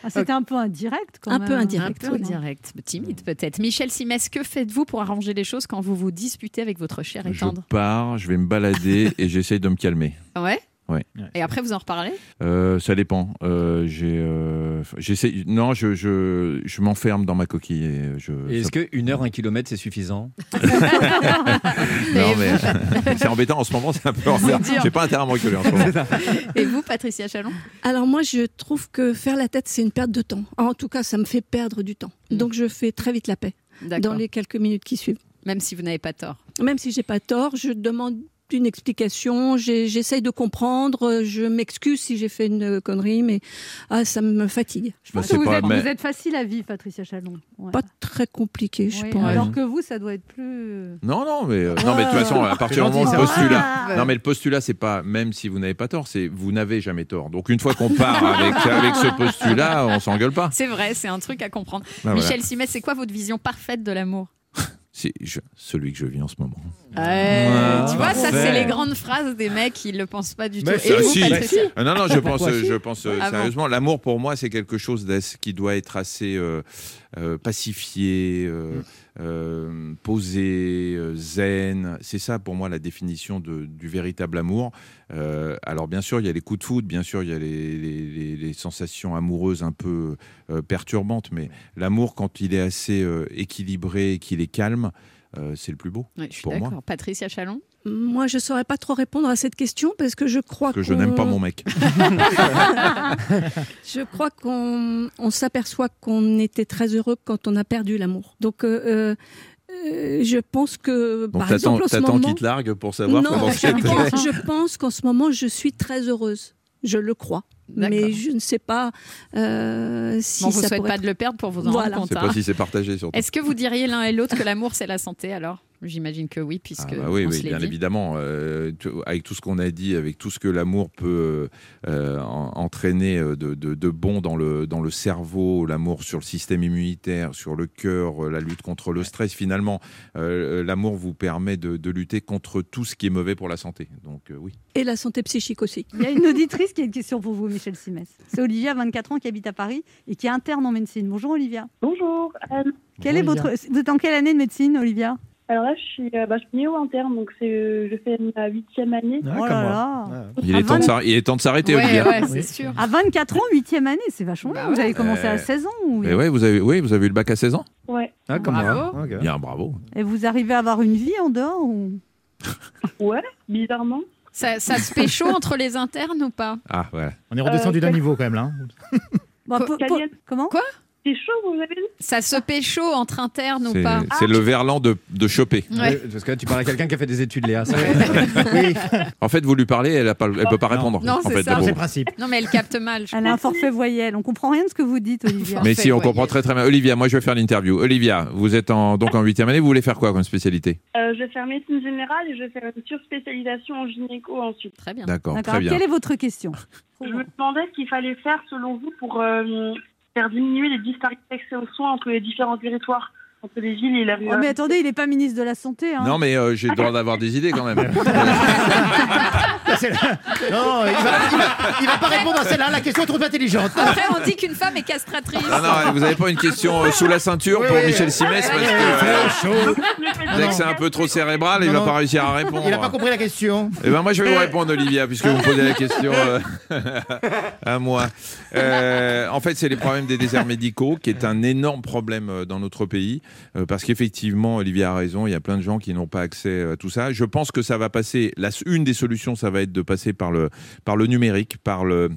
[SPEAKER 3] Ah, C'était un peu indirect quand
[SPEAKER 13] Un
[SPEAKER 3] même.
[SPEAKER 13] peu indirect,
[SPEAKER 8] Un peu indirect. Timide peut-être. Michel Simès, que faites-vous pour arranger les choses quand vous vous disputez avec votre cher et
[SPEAKER 12] Je
[SPEAKER 8] tendre
[SPEAKER 12] pars, je vais me balader et j'essaye de me calmer.
[SPEAKER 8] Ouais.
[SPEAKER 12] Ouais.
[SPEAKER 8] Et après, vous en reparlez
[SPEAKER 12] Euh, ça dépend. Euh, j'ai, euh, j'essaie- non, je, je, je m'enferme dans ma coquille. Et je,
[SPEAKER 4] Et
[SPEAKER 12] ça-
[SPEAKER 4] Est-ce que une heure, un kilomètre, c'est suffisant
[SPEAKER 12] Non, mais c'est embêtant. En ce moment, c'est un peu embêtant.
[SPEAKER 13] dur.
[SPEAKER 12] J'ai pas intérêt à me reculer en ce moment.
[SPEAKER 8] Et vous, Patricia Chalon
[SPEAKER 13] Alors moi, je trouve que faire la tête, c'est une perte de temps. En tout cas, ça me fait perdre du temps. Donc je fais très vite la paix
[SPEAKER 8] D'accord.
[SPEAKER 13] dans les quelques minutes qui suivent.
[SPEAKER 8] Même si vous n'avez pas tort.
[SPEAKER 13] Même si j'ai pas tort, je demande une explication, j'ai- j'essaye de comprendre, euh, je m'excuse si j'ai fait une connerie, mais ah, ça me fatigue.
[SPEAKER 3] Je pense
[SPEAKER 12] Bah, c'est
[SPEAKER 3] que vous,
[SPEAKER 12] pas-
[SPEAKER 3] êtes,
[SPEAKER 12] mais-
[SPEAKER 3] vous êtes facile à vivre, Patricia Chalon. Ouais.
[SPEAKER 13] Pas très compliqué, je
[SPEAKER 3] Oui,
[SPEAKER 13] pense.
[SPEAKER 3] Alors que vous, ça doit être plus.
[SPEAKER 12] Non, non, mais, euh, non, mais de toute façon, à partir du moment où
[SPEAKER 3] Ah. gentil,
[SPEAKER 12] le
[SPEAKER 3] ça.
[SPEAKER 12] postulat.
[SPEAKER 3] Ah.
[SPEAKER 12] Non, mais le postulat, c'est pas même si vous n'avez pas tort, c'est vous n'avez jamais tort. Donc une fois qu'on part avec, avec ce postulat, on s'engueule pas.
[SPEAKER 8] C'est vrai, c'est un truc à comprendre.
[SPEAKER 12] Bah,
[SPEAKER 8] Michel
[SPEAKER 12] voilà.
[SPEAKER 8] Simès, c'est quoi votre vision parfaite de l'amour
[SPEAKER 12] C'est je- celui que je vis en ce moment.
[SPEAKER 8] Euh, Tu vois, ça,
[SPEAKER 12] parfait.
[SPEAKER 8] c'est les grandes phrases des mecs qui ne le pensent pas du
[SPEAKER 12] Mais
[SPEAKER 8] tout.
[SPEAKER 12] ça,
[SPEAKER 8] vous,
[SPEAKER 12] si.
[SPEAKER 8] Patricia
[SPEAKER 12] Ah Non, non, je pense,
[SPEAKER 8] Pourquoi
[SPEAKER 12] euh,
[SPEAKER 8] si
[SPEAKER 12] je pense euh,
[SPEAKER 8] Ah bon.
[SPEAKER 12] sérieusement. L'amour pour moi, c'est quelque chose d'ass- qui doit être assez euh, euh, pacifié, euh, euh, posé, euh, zen. C'est ça pour moi la définition de- du véritable amour. Euh, alors bien sûr, il y a les coups de foudre, bien sûr, il y a les, les- les- les sensations amoureuses un peu euh, perturbantes, mais l'amour quand il est assez euh, équilibré et qu'il est calme, euh, c'est le plus beau
[SPEAKER 8] Ouais, je suis
[SPEAKER 12] pour moi.
[SPEAKER 8] d'accord. Patricia Chalon
[SPEAKER 13] Moi, je saurais pas trop répondre à cette question parce que je crois
[SPEAKER 12] Parce que je n'aime pas
[SPEAKER 13] qu'on-
[SPEAKER 12] mon mec.
[SPEAKER 13] Je crois qu'on on s'aperçoit qu'on était très heureux quand on a perdu l'amour. Donc, euh, euh, je pense que,
[SPEAKER 12] Donc
[SPEAKER 13] par
[SPEAKER 12] t'attends
[SPEAKER 13] exemple, en ce
[SPEAKER 12] t'attends
[SPEAKER 13] moment...
[SPEAKER 12] qu'il te largue pour savoir
[SPEAKER 13] non,
[SPEAKER 12] comment
[SPEAKER 13] je,
[SPEAKER 12] c'était.
[SPEAKER 13] pense, je pense qu'en ce moment, je suis très heureuse. Je le crois. Mais je ne sais pas euh, si
[SPEAKER 8] Bon, vous
[SPEAKER 13] ça
[SPEAKER 8] souhaitez
[SPEAKER 13] pourrait
[SPEAKER 8] pas
[SPEAKER 13] être-
[SPEAKER 8] de le perdre pour vous en
[SPEAKER 13] Voilà.
[SPEAKER 8] rendre compte.
[SPEAKER 12] C'est
[SPEAKER 8] hein.
[SPEAKER 12] pas si c'est partagé surtout.
[SPEAKER 8] Est-ce que vous diriez l'un et l'autre que l'amour c'est la santé alors J'imagine que oui, puisque.
[SPEAKER 12] Ah bah oui,
[SPEAKER 8] on
[SPEAKER 12] oui,
[SPEAKER 8] se l'est
[SPEAKER 12] bien
[SPEAKER 8] dit.
[SPEAKER 12] évidemment. euh, tu- avec tout ce qu'on a dit, avec tout ce que l'amour peut euh, en- entraîner euh, de, de- de bon dans le, dans le cerveau, l'amour sur le système immunitaire, sur le cœur, euh, la lutte contre le stress, finalement, euh, l'amour vous permet de, de lutter contre tout ce qui est mauvais pour la santé. Donc euh, oui.
[SPEAKER 13] Et la santé psychique aussi.
[SPEAKER 3] Il y a une auditrice qui a une question pour vous, Michel Simès. C'est Olivia, 24 ans, qui habite à Paris et qui est interne en médecine. Bonjour Olivia.
[SPEAKER 16] Bonjour. Anne.
[SPEAKER 3] Quelle est votre... Vous êtes en quelle année de médecine, Olivia
[SPEAKER 16] Alors là, je suis, euh, bah, je suis néo-interne, donc c'est, euh, je fais ma huitième
[SPEAKER 12] Ah,
[SPEAKER 16] année.
[SPEAKER 4] Ah,
[SPEAKER 3] Oh là là.
[SPEAKER 12] Il est temps de s'arr- il est temps de s'arrêter, Olivia.
[SPEAKER 8] Ah,
[SPEAKER 3] sûr. À 24 ans, 8e année, c'est vachement
[SPEAKER 8] Bah
[SPEAKER 3] bien. Vous avez commencé à
[SPEAKER 12] Euh,
[SPEAKER 3] 16 ans ou-
[SPEAKER 12] Mais ouais, Ah, vous avez, oui, vous avez eu le bac à 16 ans
[SPEAKER 16] Ouais.
[SPEAKER 4] Ah,
[SPEAKER 3] Bravo.
[SPEAKER 12] Bien, bravo.
[SPEAKER 3] Et vous arrivez à avoir une vie en dehors ou...
[SPEAKER 16] Ouais, bizarrement.
[SPEAKER 8] Ça, ça se pécho entre les internes ou pas
[SPEAKER 12] Ah, voilà.
[SPEAKER 6] On est redescendu
[SPEAKER 8] Euh,
[SPEAKER 6] d'un
[SPEAKER 8] quel-
[SPEAKER 6] niveau quand même là. hein.
[SPEAKER 3] Comment
[SPEAKER 8] Quoi
[SPEAKER 16] C'est chaud, vous avez vu
[SPEAKER 8] Ça se pécho entre internes ou
[SPEAKER 12] C'est
[SPEAKER 8] pas
[SPEAKER 12] c'est le verlan de, de choper.
[SPEAKER 8] Ouais.
[SPEAKER 4] Euh, Parce que là, tu parles à quelqu'un qui a fait des études, Léa. ça-
[SPEAKER 12] En fait, vous lui parlez, elle ne peut pas répondre.
[SPEAKER 8] Non,
[SPEAKER 12] en
[SPEAKER 8] c'est
[SPEAKER 12] fait,
[SPEAKER 8] ça.
[SPEAKER 12] la pauvre.
[SPEAKER 8] Non, mais elle capte mal. je
[SPEAKER 3] Elle a un
[SPEAKER 8] crois.
[SPEAKER 3] forfait voyelle. On comprend rien de ce que vous dites, Olivia.
[SPEAKER 12] Mais si, on comprend très très bien. Olivia, moi je vais faire l'interview. Olivia, vous êtes en, donc en huitième année, vous voulez faire quoi comme spécialité
[SPEAKER 16] Euh, je vais faire médecine générale et je vais faire une Euh, surspécialisation en gynéco ensuite.
[SPEAKER 8] Très bien.
[SPEAKER 12] D'accord, D'accord. très bien. Quelle est
[SPEAKER 3] votre question
[SPEAKER 16] Je me demandais ce qu'il fallait faire, selon vous, pour euh, faire diminuer les disparités d'accès aux soins entre les différents territoires, entre les villes et la
[SPEAKER 3] Oh, mais attendez, il n'est pas ministre de la Santé. hein.
[SPEAKER 12] Non, mais euh, j'ai le droit d'avoir des idées quand même.
[SPEAKER 6] Non, il va, il va- il va pas répondre à celle-là. La question est trop intelligente.
[SPEAKER 8] Après, on dit qu'une femme est castratrice.
[SPEAKER 12] Non, non, vous n'avez pas une question euh, sous la ceinture pour Michel Simès parce que euh, dès que c'est un peu trop cérébral, il
[SPEAKER 6] Non,
[SPEAKER 12] va
[SPEAKER 6] non.
[SPEAKER 12] pas réussir à répondre.
[SPEAKER 6] Il a pas compris la question. Euh,
[SPEAKER 12] Eh ben moi je vais vous répondre Olivia puisque vous me posez la question euh, à moi. Euh, en fait c'est les problèmes des déserts médicaux qui est un énorme problème euh, dans notre pays euh, parce qu'effectivement Olivia a raison il y a plein de gens qui n'ont pas accès euh, à tout ça. Je pense que ça va passer. La, une des solutions ça va être de passer par le par le numérique par le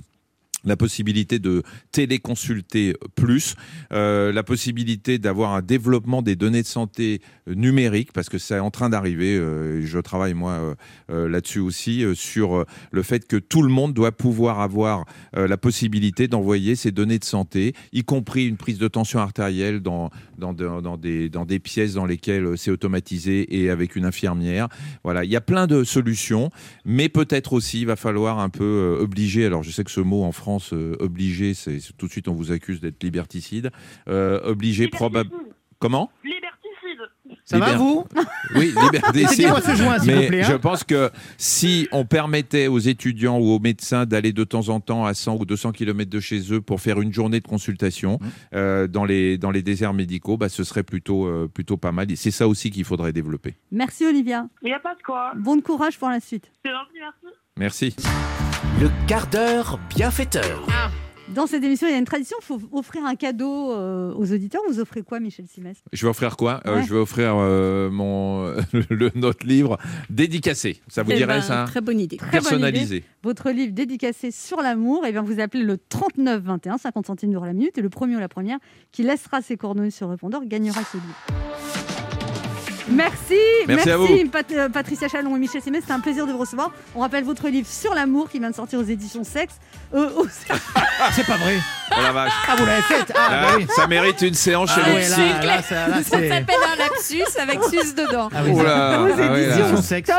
[SPEAKER 12] la possibilité de téléconsulter plus, euh, la possibilité d'avoir un développement des données de santé euh, numériques, parce que c'est en train d'arriver, euh, je travaille moi euh, euh, là-dessus aussi, euh, sur euh, le fait que tout le monde doit pouvoir avoir euh, la possibilité d'envoyer ses données de santé, y compris une prise de tension artérielle dans, dans, dans- dans des, dans des pièces dans lesquelles euh, c'est automatisé et avec une infirmière. Voilà, il y a plein de solutions, mais peut-être aussi il va falloir un peu euh, obliger, alors je sais que ce mot en France, euh, obliger, c'est c'est- tout de suite on vous accuse d'être liberticide, euh, obliger probablement... Comment
[SPEAKER 6] Ça va,
[SPEAKER 12] Libert-
[SPEAKER 6] vous
[SPEAKER 12] Oui, liberté.
[SPEAKER 6] C'est dis-moi ce joint, s'il
[SPEAKER 12] Mais
[SPEAKER 6] vous plaît, hein.
[SPEAKER 12] je pense que si on permettait aux étudiants ou aux médecins d'aller de temps en temps à 100 ou 200 km de chez eux pour faire une journée de consultation
[SPEAKER 6] Mmh.
[SPEAKER 12] euh, dans, les, dans les déserts médicaux, bah, ce serait plutôt, euh, plutôt pas mal. Et c'est ça aussi qu'il faudrait développer.
[SPEAKER 3] Merci, Olivia.
[SPEAKER 16] Il n'y a pas de quoi.
[SPEAKER 3] Bon courage pour la suite.
[SPEAKER 12] Merci.
[SPEAKER 2] Le quart d'heure bienfaiteur.
[SPEAKER 3] Dans cette émission, il y a une tradition il faut offrir un cadeau euh, aux auditeurs. Vous offrez quoi, Michel Simès
[SPEAKER 12] Je vais offrir quoi Euh,
[SPEAKER 3] Ouais.
[SPEAKER 12] Je vais offrir euh, mon, le, notre livre dédicacé. Ça vous
[SPEAKER 3] Eh
[SPEAKER 12] dirait
[SPEAKER 3] ben,
[SPEAKER 12] ça
[SPEAKER 13] bonne idée.
[SPEAKER 3] Très bonne
[SPEAKER 12] Personnalisé.
[SPEAKER 3] idée. Votre livre dédicacé sur l'amour, et bien vous appelez le 39 21, 50 centimes d'euros la minute, et le premier ou la première qui laissera ses coordonnées sur le répondeur gagnera ce livre. Merci,
[SPEAKER 17] Merci à vous.
[SPEAKER 3] Pat- euh, Patricia Chalon et Michel Simès, c'était un plaisir de vous recevoir. On rappelle votre livre sur l'amour qui vient de sortir aux éditions Sexe. Euh, aux-
[SPEAKER 6] C'est pas vrai.
[SPEAKER 12] Oh la vache.
[SPEAKER 6] Ah, vous l'avez faite Ah,
[SPEAKER 12] Ah,
[SPEAKER 6] bah oui.
[SPEAKER 12] Ça mérite une séance chez
[SPEAKER 6] Ah
[SPEAKER 12] le
[SPEAKER 6] ouais,
[SPEAKER 12] psy.
[SPEAKER 6] là, là, ça- là,
[SPEAKER 8] Ça
[SPEAKER 6] c'est-
[SPEAKER 8] s'appelle un lapsus avec sus dedans.
[SPEAKER 6] Ah oui,
[SPEAKER 12] Oh là,
[SPEAKER 6] ça-
[SPEAKER 12] ah ouais, là.
[SPEAKER 6] Édition sexe.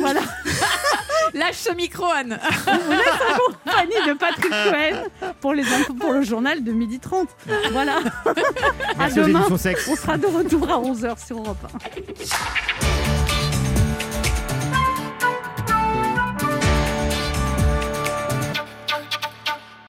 [SPEAKER 3] voilà.
[SPEAKER 8] Lâche ce micro, Anne.
[SPEAKER 3] On laisse en compagnie de Patrick Cohen pour, les infos- pour le journal de 12h30. Voilà. À
[SPEAKER 6] Merci aux
[SPEAKER 3] demain.
[SPEAKER 6] éditions Sexe.
[SPEAKER 3] On sera de retour à 11h sur Europe 1.